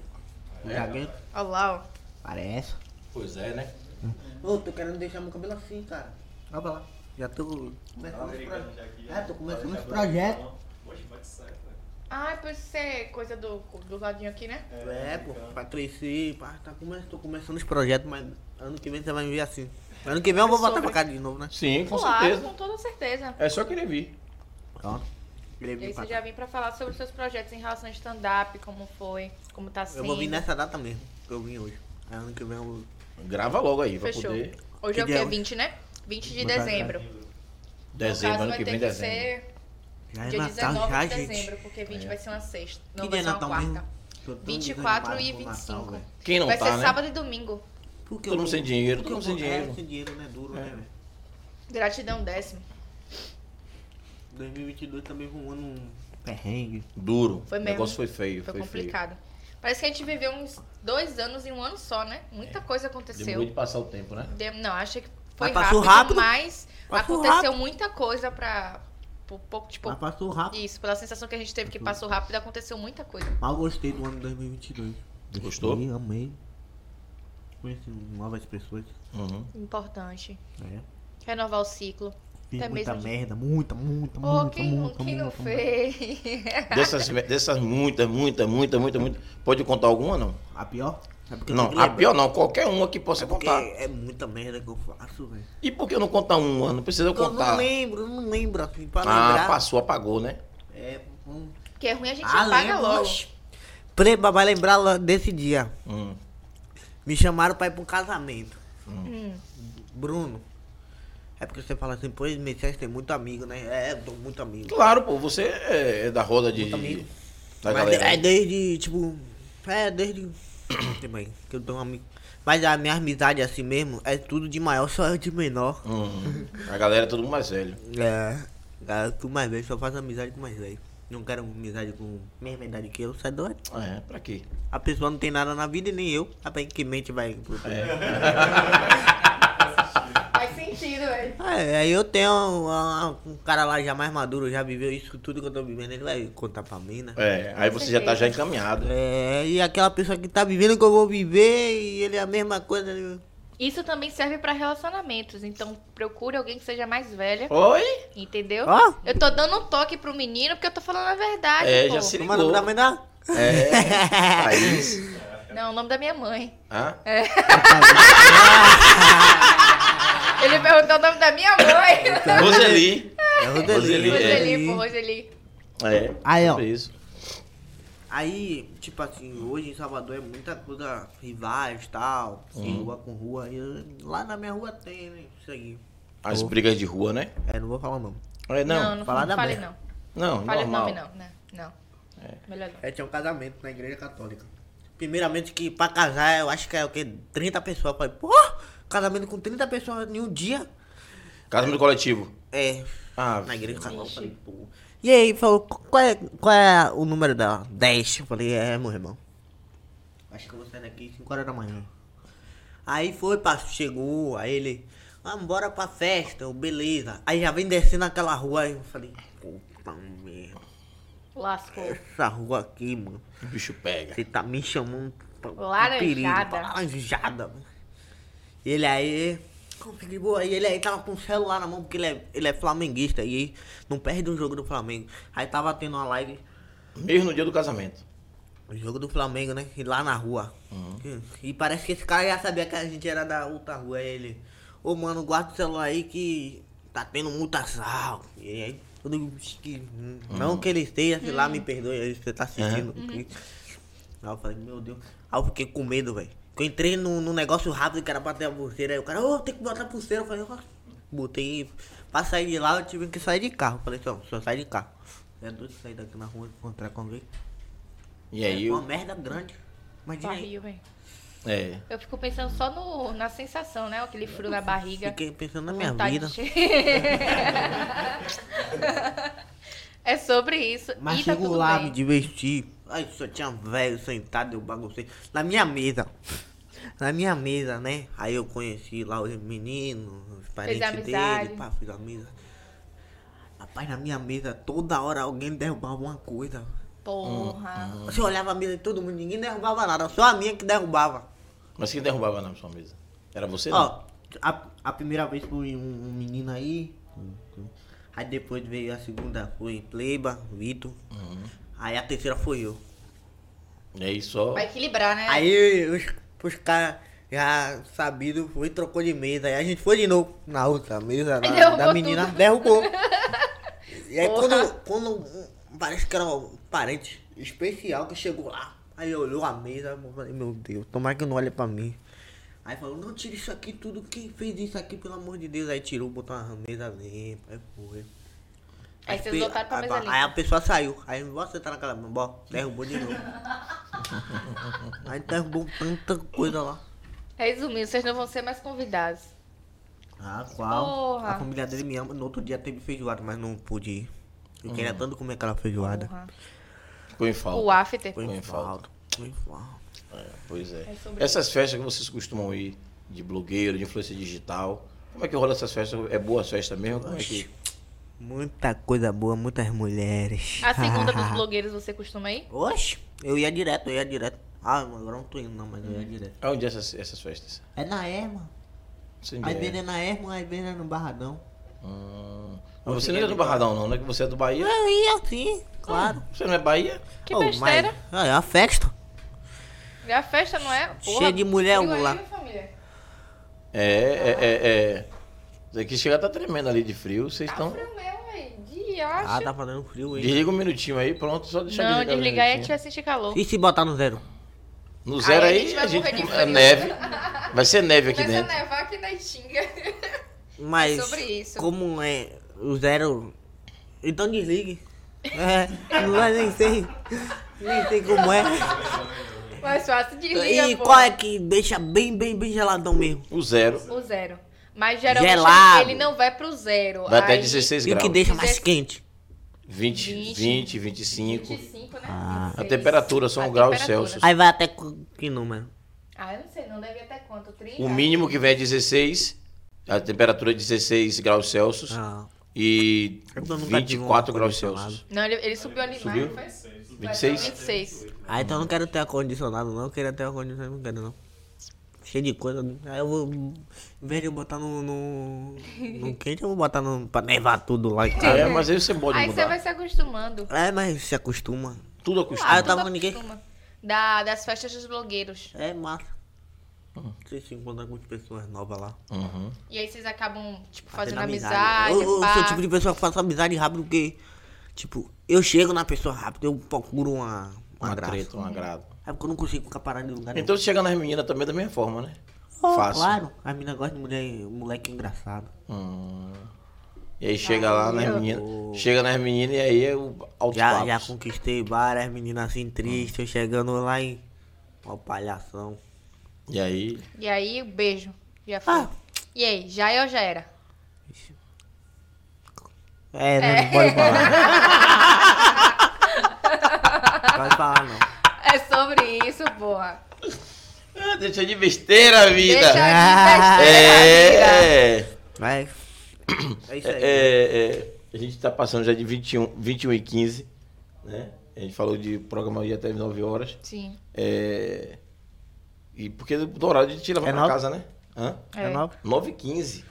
C: O
B: É.
C: zagueiro.
A: Olha lá, ó.
C: Parece.
B: Pois é, né?
C: Ô, tô querendo deixar meu cabelo assim, cara. Olha pra lá. Já tô começando esse
E: Americano
C: projeto.
E: já aqui.
C: É, tô começando esse
E: Olha,
C: projeto.
E: já- Hoje bate certo, né?
A: Ah, é por ser coisa do, do ladinho aqui, né?
C: É, pô, Patrici, pá, tá come... tô começando os projetos, mas ano que vem você vai me ver assim. Ano que vem eu vou voltar pra cá de novo, né?
B: Sim, com
A: claro,
B: certeza.
A: com toda certeza.
B: É só querer vir.
C: Pronto. Ele
A: E aí
C: vem pra
A: você
C: cá.
A: já vem pra falar sobre os seus projetos em relação a stand-up, como foi, como tá sendo.
C: Eu vou vir nessa data mesmo, que eu vim hoje. Aí ano que vem eu vou.
B: Grava logo aí, vai
A: Fechou.
B: poder.
A: Hoje
C: Que
A: é o
C: dia é
A: quê?
C: hoje?
A: 20, né? 20 de
C: Boa tarde,
A: dezembro.
B: Dezembro,
A: no caso,
B: ano
A: vai
B: que
A: ter
B: vem, dezembro.
A: ser
C: Já é
A: dia 19
C: já,
A: de dezembro,
C: gente.
A: porque 20
B: É.
A: vai ser uma sexta. Não
C: Que
A: vai
C: dia
A: ser uma
C: Natal
A: quarta.
C: mesmo? Tô tão
A: 24 e
C: desanimado com o Natal,
A: 25.
C: velho.
B: Quem não
A: vai
B: tá,
A: ser
B: né?
A: sábado e domingo.
C: Por que
B: Todo
C: eu
B: mundo
C: vou-
B: sem dinheiro,
C: por que
B: todo mundo
C: eu
B: sem
C: vou- é,
B: dinheiro.
C: sem dinheiro, né? Duro, né,
B: É.
C: velho?
A: Gratidão décimo.
C: 2022 também foi um ano perrengue.
B: Duro.
A: Foi
B: o
A: mesmo.
B: negócio foi feio.
A: Foi,
B: Foi, feio.
A: complicado. Parece que a gente viveu uns dois anos em um ano só, né? Muita coisa
B: É. Demorou de
A: aconteceu.
B: passar o tempo, né?
A: Dem- Não, achei que foi
C: Mas passou
A: rápido,
C: rápido?
A: mas
C: Passou
A: aconteceu muita coisa pra. Por pouco, tipo.
C: Mas passou rápido.
A: Isso, pela sensação que a gente teve que passou rápido, aconteceu muita coisa.
C: Mal gostei do ano 2022.
B: Gostou?
C: Gostei, amei. Conheci novas pessoas.
B: Uhum.
A: Importante.
C: É.
A: Renovar o ciclo.
C: Fiz
A: Até
C: muita
A: mesmo de-
C: merda, muita, muita,
A: Ô,
C: muita,
A: quem, não-
C: muita,
A: quem não
C: muita,
A: fez?
B: Dessas, dessas muitas, muitas, muitas, muitas, muitas. Pode contar alguma, não?
C: muita. A pior? É porque eu tenho
B: Não,
C: que
B: a
C: lembrar.
B: pior não. Qualquer uma que
C: É
B: possa
C: porque
B: contar.
C: é muita merda que eu faço, velho.
B: E por que eu não contar uma? Não precisa eu
C: Eu
B: contar.
C: não lembro, eu não lembro assim, pra
B: ah,
C: lembrar.
B: passou, apagou, né?
C: É, um...
A: que é ruim, a gente
C: Ah,
A: paga
C: lembro,
A: logo.
C: oxe. Preba vai lembrar lá desse dia.
B: Hum.
C: Me chamaram pra ir pra um casamento.
A: Hum.
C: Bruno. É porque você fala assim, pois Messias tem muito amigo, né? É, eu tô muito amigo.
B: Claro, pô, você é, é da roda de.
C: Muito amigo.
B: Da
C: Mas
B: galera.
C: é desde, tipo. É, desde. Também, que eu tenho um amigo. Mas a minha amizade assim mesmo é tudo de maior, só eu de menor.
B: Hum. A galera é todo mundo mais velho.
C: É. Cara, tu mais velho, só faço amizade com mais velho. Não quero amizade com mesma idade que eu, sai doido.
B: Ah, é, pra quê?
C: A pessoa não tem nada na vida e nem eu. Aparentemente vai. pro-
A: Faz sentido, velho.
C: É, aí eu tenho um, um- um cara lá já mais maduro, já viveu isso tudo que eu tô vivendo, ele vai contar pra mim, né?
B: É, aí você já tá já encaminhado.
C: É, e aquela pessoa que tá vivendo o que eu vou viver e ele é a mesma coisa. ele-
A: Isso também serve pra relacionamentos. Então, procure alguém que seja mais velha,
B: Oi?
A: entendeu?
C: Ó.
A: Eu tô dando um toque pro menino porque eu tô falando a verdade.
B: É,
A: pô.
B: já se
C: Como é o nome
B: ligou.
C: da mãe dela?
B: É. Thaís.
A: Não, o nome da minha mãe.
B: Hã?
A: Ele perguntou o nome da minha mãe.
B: Roseli.
C: É Roseli.
B: Roseli, é.
A: Roseli, pô, Roseli.
B: É.
C: Aí, ó.
B: É isso.
C: Aí, tipo assim, hoje em Salvador é muita coisa rivais e tal, assim,
B: Uhum.
C: rua com rua. E lá na minha rua tem, né? Isso aí.
B: As brigas de rua, né?
C: É, não vou falar o nome.
B: É,
A: Não,
B: não.
A: não,
C: falar
A: não
C: da
A: fale
C: merda. um
A: não.
B: Não,
A: Fale o
B: normal.
A: nome não, né? Não. Melhor não.
C: É, tinha um casamento na igreja católica. Primeiramente que pra casar, eu acho que é o quê? 30 pessoas. Eu falei, pô, casamento com 30 pessoas em um dia.
B: Casamento coletivo.
C: É,
B: Ah,
C: na igreja católica. Eu falei, pô. E aí, falou, qual é, qual é o número dela? 10. Eu falei, é, meu irmão. Acho que eu vou sair daqui 5 horas da manhã. Aí foi, passo, chegou, aí ele, ah, bora pra festa, eu, beleza. Aí já vem descendo aquela rua, aí eu falei, puta merda,
A: Lascou.
C: essa rua aqui, mano,
B: O bicho pega.
C: você tá me chamando pra, pra
A: Laranjada.
C: pra laranjada, mano. Ele aí, como que de boa, e ele aí tava com o celular na mão, porque ele é, ele é flamenguista, e aí não perde um jogo do Flamengo. Aí tava tendo uma live
B: Mesmo no dia do casamento.
C: o jogo do Flamengo, né? E lá na rua. E parece que esse cara já sabia que a gente era da outra rua. Aí ele, ô mano, guarda o celular aí que tá tendo multa sal. E aí, tudo que- não que ele esteja, sei lá, me perdoe aí, você tá assistindo. Aí eu falei, meu Deus. Aí eu fiquei com medo, velho. Eu entrei num num negócio rápido que era pra ter a pulseira. Aí o cara, ô, tem que botar a pulseira. Eu falei, ó, botei. Pra sair de lá, eu tive que sair de carro. Eu falei, só, só sai de carro. É doido sair daqui na rua e encontrar com alguém.
B: E aí.
C: É Uma
B: Eu,
C: merda grande. Imagina aí.
A: Barril, velho.
B: é.
A: Eu fico pensando só no, na sensação, né? Aquele frio na barriga. tá
C: Fiquei pensando na minha
A: Vontade
C: vida.
A: de che- é sobre isso.
C: Mas
A: e tá
C: chego
A: tudo
C: lá,
A: bem.
C: me diverti. Aí só tinha velho sentado, eu baguncei. Na minha mesa. Na minha mesa, né? Aí eu conheci lá os meninos, os parentes
A: amizade.
C: dele, pá, fiz a mesa. Rapaz, na minha mesa, toda hora alguém derrubava uma coisa.
A: Porra.
C: Você olhava a mesa de todo mundo, ninguém derrubava nada, só a minha que derrubava.
B: Mas quem derrubava na sua mesa? Era você? né? não?
C: Ó, a, a primeira vez foi um, um menino aí. Aí depois veio a segunda, foi Pleba, Vitor. Aí a terceira foi eu.
B: E aí só.
A: Pra equilibrar, né?
C: hum. Aí os, os caras já sabido foi e trocou de mesa. Aí a gente foi de novo na outra mesa da,
A: Derrubou
C: da menina,
A: tudo.
C: derrubou. e aí
A: Porra.
C: quando, quando parece que era um parente especial que chegou lá. Aí olhou a mesa, eu falei, meu Deus, tomara que não olhe pra mim. Aí falou, não, tira isso aqui tudo, quem fez isso aqui, pelo amor de Deus. Aí tirou, botou uma mesa limpa, aí foi.
A: Aí vocês voltaram pra
C: aí,
A: mesa
C: Aí a
A: limpa.
C: pessoa saiu. Aí você tá naquela mão, bó, derrubou de novo. aí derrubou tanta coisa lá.
A: Resumindo, vocês não vão ser mais convidados.
C: Ah, qual?
A: Porra.
C: A família dele me ama. No outro dia teve feijoada, mas não pude ir. Eu queria tanto comer aquela feijoada.
A: Porra.
B: Ficou em falta.
A: O after.
C: Foi um
B: Foi em
C: em
B: falta.
C: falta. Foi em falta.
B: É, pois é.
A: É sobre
B: essas festas que vocês costumam ir, de blogueiro, de influência digital, como é que rola essas festas? É boa festa mesmo? Como é que...
C: Muita coisa boa, muitas mulheres.
A: A segunda dos blogueiros você costuma ir?
C: Oxe, eu ia direto, eu ia direto. Ah, agora não tô indo, não, mas eu ia direto.
B: Onde é essas, essas festas?
C: É na Erma.
B: Você não
C: Às
B: é.
C: vezes é na Erma, às vezes é no Barradão.
B: Hum. Mas você não é do Barradão, não, né? Que você é do Bahia?
C: Eu ia sim, claro.
B: Você não é Bahia?
A: Que
C: Hum. Oh, mas-
A: besteira.
C: Ah, é uma festa.
A: E a festa não é? Porra,
C: Cheia de mulher
A: frio aí,
C: lá.
A: minha família.
B: É, é, é. é. Daqui chegar tá tremendo ali de frio, vocês
A: Tá
B: estão.
A: frio mesmo, velho.
C: Ah,
A: Diacho.
C: tá fazendo frio aí.
B: Desliga um minutinho aí, pronto, só deixa
A: Não, é
B: o
A: desligar e a gente
B: minutinho.
A: vai sentir calor.
C: E se botar no zero?
B: No zero
A: Aí a
B: aí,
A: gente vai
B: a gente.
A: morrer de
B: é
A: frio.
B: neve. Vai ser neve aqui
A: Começa a
B: dentro.
A: nevar aqui na Itinga.
C: Mas
A: É sobre isso.
C: como é o zero, então desligue. É, não é, nem sei. Nem sei como é.
A: Mais fácil de
C: E
A: rir,
C: qual é que deixa bem, bem, bem geladão mesmo?
B: O zero
A: O zero. Mas geralmente
C: Gelado.
A: ele não vai pro zero.
B: vai até
A: Aí-
B: 16
C: E o
B: graus.
C: que deixa mais quente?
B: 20, 20, 25.
A: 25, né?
B: A
C: Ah.
A: 26.
B: temperatura são
A: A
B: um grau
A: temperatura.
B: Celsius.
C: Aí vai até qu- que número?
A: Ah, eu não sei, não deve até quanto? 30?
B: O mínimo que vem é 16, a temperatura é 16 graus Celsius
C: Ah,
B: e
C: Eu nunca tive um
B: 24 graus
C: ar-condicionado.
B: Celsius.
A: Não, ele, ele subiu ali mais,
B: Subiu?
A: não foi?
B: 26?
A: 26.
C: ah, então eu não quero ter ar-condicionado, não. Eu queria ter ar-condicionado, não quero, não. Cheio de coisa. Aí eu vou. Em vez de eu botar no. No, no quente, eu vou botar no. Pra nevar tudo lá em casa.
B: É, mas aí você pode
A: Aí você
B: mudar.
A: vai se acostumando.
C: É, mas se acostuma.
B: Tudo
C: Ah,
B: acostuma.
C: eu tava
A: Tudo
C: com ninguém.
A: acostuma. Da, das festas dos blogueiros.
C: É massa.
B: Hum.
C: Você se encontra com as pessoas novas lá.
B: Uhum.
C: Um
A: E aí vocês acabam, tipo, fazendo
C: Fazendo
A: amizade.
C: Eu, eu
A: pá.
C: sou o tipo de pessoa que faço amizade rápido porque, tipo, eu chego na pessoa rápido, eu procuro uma, uma,
B: Uma
C: graça.
B: treta, um agrado.
C: É porque eu não consigo ficar parado em lugar
B: Então você chega nas meninas também da mesma forma, né?
C: nenhum.
B: Fácil.
C: Oh, Claro, as meninas gostam de mulher, moleque engraçado.
B: Hum. E aí chega lá nas
A: Tá eu-
B: meninas. Chega nas meninas e aí é o alto
C: Já, já conquistei várias meninas assim tristes, eu chegando lá em. Ó, palhação.
B: E aí.
A: E aí, um beijo. Já foi.
B: é
C: Ah.
A: E aí, já eu já era?
C: É, não, não pode falar. Não pode falar, não.
A: É sobre isso, porra.
B: Ah, deixa de besteira, vida.
A: Deixa de besteira, vida.
B: É, é,
C: Mas. É isso aí.
B: é, é, a gente tá passando já de 21, 21 e 15, né? A gente falou de programa de até 9 horas.
A: Sim.
B: É... E porque do horário de te levar
C: É
B: pra
C: nove?
B: casa, né? Hã?
A: É.
C: É nove?
B: 9 e 15.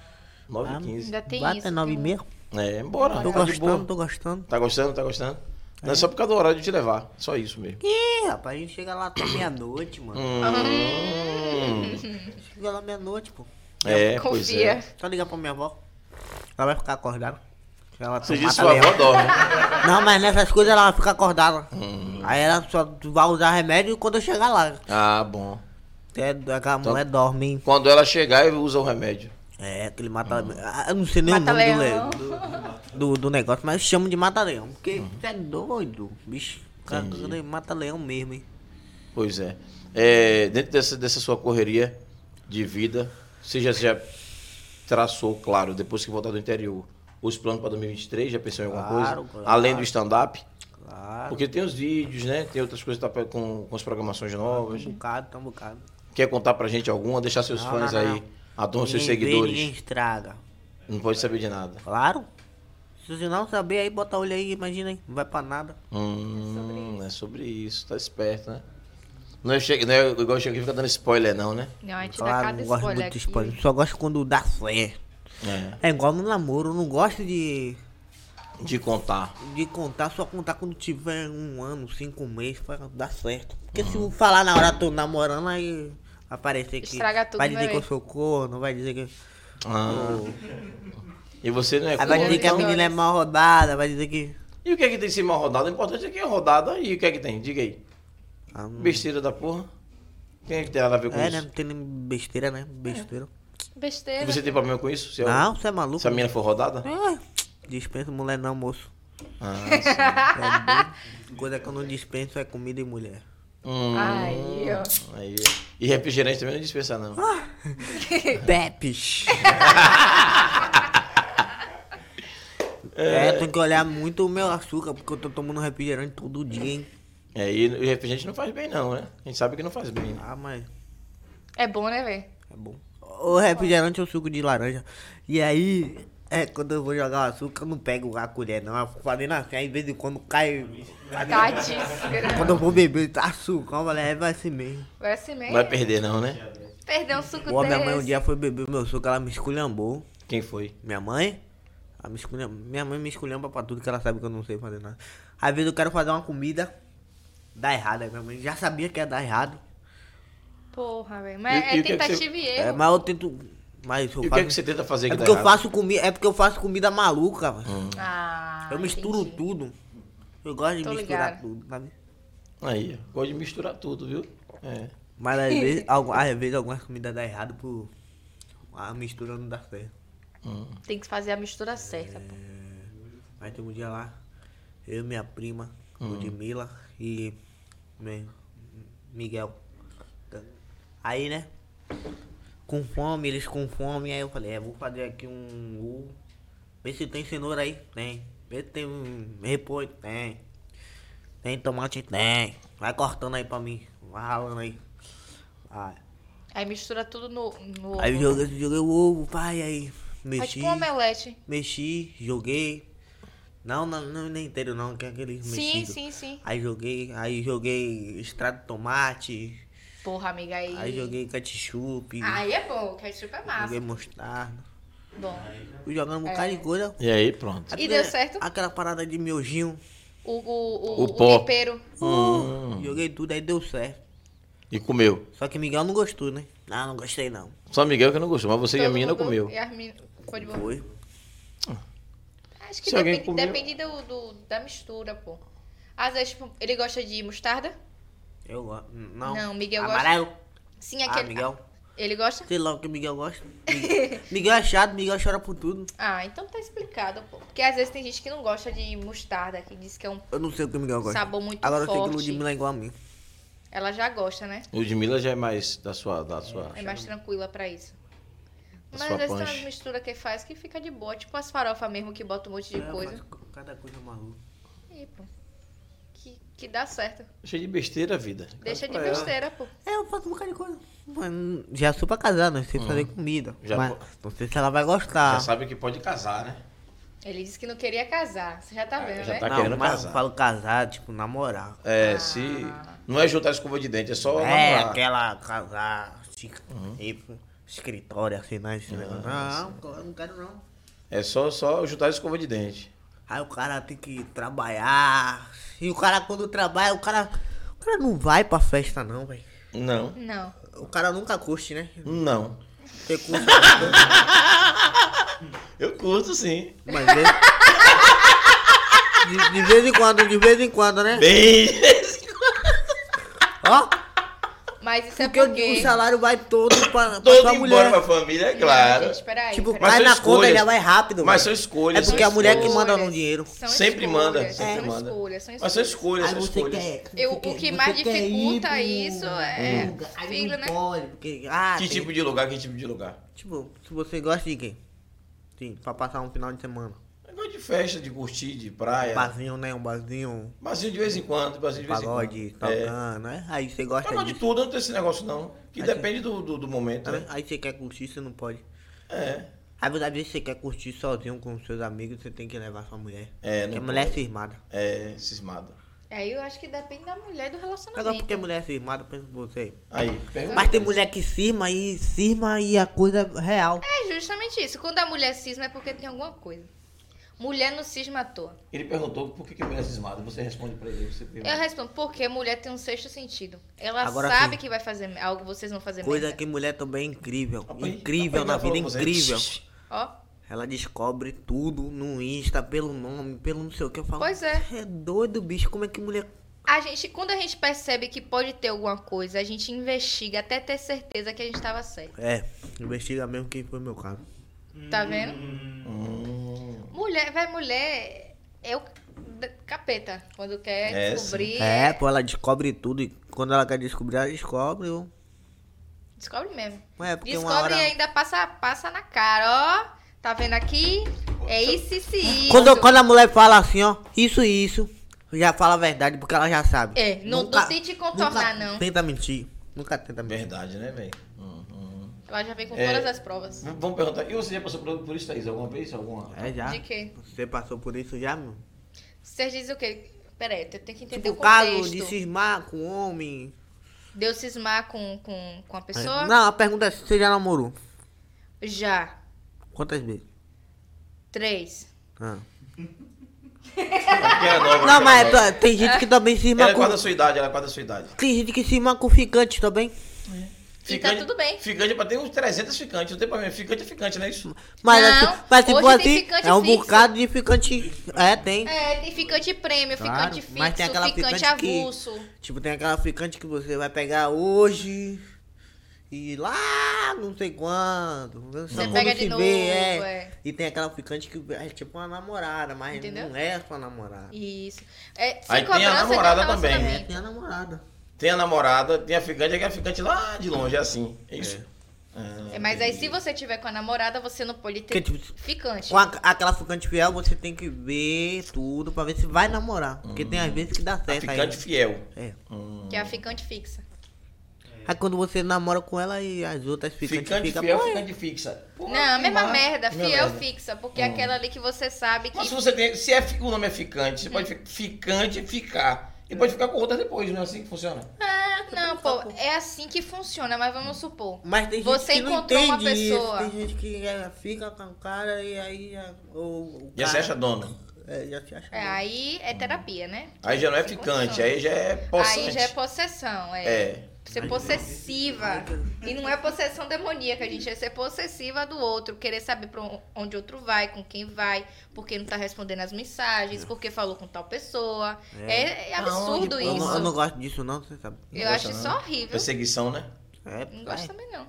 B: 9
C: Ah,
B: e 15.
A: Ainda tem isso.
C: Bata nove e
A: tem-
C: meia.
B: É, bora.
C: Tô
B: tá de boa.
C: gostando, tô gostando.
B: Tá gostando, tá gostando? Não é só por causa do horário de te levar. Só isso mesmo.
C: Ih, rapaz, a gente chega lá até meia-noite, mano.
B: Hum.
C: Chega lá meia-noite, pô.
B: É, pois
A: Confia.
B: é.
C: Só ligar pra minha avó. Ela vai ficar acordada. Ela
B: Você
C: tomata
B: disse sua
C: mesmo.
B: avó dorme.
C: Não, mas nessas coisas ela vai ficar acordada.
B: Hum.
C: Aí ela só vai usar remédio quando eu chegar lá.
B: Ah, bom.
C: É, aquela
B: Então-
C: mulher dorme, hein?
B: Quando ela chegar, eu uso o remédio.
C: É, aquele
B: Hum.
C: mata... Ah, Eu não sei nem o nome do,
A: Mata-leão.
C: le- do, do negócio, mas eu chamo de mata-leão. Porque
B: Hum.
C: você é doido, bicho. O cara é mata-leão mesmo, hein?
B: Pois é. É, dentro dessa, dessa sua correria de vida, você já, já traçou, claro, depois que voltar do interior, os planos para 2023? Já pensou em alguma
C: Claro,
B: coisa?
C: claro.
B: Além do stand-up?
C: Claro.
B: Porque tem os vídeos, né? Tem outras coisas que tá pra- com, com as programações novas.
C: Um bocado, tá um bocado.
B: Quer contar pra gente alguma? Deixar seus
C: Não,
B: fãs
C: não, não.
B: aí, a dona, Então, seus
C: Ninguém vê,
B: seguidores.
C: ninguém estraga.
B: Não pode saber de nada.
C: Claro. Se você não saber, aí bota olho aí, imagina aí. Não vai pra nada.
B: Hum, é sobre isso. Tá esperto, né? Não é, che- não é igual chega aqui e fica dando spoiler, não, né?
A: Não, a gente dá
C: Claro,
A: cada
C: não gosto
A: spoiler
C: muito
A: aqui.
C: de spoiler. Só gosto quando dá fé.
B: É.
C: É igual no namoro, eu não gosto de,
B: De contar.
C: de contar, só contar quando tiver um ano, cinco meses, pra dar certo. Porque
B: Uhum.
C: se eu falar na hora tô namorando, aí aparecer que.
A: Estraga tudo,
C: vai
A: né,
C: dizer que eu
A: véi?
C: sou corno, vai dizer que.
B: Ah. E você não é
C: Aí vai
B: corno,
C: dizer que a
B: então?
C: menina é mal rodada, vai dizer que.
B: E o que é que tem em cima rodada? O importante é que é rodada e o que é que tem? Diga aí.
C: Ah, não-
B: Besteira da porra. Quem é que tem nada a ver com
C: É, né?
B: isso?
C: Não tem nem besteira, né? Besteira.
A: Besteira.
B: Você tem problema com isso? Se, eu-
C: Não, você é maluco.
B: se a menina for rodada?
C: É, dispenso mulher não, moço.
B: Ah, sim.
C: É doido. Coisa que eu não dispenso é comida e mulher.
B: Hum,
A: Aí, ó.
B: aí. E refrigerante também não dispensa, não.
C: Ah. Pepes. É, tem que olhar muito o meu açúcar, porque eu tô tomando refrigerante todo dia, hein?
B: É, e o refrigerante não faz bem, não, né? A gente sabe que não faz bem. né?
C: Ah, mas
A: É bom, né, velho?
C: é bom. O refrigerante é o suco de laranja. E aí, é, quando eu vou jogar o açúcar, eu não pego a colher, não. Eu fico fazendo assim, aí de vez em quando cai.
A: Tati.
C: Quando eu vou beber, tá açúcar. Eu falei, é, vai assim mesmo.
A: Vai assim mesmo.
B: Não vai perder, não, né?
A: Perder um suco
C: Pô,
A: desse.
C: minha mãe um dia foi beber meu suco, ela me esculhambou.
B: Quem foi?
C: Minha mãe? Ela me esculham- Minha mãe me esculhamba pra tudo que ela sabe que eu não sei fazer nada. Às vezes eu quero fazer uma comida, dá errado. Aí Minha mãe já sabia que ia dar errado.
A: Porra, velho. Mas
B: E-
A: é
B: e o que é que
A: tentativa e
B: você-
A: erro.
C: É, mas eu tento. Mas eu
B: E o que é que você tenta fazer
C: É
B: que dá
C: porque eu
B: errado? Hum.
C: faço comida. É porque eu faço comida maluca, velho.
A: Ah,
C: eu misturo
A: entendi.
C: tudo. Eu gosto de
A: Tô
C: misturar
A: ligada.
C: tudo, sabe?
B: Aí, ó. gosto de misturar tudo, viu? É.
C: Mas às vezes, algu- às vezes algumas comidas dá errado por. A mistura não dá certo.
B: Hum.
A: Tem que fazer a mistura certa, pô.
C: Aí tem um dia lá, eu, minha prima, Ludmilla e meu, Miguel. Aí, né? Com fome, eles com fome, aí eu falei, é, vou fazer aqui um ovo. Vê se tem cenoura aí, tem. Vê se tem um repolho, tem. Tem tomate, tem. Vai cortando aí pra mim, vai ralando aí. Ah,
A: Aí mistura tudo no. no
C: Aí eu
A: ovo.
C: joguei, joguei o ovo, pai, aí
A: Faz
C: mexi.
A: tipo um omelete.
C: Mexi, joguei. Não, não, não nem inteiro não, que é aquele
A: Sim,
C: mexido.
A: sim, sim.
C: Aí joguei, aí joguei extrato de tomate,
A: Porra, amiga, aí.
C: aí joguei ketchup,
A: Aí é bom, o ketchup é massa.
C: joguei mostarda.
A: Bom.
C: Fui jogando um bocado de coisa.
B: E aí, pronto.
A: E
C: Aquela-
A: deu certo?
C: Aquela parada de miojinho.
A: O, o,
B: O
A: o,
B: pó. Hum.
A: o tempero.
C: Joguei tudo, aí deu certo.
B: E comeu.
C: Só que Miguel não gostou, né? Ah, não gostei não.
B: Só Miguel que não gostou, mas você e a
A: Todo
B: menina
A: mundo-
B: comeu.
A: E a menina foi de boa.
C: Foi.
A: Acho que
B: Se alguém
A: depende,
B: comeu-
A: depende do, do- da mistura, pô. Às vezes, tipo, ele gosta de mostarda?
C: Eu gosto. Não.
A: Não, Miguel gosta.
C: Amarelo.
A: Sim, aquele.
C: Ah, Miguel.
A: Ele gosta?
C: Sei lá o que Miguel gosta. Miguel, Miguel é chato, Miguel chora por tudo.
A: Ah, então tá explicado, pô. Porque às vezes tem gente que não gosta de mostarda, que diz que é um.
C: Eu não sei o que Miguel gosta.
A: Sabor muito
C: Agora eu sei
A: forte.
C: que Ludmilla é igual a mim.
A: Ela já gosta, né?
B: Ludmilla já é mais da sua. Da sua...
A: É mais tranquila pra isso.
B: da
A: Mas às
B: sua
A: vezes tem umas
B: panche.
A: misturas que faz que fica de boa. Tipo as farofas mesmo que bota um monte de
C: É,
A: coisa.
C: faz Cada coisa maluca.
A: E, pô. Que, que dá certo.
B: Cheio de besteira a vida.
A: Deixa de
B: Pra ela.
A: besteira, pô.
C: É, eu faço um bocado de coisa. Mano, já é sou pra casar, não sei né? fazer comida.
B: Hum. Já
C: mas
B: po-
C: não sei se ela vai
B: Já
C: gostar.
B: sabe que pode casar, né?
A: Ele disse que não queria casar. Você já tá
B: Ah,
A: vendo,
B: já
A: né?
B: tá
C: não,
B: querendo
C: mas
B: casar.
C: eu falo casar, tipo, namorar.
B: É, se. Não é juntar escova de dente, é só.
C: é,
B: namorar.
C: aquela casar, chique,
B: Uhum.
C: tipo, escritório, assim, né? esse negócio. Não, eu não quero não.
B: É só, só juntar escova de dente.
C: Aí o cara tem que trabalhar. E o cara quando trabalha, o cara. O cara não vai pra festa não, velho.
B: Não.
A: Não.
C: O cara nunca curte, né?
B: Não.
C: Você curte,
B: Eu curto sim.
C: mas de... De, de vez em quando, de vez em quando, né?
B: Bem.
C: Ó,
A: Mas isso
C: porque
A: é
C: o
A: porque.
C: salário vai todo pra, pra
B: Todo
C: sua
B: embora
C: mulher.
B: pra família, é claro.
A: Não, gente, peraí.
C: Tipo,
A: peraí.
B: Mas
C: vai
B: são
C: na conta
B: escolhas.
C: já vai rápido.
B: Mas são
C: velho.
B: escolhas.
C: É porque
B: são
C: a mulher que
B: escolhas.
C: manda no dinheiro.
A: São
B: Sempre
A: escolhas,
B: manda, sempre
A: são
B: manda.
A: Escolhas, são
B: Mas são
A: escolhas.
B: escolhas,
C: Aí
B: são
C: você
B: escolhas.
C: quer, você
A: Eu- o
C: quer-
A: que
C: você
A: mais
C: quer ir
A: dificulta
C: pro-
A: isso é
C: pro lugar. Aí
A: filho,
C: não
A: né?
C: pode, porque- ah,
B: Que
C: tem-
B: tipo de lugar, que tipo de lugar?
C: Tipo, se você gosta de quê? Sim, pra passar um final de semana.
B: Negócio de festa, de curtir, de praia.
C: Um barzinho, né? Um barzinho,
B: Barzinho de vez em quando, barzinho
C: um
B: É. de vez
C: pagode,
B: em quando. É.
C: tocando, né? Aí você gosta
B: Toca de
C: disso.
B: tudo, não tem esse negócio não. Que
C: Aí
B: depende do, do, do momento,
C: né?
B: né?
C: Aí você quer curtir, você não pode.
B: É.
C: Aí às vezes você quer curtir sozinho com seus amigos, você tem que levar sua mulher.
B: É,
C: Porque
B: não
C: mulher é
B: pode.
C: cismada.
B: É, cismado.
A: Aí É, eu acho que depende da mulher e do
C: Agora porque
A: relacionamento.
C: mulher é cismada, pensa em você.
B: Aí, pergunta.
C: Mas tem mulher que cisma e cisma e a coisa é real.
A: É justamente isso. Quando a mulher cisma é porque tem alguma coisa. Mulher não cisma à toa.
B: Ele perguntou por que, que mulher é cismada. Você responde pra ele, você pergunta.
A: Eu respondo, porque mulher tem um sexto sentido. Ela
C: Agora
A: sabe
C: sim.
A: que vai fazer algo, vocês vão fazer
C: Coisa
A: merda.
C: que mulher também é incrível.
B: Rapaz,
C: incrível
B: rapaz,
C: na
B: ela
C: vida,
B: falou com você.
C: incrível.
A: Ó,
C: Ela descobre tudo no Insta, pelo nome, pelo não sei o que. Eu falo,
A: Pois é.
C: "Cê É doido, bicho. Como é que mulher.
A: a gente, quando a gente percebe que pode ter alguma coisa, a gente investiga até ter certeza que a gente tava certo.
C: É, investiga mesmo quem foi meu caso.
A: Tá vendo?
B: Hum,
A: Mulher, vai mulher é o d- capeta. Quando quer
B: É, sim.
A: descobrir,
C: É, pô, ela descobre tudo. E quando ela quer descobrir, ela descobre. Ó.
A: descobre mesmo.
C: É, porque
A: descobre
C: uma hora.
A: e ainda passa, passa na cara, ó. Tá vendo aqui? É isso, isso e isso.
C: Quando, quando a mulher fala assim, ó, isso e isso, já fala a verdade, porque ela já sabe.
A: É, não- não tente contornar,
C: nunca
A: não.
C: Tenta mentir. Nunca tenta mentir.
B: verdade, né, velho? Hum, hum.
A: Ela já vem com
B: É.
A: todas as provas.
B: V- Vamos perguntar. E você já passou por, por isso, Thaís? Alguma vez? Alguma?
C: É, já.
A: De quê?
C: Você passou por isso já, meu?
A: Vocês dizem o quê? Peraí, eu tenho que entender
C: Tipo,
A: o
C: caso
A: um contexto.
C: de cismar com homem.
A: De eu cismar com, com, com a pessoa?
C: Não, a pergunta é se você já namorou.
A: Já.
C: Quantas vezes?
A: Três.
C: Ah.
B: Porque era nova,
C: Não,
B: porque
C: mas é
B: era nova.
C: t- tem gente que também cisma
B: Ela é
C: com.
B: quase da sua idade, ela é quase da sua idade.
C: Tem gente que cisma com ficante também.
A: E tá tudo bem.
B: Ficante é pra ter uns 300 ficantes, não tem problema. Ficante é ficante, não é isso?
C: Mas,
A: Não,
C: assim, mas se
A: hoje
C: for
A: tem
C: assim,
A: ficante
C: é um
A: fixo.
C: bocado de ficante. É, tem.
A: É, tem ficante prêmio,
C: Claro,
A: ficante fixo,
C: mas tem aquela
A: ficante,
C: ficante que-
A: avulso.
C: Tipo, tem aquela ficante que você vai pegar hoje. E lá, não sei quando. Você
A: pega de novo, é.
C: E tem aquela ficante que é tipo uma namorada, mas
A: Entendeu?
C: não é sua namorada.
A: Isso. É, sem
B: Aí tem a
A: cobrança de
B: namorada também.
C: É,
A: relacionamento.
C: tem a namorada.
B: Tem a namorada, tem a ficante, é que a ficante lá de longe, é assim. É isso? Ah,
A: É, mas aí se
B: entendi.
A: você tiver com a namorada, você não pode ter
C: Que tipo-
A: ficante.
C: Com a- aquela ficante fiel, você tem que ver tudo pra ver se vai namorar. Porque tem às vezes que dá certo
B: Hum. Ficante
C: aí.
B: fiel.
C: É.
B: Hum.
A: Que é a ficante fixa.
C: Aí quando você namora com ela e as outras ficantes
B: Ficante
C: ficam,
B: fiel,
C: pô, é.
B: ficante fixa. Pô,
A: não, é a
B: que
A: mesma
B: massa.
A: merda.
B: Mesma
A: Fiel
B: merda.
A: fixa, porque é aquela ali que você sabe que.
B: Mas se você tem. Se é, fi- o nome é ficante, você pode fi- ficante ficar. E pode ficar com outra depois, não é assim que funciona?
A: Ah, não, pô, é assim que funciona, mas vamos supor.
C: Mas tem gente
A: Você
C: que não
A: encontrou
C: entende
A: uma pessoa.
C: Isso. Tem gente que é, fica com o cara e aí é, o, o
B: Já
C: cara,
B: se acha dono.
C: É, já se acha.
A: É, aí é terapia, né?
B: Aí já não é
A: Sem
B: ficante,
A: condição.
B: aí já é possante.
A: Aí já é possessão, é.
B: É.
A: Ser possessiva. E não é possessão demoníaca, gente. É ser possessiva do outro. Querer saber pra on- onde outro vai, com quem vai, por que não tá respondendo as mensagens, por que falou com tal pessoa. É, é absurdo
C: eu, não, eu não
A: isso.
C: gosto disso não, você sabe.
A: Eu acho isso horrível.
B: Perseguição, né?
C: É,
A: Não gosto
C: é,
A: também, não.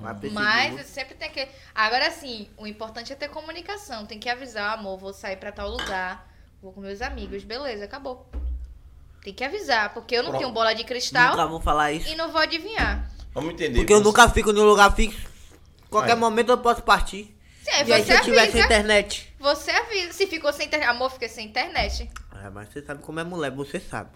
C: vai perseguir
A: Mas
C: muito.
A: sempre tem que. Agora sim, o importante é ter comunicação. Tem que avisar, amor, vou sair pra tal lugar, vou com meus amigos, beleza, acabou. Tem que avisar, porque eu não
B: Pronto.
A: tenho bola de cristal
C: Nunca vou falar
A: e
C: isso.
A: não vou adivinhar.
B: Vamos entender.
C: Porque eu
B: Você-
C: nunca fico em um lugar fixo. Qualquer
B: Aí.
C: momento eu posso partir.
A: Se aí
C: e aí, se
A: É, você
C: eu tiver sem
A: avisa.
C: internet?
A: Você avisa. Se ficou sem internet. Amor, fica sem internet.
C: É, mas você sabe como é mulher, você sabe.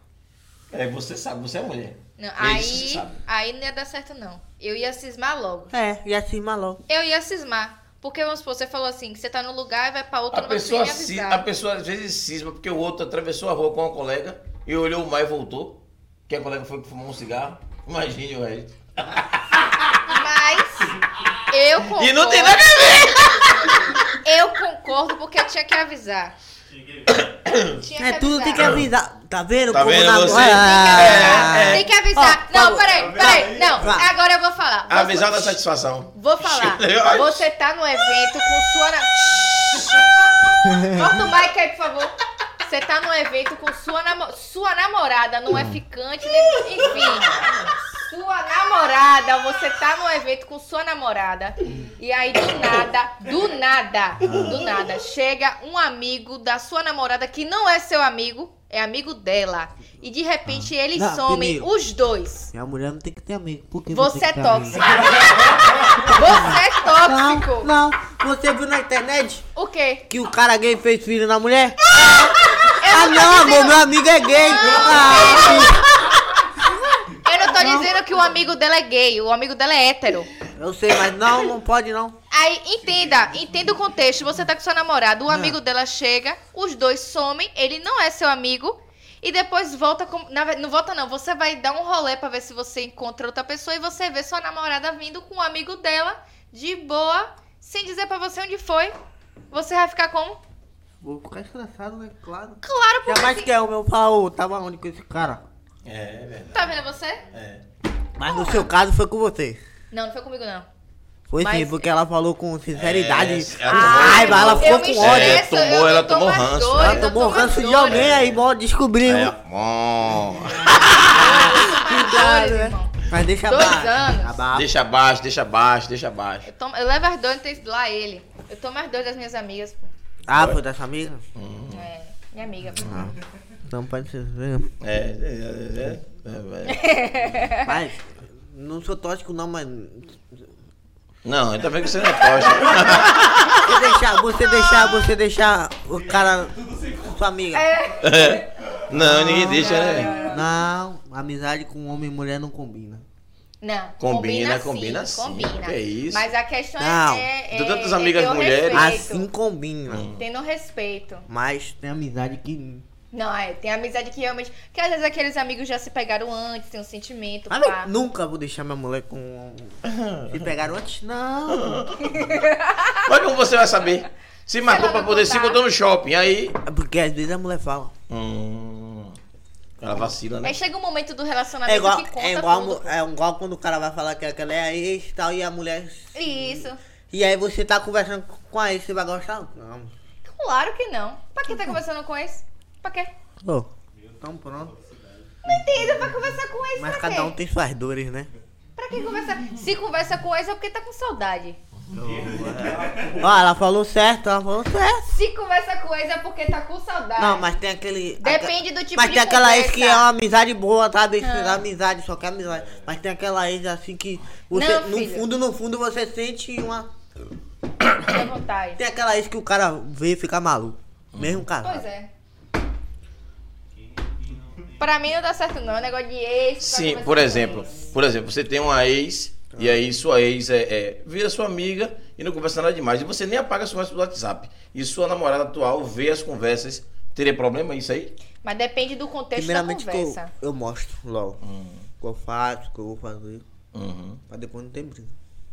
B: É, você sabe, você é mulher.
A: Não,
B: É isso, você
A: aí,
B: sabe.
A: aí não ia dar certo, não. Eu ia cismar logo.
C: É, e assim, maluco.
A: Eu ia cismar. Porque, vamos supor, você falou assim, que você tá num lugar e vai pra outro,
B: A
A: não vai conseguir
B: pessoa,
A: me
B: ci- a
A: avisar.
B: pessoa às vezes cisma, porque o outro atravessou a rua com uma colega e olhou o mar e voltou. Que a colega foi fumar um cigarro. Imagine o resto.
A: Mas eu concordo.
B: E não tem nada a ver!
A: Eu concordo porque eu tinha que avisar.
E: Cheguei.
A: Tinha que
C: É, tudo tem que
A: avisar.
C: avisar. Tá vendo?
B: Tá
C: como
B: vendo
C: na-
B: você?
C: Ah!
B: É, é.
A: Tem que avisar.
C: Ó,
A: não,
C: Paulo,
A: peraí, peraí. Não,
C: Vai.
A: agora eu vou falar. Vou-
B: Avisar da satisfação.
A: Vou falar.
B: Ai.
A: Você tá no evento com sua. na- Corta o mic aí, por favor. Você tá no evento com sua, namo- sua namorada, não é ficante, nem... enfim. Sua namorada, você tá no evento com sua namorada. E aí, do nada, do nada, do nada, chega um amigo da sua namorada que não é seu amigo, é amigo dela. E de repente eles
C: Não,
A: somem,
C: primeiro.
A: os dois.
C: Minha mulher não tem que ter amigo. Por que
A: Você é
C: tem que tá ter amigo?
A: tóxico. Você é tóxico.
C: Não, não. Você viu na internet
A: O quê?
C: que o cara gay fez filho na mulher?
A: Eu
C: Ah,
A: tô
C: não,
A: dizendo-
C: amor, meu amigo é gay. Ah, é
A: Eu não tô dizendo que o amigo dela é gay, o amigo dela é hétero.
C: eu sei, mas não, não pode não.
A: Aí, entenda, entenda o contexto. Você tá com seu namorado, o amigo dela chega, os dois somem, ele não é seu amigo. E depois volta com. na ve- não volta, não. Você vai dar um rolê pra ver se você encontra outra pessoa e você vê sua namorada vindo com o amigo dela, de boa, sem dizer pra você onde foi. Você vai ficar como?
C: Vou ficar estressado, né? Claro.
A: Claro, porque.
C: Jamais que é o meu pau, tava onde com esse cara?
B: É, é verdade.
A: Tá vendo você?
B: É.
C: Mas no seu caso foi com você.
A: Não, não foi comigo, não.
C: Foi
A: Mas-
C: sim, porque ela falou com sinceridade.
B: É, ela tomou-
C: Ai, mas ela ficou
A: um- Eu me
C: com ódio.
A: estresso,
B: É, tomou-
A: eu- eu
B: ela
A: tomo
B: tomou
A: as
B: ranço.
A: dores,
B: Ela
A: eu
C: Ela tomou
A: tomo as
C: ranço de
A: dores.
C: alguém né? aí, bom, descobriu.
B: É, bom.
A: Cuidado,
C: né?
A: irmão.
C: Mas deixa Tá
A: Dois
C: abaixo.
A: anos.
C: Abaixo.
B: Deixa abaixo, deixa abaixo, deixa abaixo.
A: Eu, tomo, eu levo as dores antes de doar ele. Eu tomo as dores das minhas amigas, pô.
C: Ah, foi dessa amiga?
B: Hum.
A: É, minha amiga. pô.
B: Ah.
C: Não pode ser. mesmo.
B: É, é, é, é, é.
C: Mas, não sou tóxico não, mas...
B: Não, ainda bem que você não é tocha.
C: Você deixar, você deixar, você deixar o cara... Sua amiga.
B: Não, ninguém deixa, né?
C: Não, amizade com homem e mulher não combina.
A: Não, combina,
B: Combina, combina
A: sim,
B: sim.
A: combina.
B: Que isso?
A: Mas a questão é-
C: Não.
A: é, é.
B: Tem tantas amigas
A: tendo
B: mulheres.
A: respeito.
C: Assim combina.
A: Tendo respeito.
C: Mas tem amizade que...
A: Não, é, tem amizade que realmente. Que às vezes aqueles amigos já se pegaram antes, tem um sentimento.
C: Ah,
A: pá.
C: eu nunca vou deixar minha mulher com... um Se pegaram antes? Não. É
B: Mas como você vai saber? Se marcou
A: ela
B: pra
A: não
B: poder se
A: contar.
B: encontrar no shopping, aí.
C: É porque às vezes a mulher fala.
B: Hum, ela vacila, né?
A: Aí chega um momento do relacionamento
C: É igual,
A: que conta
C: é, igual, a
A: tudo.
C: mu- é igual quando o cara vai falar que aquela é a ex e tal, e a mulher.
A: Isso.
C: E aí você tá conversando com a ex, você vai gostar? Não.
A: Claro que não. Pra que tá conversando com esse? Pra quê?
C: Pô, então pronto.
A: Não entendo, pra conversar com esse
C: Mas
A: pra quê?
C: cada um tem suas dores, né?
A: Pra que conversar? Se conversa com ex é porque tá com saudade.
C: Ó, ela falou certo, ela falou certo.
A: Se conversa com ex é porque tá com saudade.
C: Não, mas tem aquele.
A: Depende do tipo
C: Mas
A: de
C: tem aquela ex
A: conversa.
C: que é uma amizade boa, sabe? Ah. Amizade, só que é amizade. Mas tem aquela ex assim que. Você,
A: Não,
C: no
A: filho.
C: fundo, no fundo, você sente uma.
A: Fica à vontade.
C: Tem aquela ex que o cara vê e fica maluco. Mesmo cara.
A: Pois é. Pra mim não dá certo não, é negócio de ex. pra
B: Sim,
A: conversar
B: por
A: com
B: exemplo,
A: ex.
B: por exemplo, você tem uma ex e aí sua ex é, é vê a sua amiga e não conversa nada demais e você nem apaga as conversas do WhatsApp e sua namorada atual vê as conversas, teria problema isso aí?
A: Mas depende do contexto da
C: Primeiramente que eu,
A: conversa.
C: eu mostro logo
B: Hum.
C: o que eu faço, o que eu vou fazer,
B: Uhum.
C: pra depois não ter briga.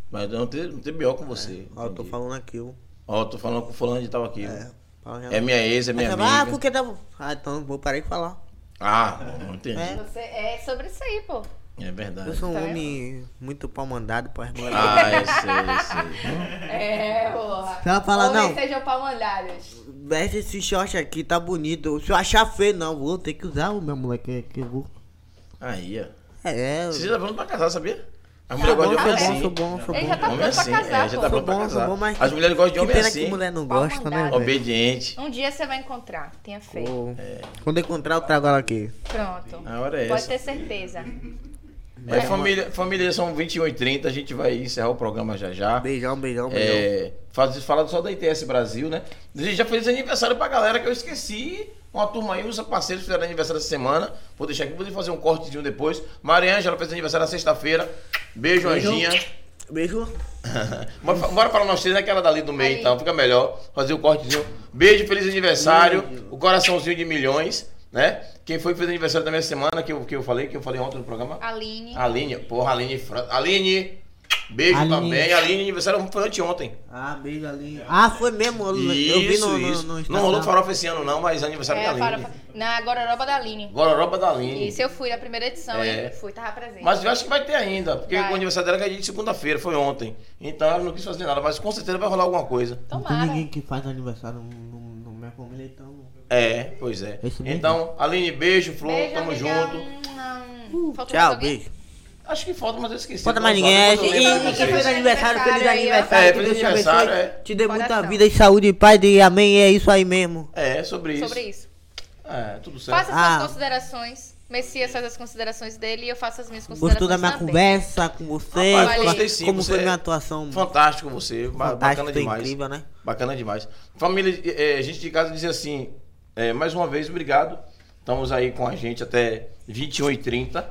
B: Mas não tem, não tem B.O. com você.
C: É. Ó, eu tô
B: entendi.
C: falando aquilo.
B: Ó, eu tô falando com fulano de tal aqui.
C: É,
B: É,
C: fala já.
B: minha ex, é
C: Aí
B: minha
C: você fala, Ah,
B: amiga.
C: porque tá bom. Ah, então vou parar de falar.
B: Ah, não entendi.
C: É.
A: Você- é sobre isso aí, pô.
B: É
C: Eu
B: verdade.
C: sou um
A: Tá vendo?
C: homem muito pau mandado pra mulheres.
B: Ah, eu sei, eu sei.
A: É, porra.
C: Você vai falar,
A: Homens
C: não.
A: sejam palmandalhos.
C: Veste esse short aqui, tá bonito. Se eu achar feio, não, vou ter que usar o meu moleque que eu vou.
B: Aí, ó.
C: É, eu...
B: Vocês já vão pra casar, sabia? A
C: sou
B: mulher
C: Tá bom,
B: gosta
C: sou
B: de homem
C: bom,
B: assim.
C: sou bom, sou
A: Ele já
C: bom.
A: tá
B: Homem
A: pronto pra
B: assim,
A: casar,
B: é, já
A: pô.
B: tá
C: Sou
B: pronto pra
C: bom, sou
B: casar.
C: bom, mas...
B: As mulheres gostam de
C: que
B: homem
C: pena
B: assim.
C: que mulher não
A: Pau
C: gosta, né,
A: mandado.
C: velho?
B: Obediente.
A: Um dia você vai encontrar, tenha fé.
C: Pô, Quando eu encontrar, eu trago ela aqui.
A: Pronto.
B: A hora é
A: Pode
B: essa.
A: ter certeza.
B: É, família, família, são 21h30, a gente vai encerrar o programa já já.
C: Beijão, beijão, beijão.
B: É, faz, falando só da ITS Brasil, né? Desejo já feliz aniversário pra galera que eu esqueci. Uma turma aí, os parceiros fizeram aniversário essa semana. Vou deixar aqui, vou fazer um cortezinho depois. Maria Ângela fez aniversário na sexta-feira. Beijo,
C: Beijo.
B: Anjinha.
C: Beijo.
B: Bora, bora falar nós três naquela dali do meio,
A: Aí.
B: então. Fica melhor. Fazer o cortezinho. Beijo, feliz aniversário.
A: Hum.
B: O coraçãozinho de milhões, né? Quem foi que fez aniversário da minha semana, que eu, que eu falei, que eu falei ontem no programa?
A: Aline.
B: Aline, porra, Aline Fran. Aline, beijo
F: Aline.
B: também. Aline, aniversário foi anteontem.
C: Ah, beijo ali. Ah, foi mesmo. Eu, eu vi
B: Isso,
C: no, no,
B: isso.
C: no
B: não rolou
C: Instagram.
B: farofa esse ano, não, mas aniversário da
A: É,
B: Aline.
A: farofa. Na Gororoba da Aline.
B: Gororoba da Aline.
A: Isso, eu fui na primeira edição,
B: É.
A: hein? Fui, tava presente.
B: Mas eu acho que vai ter ainda, porque
A: Vai.
B: o aniversário dela é de segunda-feira, foi ontem. Então ela não quis fazer nada, mas com certeza vai rolar alguma coisa.
A: Tomara.
F: Não tem ninguém
C: Quem que faz aniversário no, no, no minha família, então.
B: É, pois é.
F: Esse mesmo.
B: Então, Aline, beijo, Flor,
A: Beijo,
B: tamo
A: amigão.
B: junto.
A: Hum, Faltou mais
C: Tchau,
A: alguém?
C: beijo.
B: Acho que falta, mas eu esqueci. Tá
C: Falta mais
B: Mas
C: ninguém. é,
B: lá, depois eu lembro
C: E,
B: pra
C: e, e
A: que
C: quem
B: vocês.
C: fez aniversário, feliz
A: Aniversário aí, ó.
C: aniversário.
B: É,
C: que
B: feliz
C: Deus te
B: aniversário,
C: abençoe,
B: é.
C: Te dê muita
A: Coração.
C: vida e saúde, paz e amém. E é isso aí mesmo.
B: É, sobre isso.
A: Sobre isso.
B: É, tudo certo.
A: Faça
C: Ah.
A: suas considerações. Messias faz as considerações dele e eu faço as minhas considerações.
C: Gostou da minha
A: também.
C: conversa com vocês?
A: Rapaz,
C: com a-
A: gostei
B: sim,
C: como
B: você
C: foi
B: é
C: minha atuação?
B: Fantástico você, ba- bacana
C: Fantástico,
B: demais.
C: incrível, né?
B: Bacana demais. Família, eh, eh, gente de casa diz assim, eh, mais uma vez, obrigado. Estamos aí com a gente até 21h30.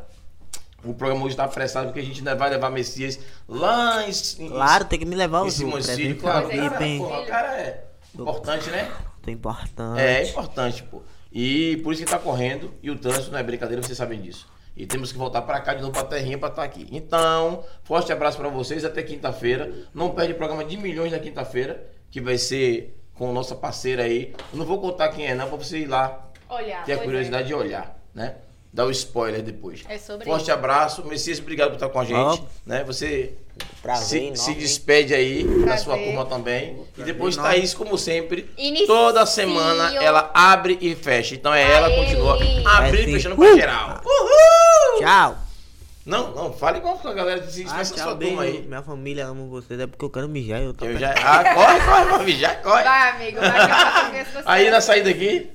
B: O programa hoje está apressado porque a gente ainda vai levar Messias lá em, em,
C: Claro, tem que me levar
B: em
C: o
B: Simoncílio.
C: né?
B: Claro,
A: Pois é,
B: cara,
A: bem.
B: porra, o cara é importante, né?
C: Tô importante.
B: É, é importante, pô. E por isso que tá correndo. E o trânsito não é brincadeira, vocês sabem disso. E temos que voltar pra cá de novo pra terrinha pra estar aqui. Então, forte abraço pra vocês. Até quinta-feira. Não perde o programa de milhões na quinta-feira, que vai ser com nossa parceira aí. Eu não vou contar quem é, não, pra você ir lá
A: Olha,
B: ter a
A: pois
B: é curiosidade de olhar, né? Dá o spoiler depois.
A: É sobre
B: Forte abraço. Messias, obrigado por estar com a gente.
C: Ó.
B: Né? Você
C: Prazer
B: se,
C: enorme,
B: se
C: hein?
B: despede aí da
A: Prazer.
B: sua turma também. E depois,
C: enorme.
B: Thaís, como sempre,
A: Inicio.
B: toda semana ela abre e fecha. Então é ela,
A: Aê.
B: continua
C: Vai
B: abrindo e
C: sim.
B: fechando pra
C: Uh.
B: geral.
C: Tchau.
B: Não, não, fale igual com a galera de se
C: Ah,
B: dispensa
C: tchau,
B: sua turma
C: beijo.
B: aí.
C: Minha família ama vocês. É porque eu quero mijar. Eu tô
B: Eu já. Ah, corre, corre, corre, já corre.
A: Vai, amigo, vai que eu faço as minhas
B: Aí
A: considerações.
B: na saída aqui.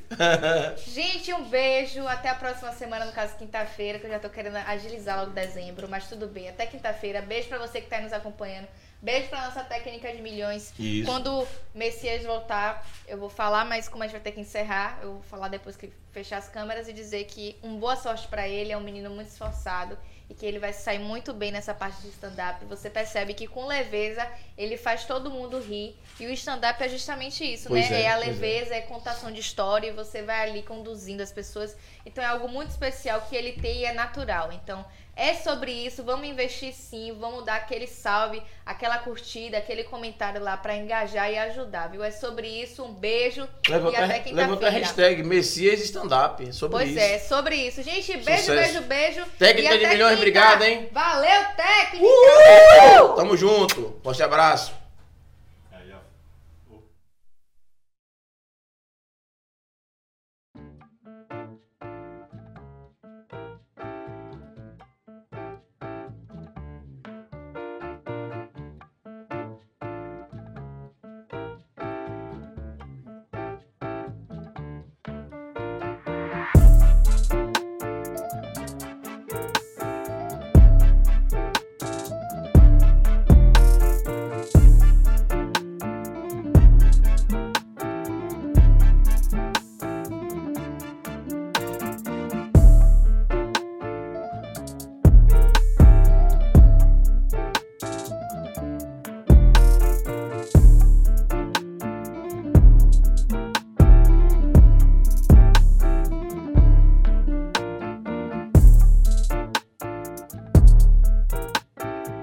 A: Gente, um beijo. Até a próxima semana, no caso quinta-feira, que eu já tô querendo agilizar logo dezembro, mas tudo bem. Até quinta-feira. Beijo pra você que tá aí nos acompanhando. Beijo pra nossa técnica de milhões.
B: Isso.
A: Quando o Messias voltar, eu vou falar, mas como a gente vai ter que encerrar, eu vou falar depois que fechar as câmeras e dizer que um boa sorte pra ele, é um menino muito esforçado e que ele vai sair muito bem nessa parte de stand-up. Você percebe que com leveza ele faz todo mundo rir. E o stand-up é justamente isso,
B: Pois
A: né?
B: é,
A: É, a
B: pois é.
A: leveza, é. contação de história e você vai ali conduzindo as pessoas. Então é algo muito especial que ele tem e é natural. Então é sobre isso, vamos investir sim, vamos dar aquele salve, aquela curtida, aquele comentário lá pra engajar e ajudar, viu? É sobre isso, um beijo e até
B: Levanta, levanta a
A: quinta-feira.
B: hashtag Messias Stand-up. Sobre
A: Pois
B: isso.
A: é, sobre isso. Gente, beijo, beijo,
B: Sucesso.
A: beijo.
B: Técnica
A: E
B: de
A: até
B: milhões,
A: quinta.
B: obrigado, hein?
A: Valeu, técnica!
B: Tamo junto. Forte abraço.